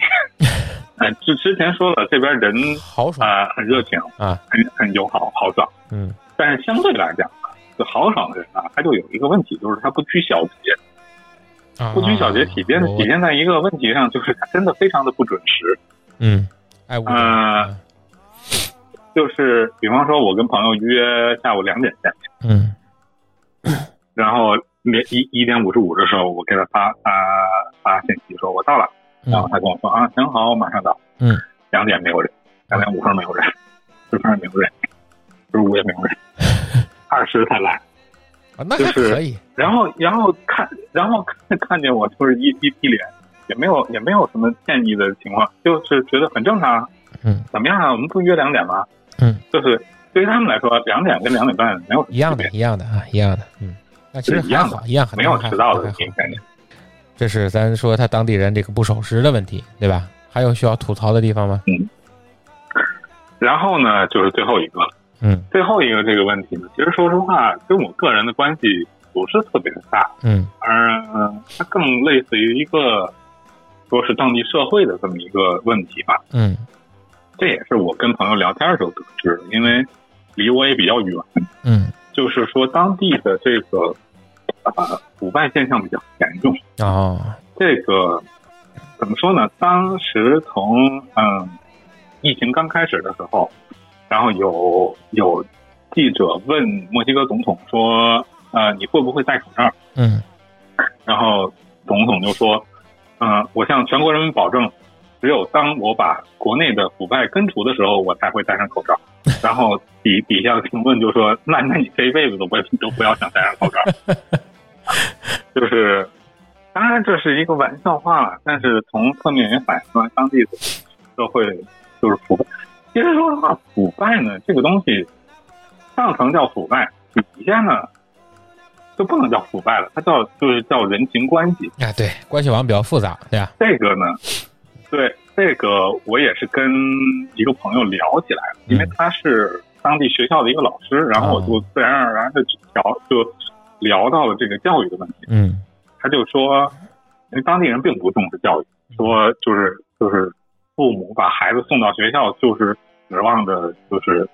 [SPEAKER 2] 哎，之之前说了，这边人
[SPEAKER 1] 豪爽
[SPEAKER 2] 啊、很热情
[SPEAKER 1] 啊，
[SPEAKER 2] 很很友好，豪爽，
[SPEAKER 1] 嗯，
[SPEAKER 2] 但是相对来讲啊，这豪爽的人啊，他就有一个问题，就是他不拘小节，
[SPEAKER 1] 啊
[SPEAKER 2] 不拘小节体现
[SPEAKER 1] 我
[SPEAKER 2] 体现在一个问题上，就是他真的非常的不准时。
[SPEAKER 1] 嗯，爱啊无
[SPEAKER 2] 呃就是比方说，我跟朋友约下午两点见面，
[SPEAKER 1] 嗯
[SPEAKER 2] 然后连一一点五十五的时候，我给他发发发信息说我到了，
[SPEAKER 1] 嗯
[SPEAKER 2] 然后他跟我说啊，行好，我马上到。
[SPEAKER 1] 嗯，
[SPEAKER 2] 两点没有人，两点五分没有人，十分没有人，十五也没有人，二十才来。
[SPEAKER 1] 啊，那还
[SPEAKER 2] 就是
[SPEAKER 1] 可以，
[SPEAKER 2] 然后然后看， 然后看看见我就是一一一脸，也没有也没有什么歉意的情况，就是觉得很正常啊。
[SPEAKER 1] 嗯，
[SPEAKER 2] 怎么样啊？我们不约两点吗？
[SPEAKER 1] 嗯，
[SPEAKER 2] 就是对于他们来说，两点跟两点半没有什么
[SPEAKER 1] 一样的
[SPEAKER 2] 区，
[SPEAKER 1] 一样的啊，一样的，嗯，那其实
[SPEAKER 2] 对一样
[SPEAKER 1] 还
[SPEAKER 2] 的
[SPEAKER 1] 好，一样
[SPEAKER 2] 别
[SPEAKER 1] 很
[SPEAKER 2] 没有迟到的
[SPEAKER 1] 还好
[SPEAKER 2] 这种概念。
[SPEAKER 1] 这是咱说他当地人这个不守时的问题，对吧？还有需要吐槽的地方吗？
[SPEAKER 2] 然后呢，就是最后一个了，
[SPEAKER 1] 嗯
[SPEAKER 2] 最后一个这个问题呢，其实说实话，跟我个人的关系不是特别的大，
[SPEAKER 1] 嗯
[SPEAKER 2] 而呃它更类似于一个说是当地社会的这么一个问题吧。
[SPEAKER 1] 嗯
[SPEAKER 2] 这也是我跟朋友聊天的时候得知的，因为离我也比较远，
[SPEAKER 1] 嗯
[SPEAKER 2] 就是说当地的这个呃腐败现象比较严重。
[SPEAKER 1] 哦
[SPEAKER 2] 这个怎么说呢？当时从嗯疫情刚开始的时候，然后有有记者问墨西哥总统说：“呃，你会不会戴口罩
[SPEAKER 1] 嗯？”
[SPEAKER 2] 然后总统就说：“嗯、我向全国人民保证，只有当我把国内的腐败根除的时候，我才会戴上口罩。”然后底底下的评论就说：“那那你这一辈子都不都不要想戴上口罩。”就是当然这是一个玩笑话了，但是从侧面也反映出来当地的社会就是腐败。其实说实话，腐败呢这个东西，上层叫腐败，底下呢就不能叫腐败了，它叫就是叫人情关系。
[SPEAKER 1] 啊，对，关系网比较复杂，对吧？
[SPEAKER 2] 这个呢，对这个我也是跟一个朋友聊起来了，因为他是当地学校的一个老师，然
[SPEAKER 1] 啊
[SPEAKER 2] 后我就自然而然的聊就聊到了这个教育的问题。
[SPEAKER 1] 嗯
[SPEAKER 2] 他就说，因为当地人并不重视教育，说就是就是父母把孩子送到学校，就是指望着就是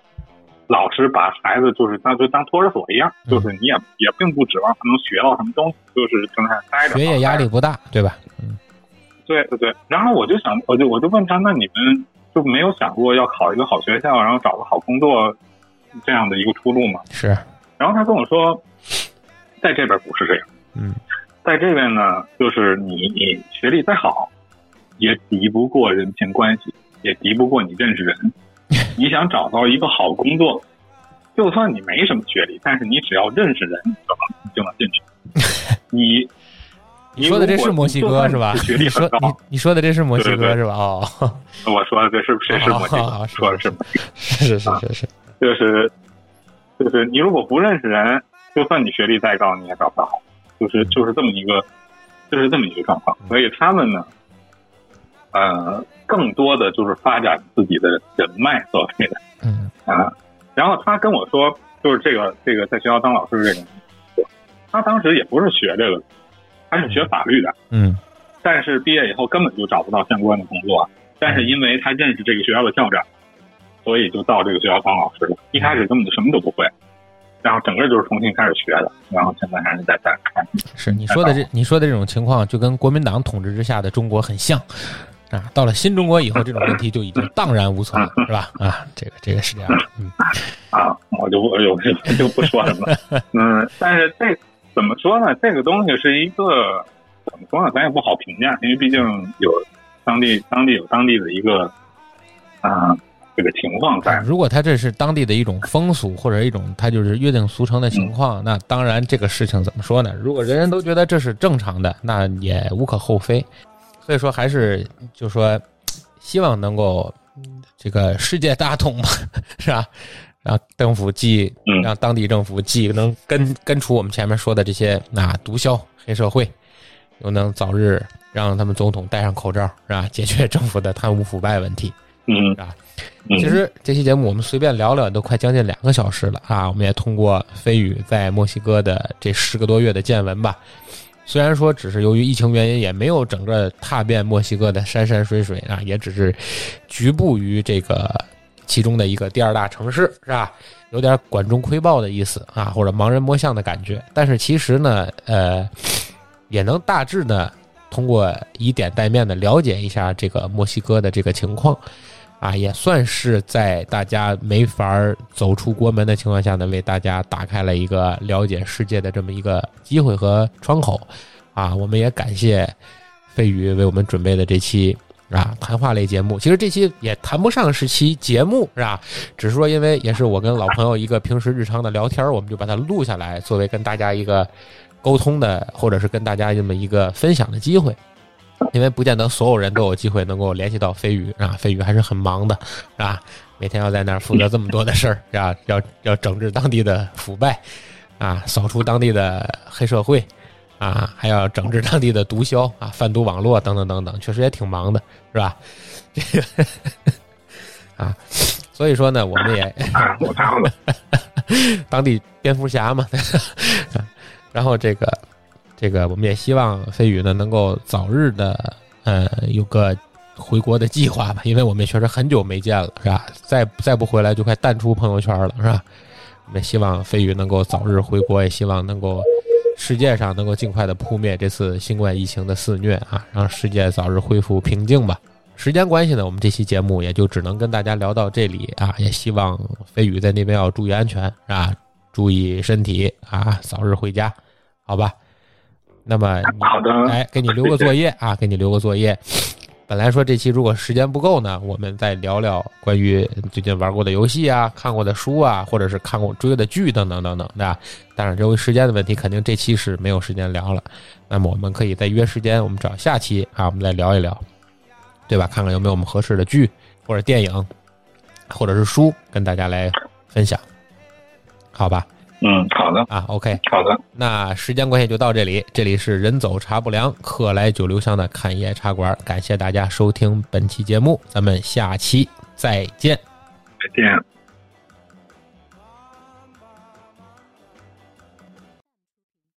[SPEAKER 2] 老师把孩子就是当就当托儿所一样，
[SPEAKER 1] 嗯
[SPEAKER 2] 就是你也也并不指望他能学到什么东西，就是正在待着
[SPEAKER 1] 学业压力不大，对吧？嗯
[SPEAKER 2] 对对对，然后我就想，我就我就问他，那你们就没有想过要考一个好学校，然后找个好工作这样的一个出路吗？
[SPEAKER 1] 是
[SPEAKER 2] 然后他跟我说，在这边不是这样，
[SPEAKER 1] 嗯
[SPEAKER 2] 在这边呢，就是你你学历再好，也敌不过人情关系，也敌不过你认识人。你想找到一个好工作，就算你没什么学历，但是你只要认识人，你就能你就能 进去。你
[SPEAKER 1] 你说的这是墨西哥是吧？
[SPEAKER 2] 你如果就算你学
[SPEAKER 1] 你
[SPEAKER 2] 历
[SPEAKER 1] 说
[SPEAKER 2] 很高
[SPEAKER 1] 你，你说的这是墨西
[SPEAKER 2] 对
[SPEAKER 1] 哥
[SPEAKER 2] 对
[SPEAKER 1] 是吧？哦，
[SPEAKER 2] 我说的这是谁是墨西
[SPEAKER 1] 哦哦
[SPEAKER 2] 哥？
[SPEAKER 1] 哦是
[SPEAKER 2] 说的是
[SPEAKER 1] 是是是是，
[SPEAKER 2] 就是就是你如果不认识人，就算你学历再高，你也找不到好，就是就是这么一个就是这么一个状况。所以他们呢，呃，更多的就是发展自己的人脉所谓的
[SPEAKER 1] 嗯
[SPEAKER 2] 啊。然后他跟我说，就是这个这个在学校当老师这个，他当时也不是学这个，他是学法律的，
[SPEAKER 1] 嗯
[SPEAKER 2] 但是毕业以后根本就找不到相关的工作。啊但是因为他认识这个学校的校长，所以就到这个学校当老师了。一开始根本就什么都不会，然后整个就是重新开始学的，然后现在还是在在
[SPEAKER 1] 是你说的这你说的这种情况，就跟国民党统治之下的中国很像。啊，到了新中国以后，这种问题就已经荡然无存了，是吧？啊，这个这个是这样的，嗯
[SPEAKER 2] 哎 啊，我就我就我就不说什么了。嗯，但是这怎么说呢？这个东西是一个怎么说呢？咱也不好评价，因为毕竟有当地当地有当地的一个啊、这个情况在。
[SPEAKER 1] 如果他这是当地的一种风俗或者一种他就是约定俗成的情况，那当然这个事情怎么说呢？如果人人都觉得这是正常的，那也无可厚非。所以说，还是就说希望能够嗯这个世界大同嘛， 是吧？让政府既
[SPEAKER 2] 嗯
[SPEAKER 1] 让当地政府既能根根除我们前面说的这些啊毒枭、黑社会，又能早日让他们总统戴上口罩，是吧？解决政府的贪污腐败问题。
[SPEAKER 2] 嗯
[SPEAKER 1] 啊，
[SPEAKER 2] 嗯
[SPEAKER 1] 其实这期节目我们随便聊聊，都快将近两个小时了啊！我们也通过飞宇在墨西哥的这十个多月的见闻吧，虽然说只是由于疫情原因，也没有整个踏遍墨西哥的山山水水啊，也只是局部于这个其中的一个第二大城市，是吧？有点管中窥豹的意思啊，或者盲人摸象的感觉。但是其实呢，呃， 也能大致呢通过以点带面的了解一下这个墨西哥的这个情况。啊，也算是在大家没法儿走出国门的情况下呢，为大家打开了一个了解世界的这么一个机会和窗口。啊，我们也感谢费宇为我们准备的这期啊谈话类节目。其实这期也谈不上是期节目，是吧？只是说因为也是我跟老朋友一个平时日常的聊天儿，我们就把它录下来，作为跟大家一个沟通的，或者是跟大家这么一个分享的机会。因为不见得所有人都有机会能够联系到飞宇啊，飞宇还是很忙的，是吧？每天要在那儿负责这么多的事儿，是吧？要要整治当地的腐败，啊，扫除当地的黑社会，啊，还要整治当地的毒枭啊、贩毒网络等等等等，确实也挺忙的，是吧？ 这个啊，所以说呢，我们也
[SPEAKER 2] 啊，我操了，
[SPEAKER 1] 当地蝙蝠侠嘛， 然后这个这个，我们也希望飞宇呢能够早日的呃有个回国的计划吧，因为我们也确实很久没见了，是吧？再再不回来就快淡出朋友圈了，是吧？我们也希望飞宇能够早日回国，也希望能够世界上能够尽快的扑灭这次新冠疫情的肆虐啊，让世界早日恢复平静吧。时间关系呢，我们这期节目也就只能跟大家聊到这里啊，也希望飞宇在那边要注意安全啊，注意身体啊，早日回家，好吧？那么你
[SPEAKER 2] 好的
[SPEAKER 1] 哎，给你留个作业啊，给你留个作业。本来说这期如果时间不够呢，我们再聊聊关于最近玩过的游戏啊、看过的书啊，或者是看过追的剧等等等等，对吧？当然，由于时间的问题，肯定这期是没有时间聊了。那么我们可以再约时间，我们找下期啊，我们再聊一聊，对吧？看看有没有我们合适的剧或者电影，或者是书跟大家来分享，好吧？
[SPEAKER 2] 嗯，好的，
[SPEAKER 1] 啊，OK，
[SPEAKER 2] 好的，
[SPEAKER 1] 那时间关系就到这里，这里是人走茶不凉，客来酒留香的侃爷茶馆，感谢大家收听本期节目，咱们下期再见。
[SPEAKER 2] 再见。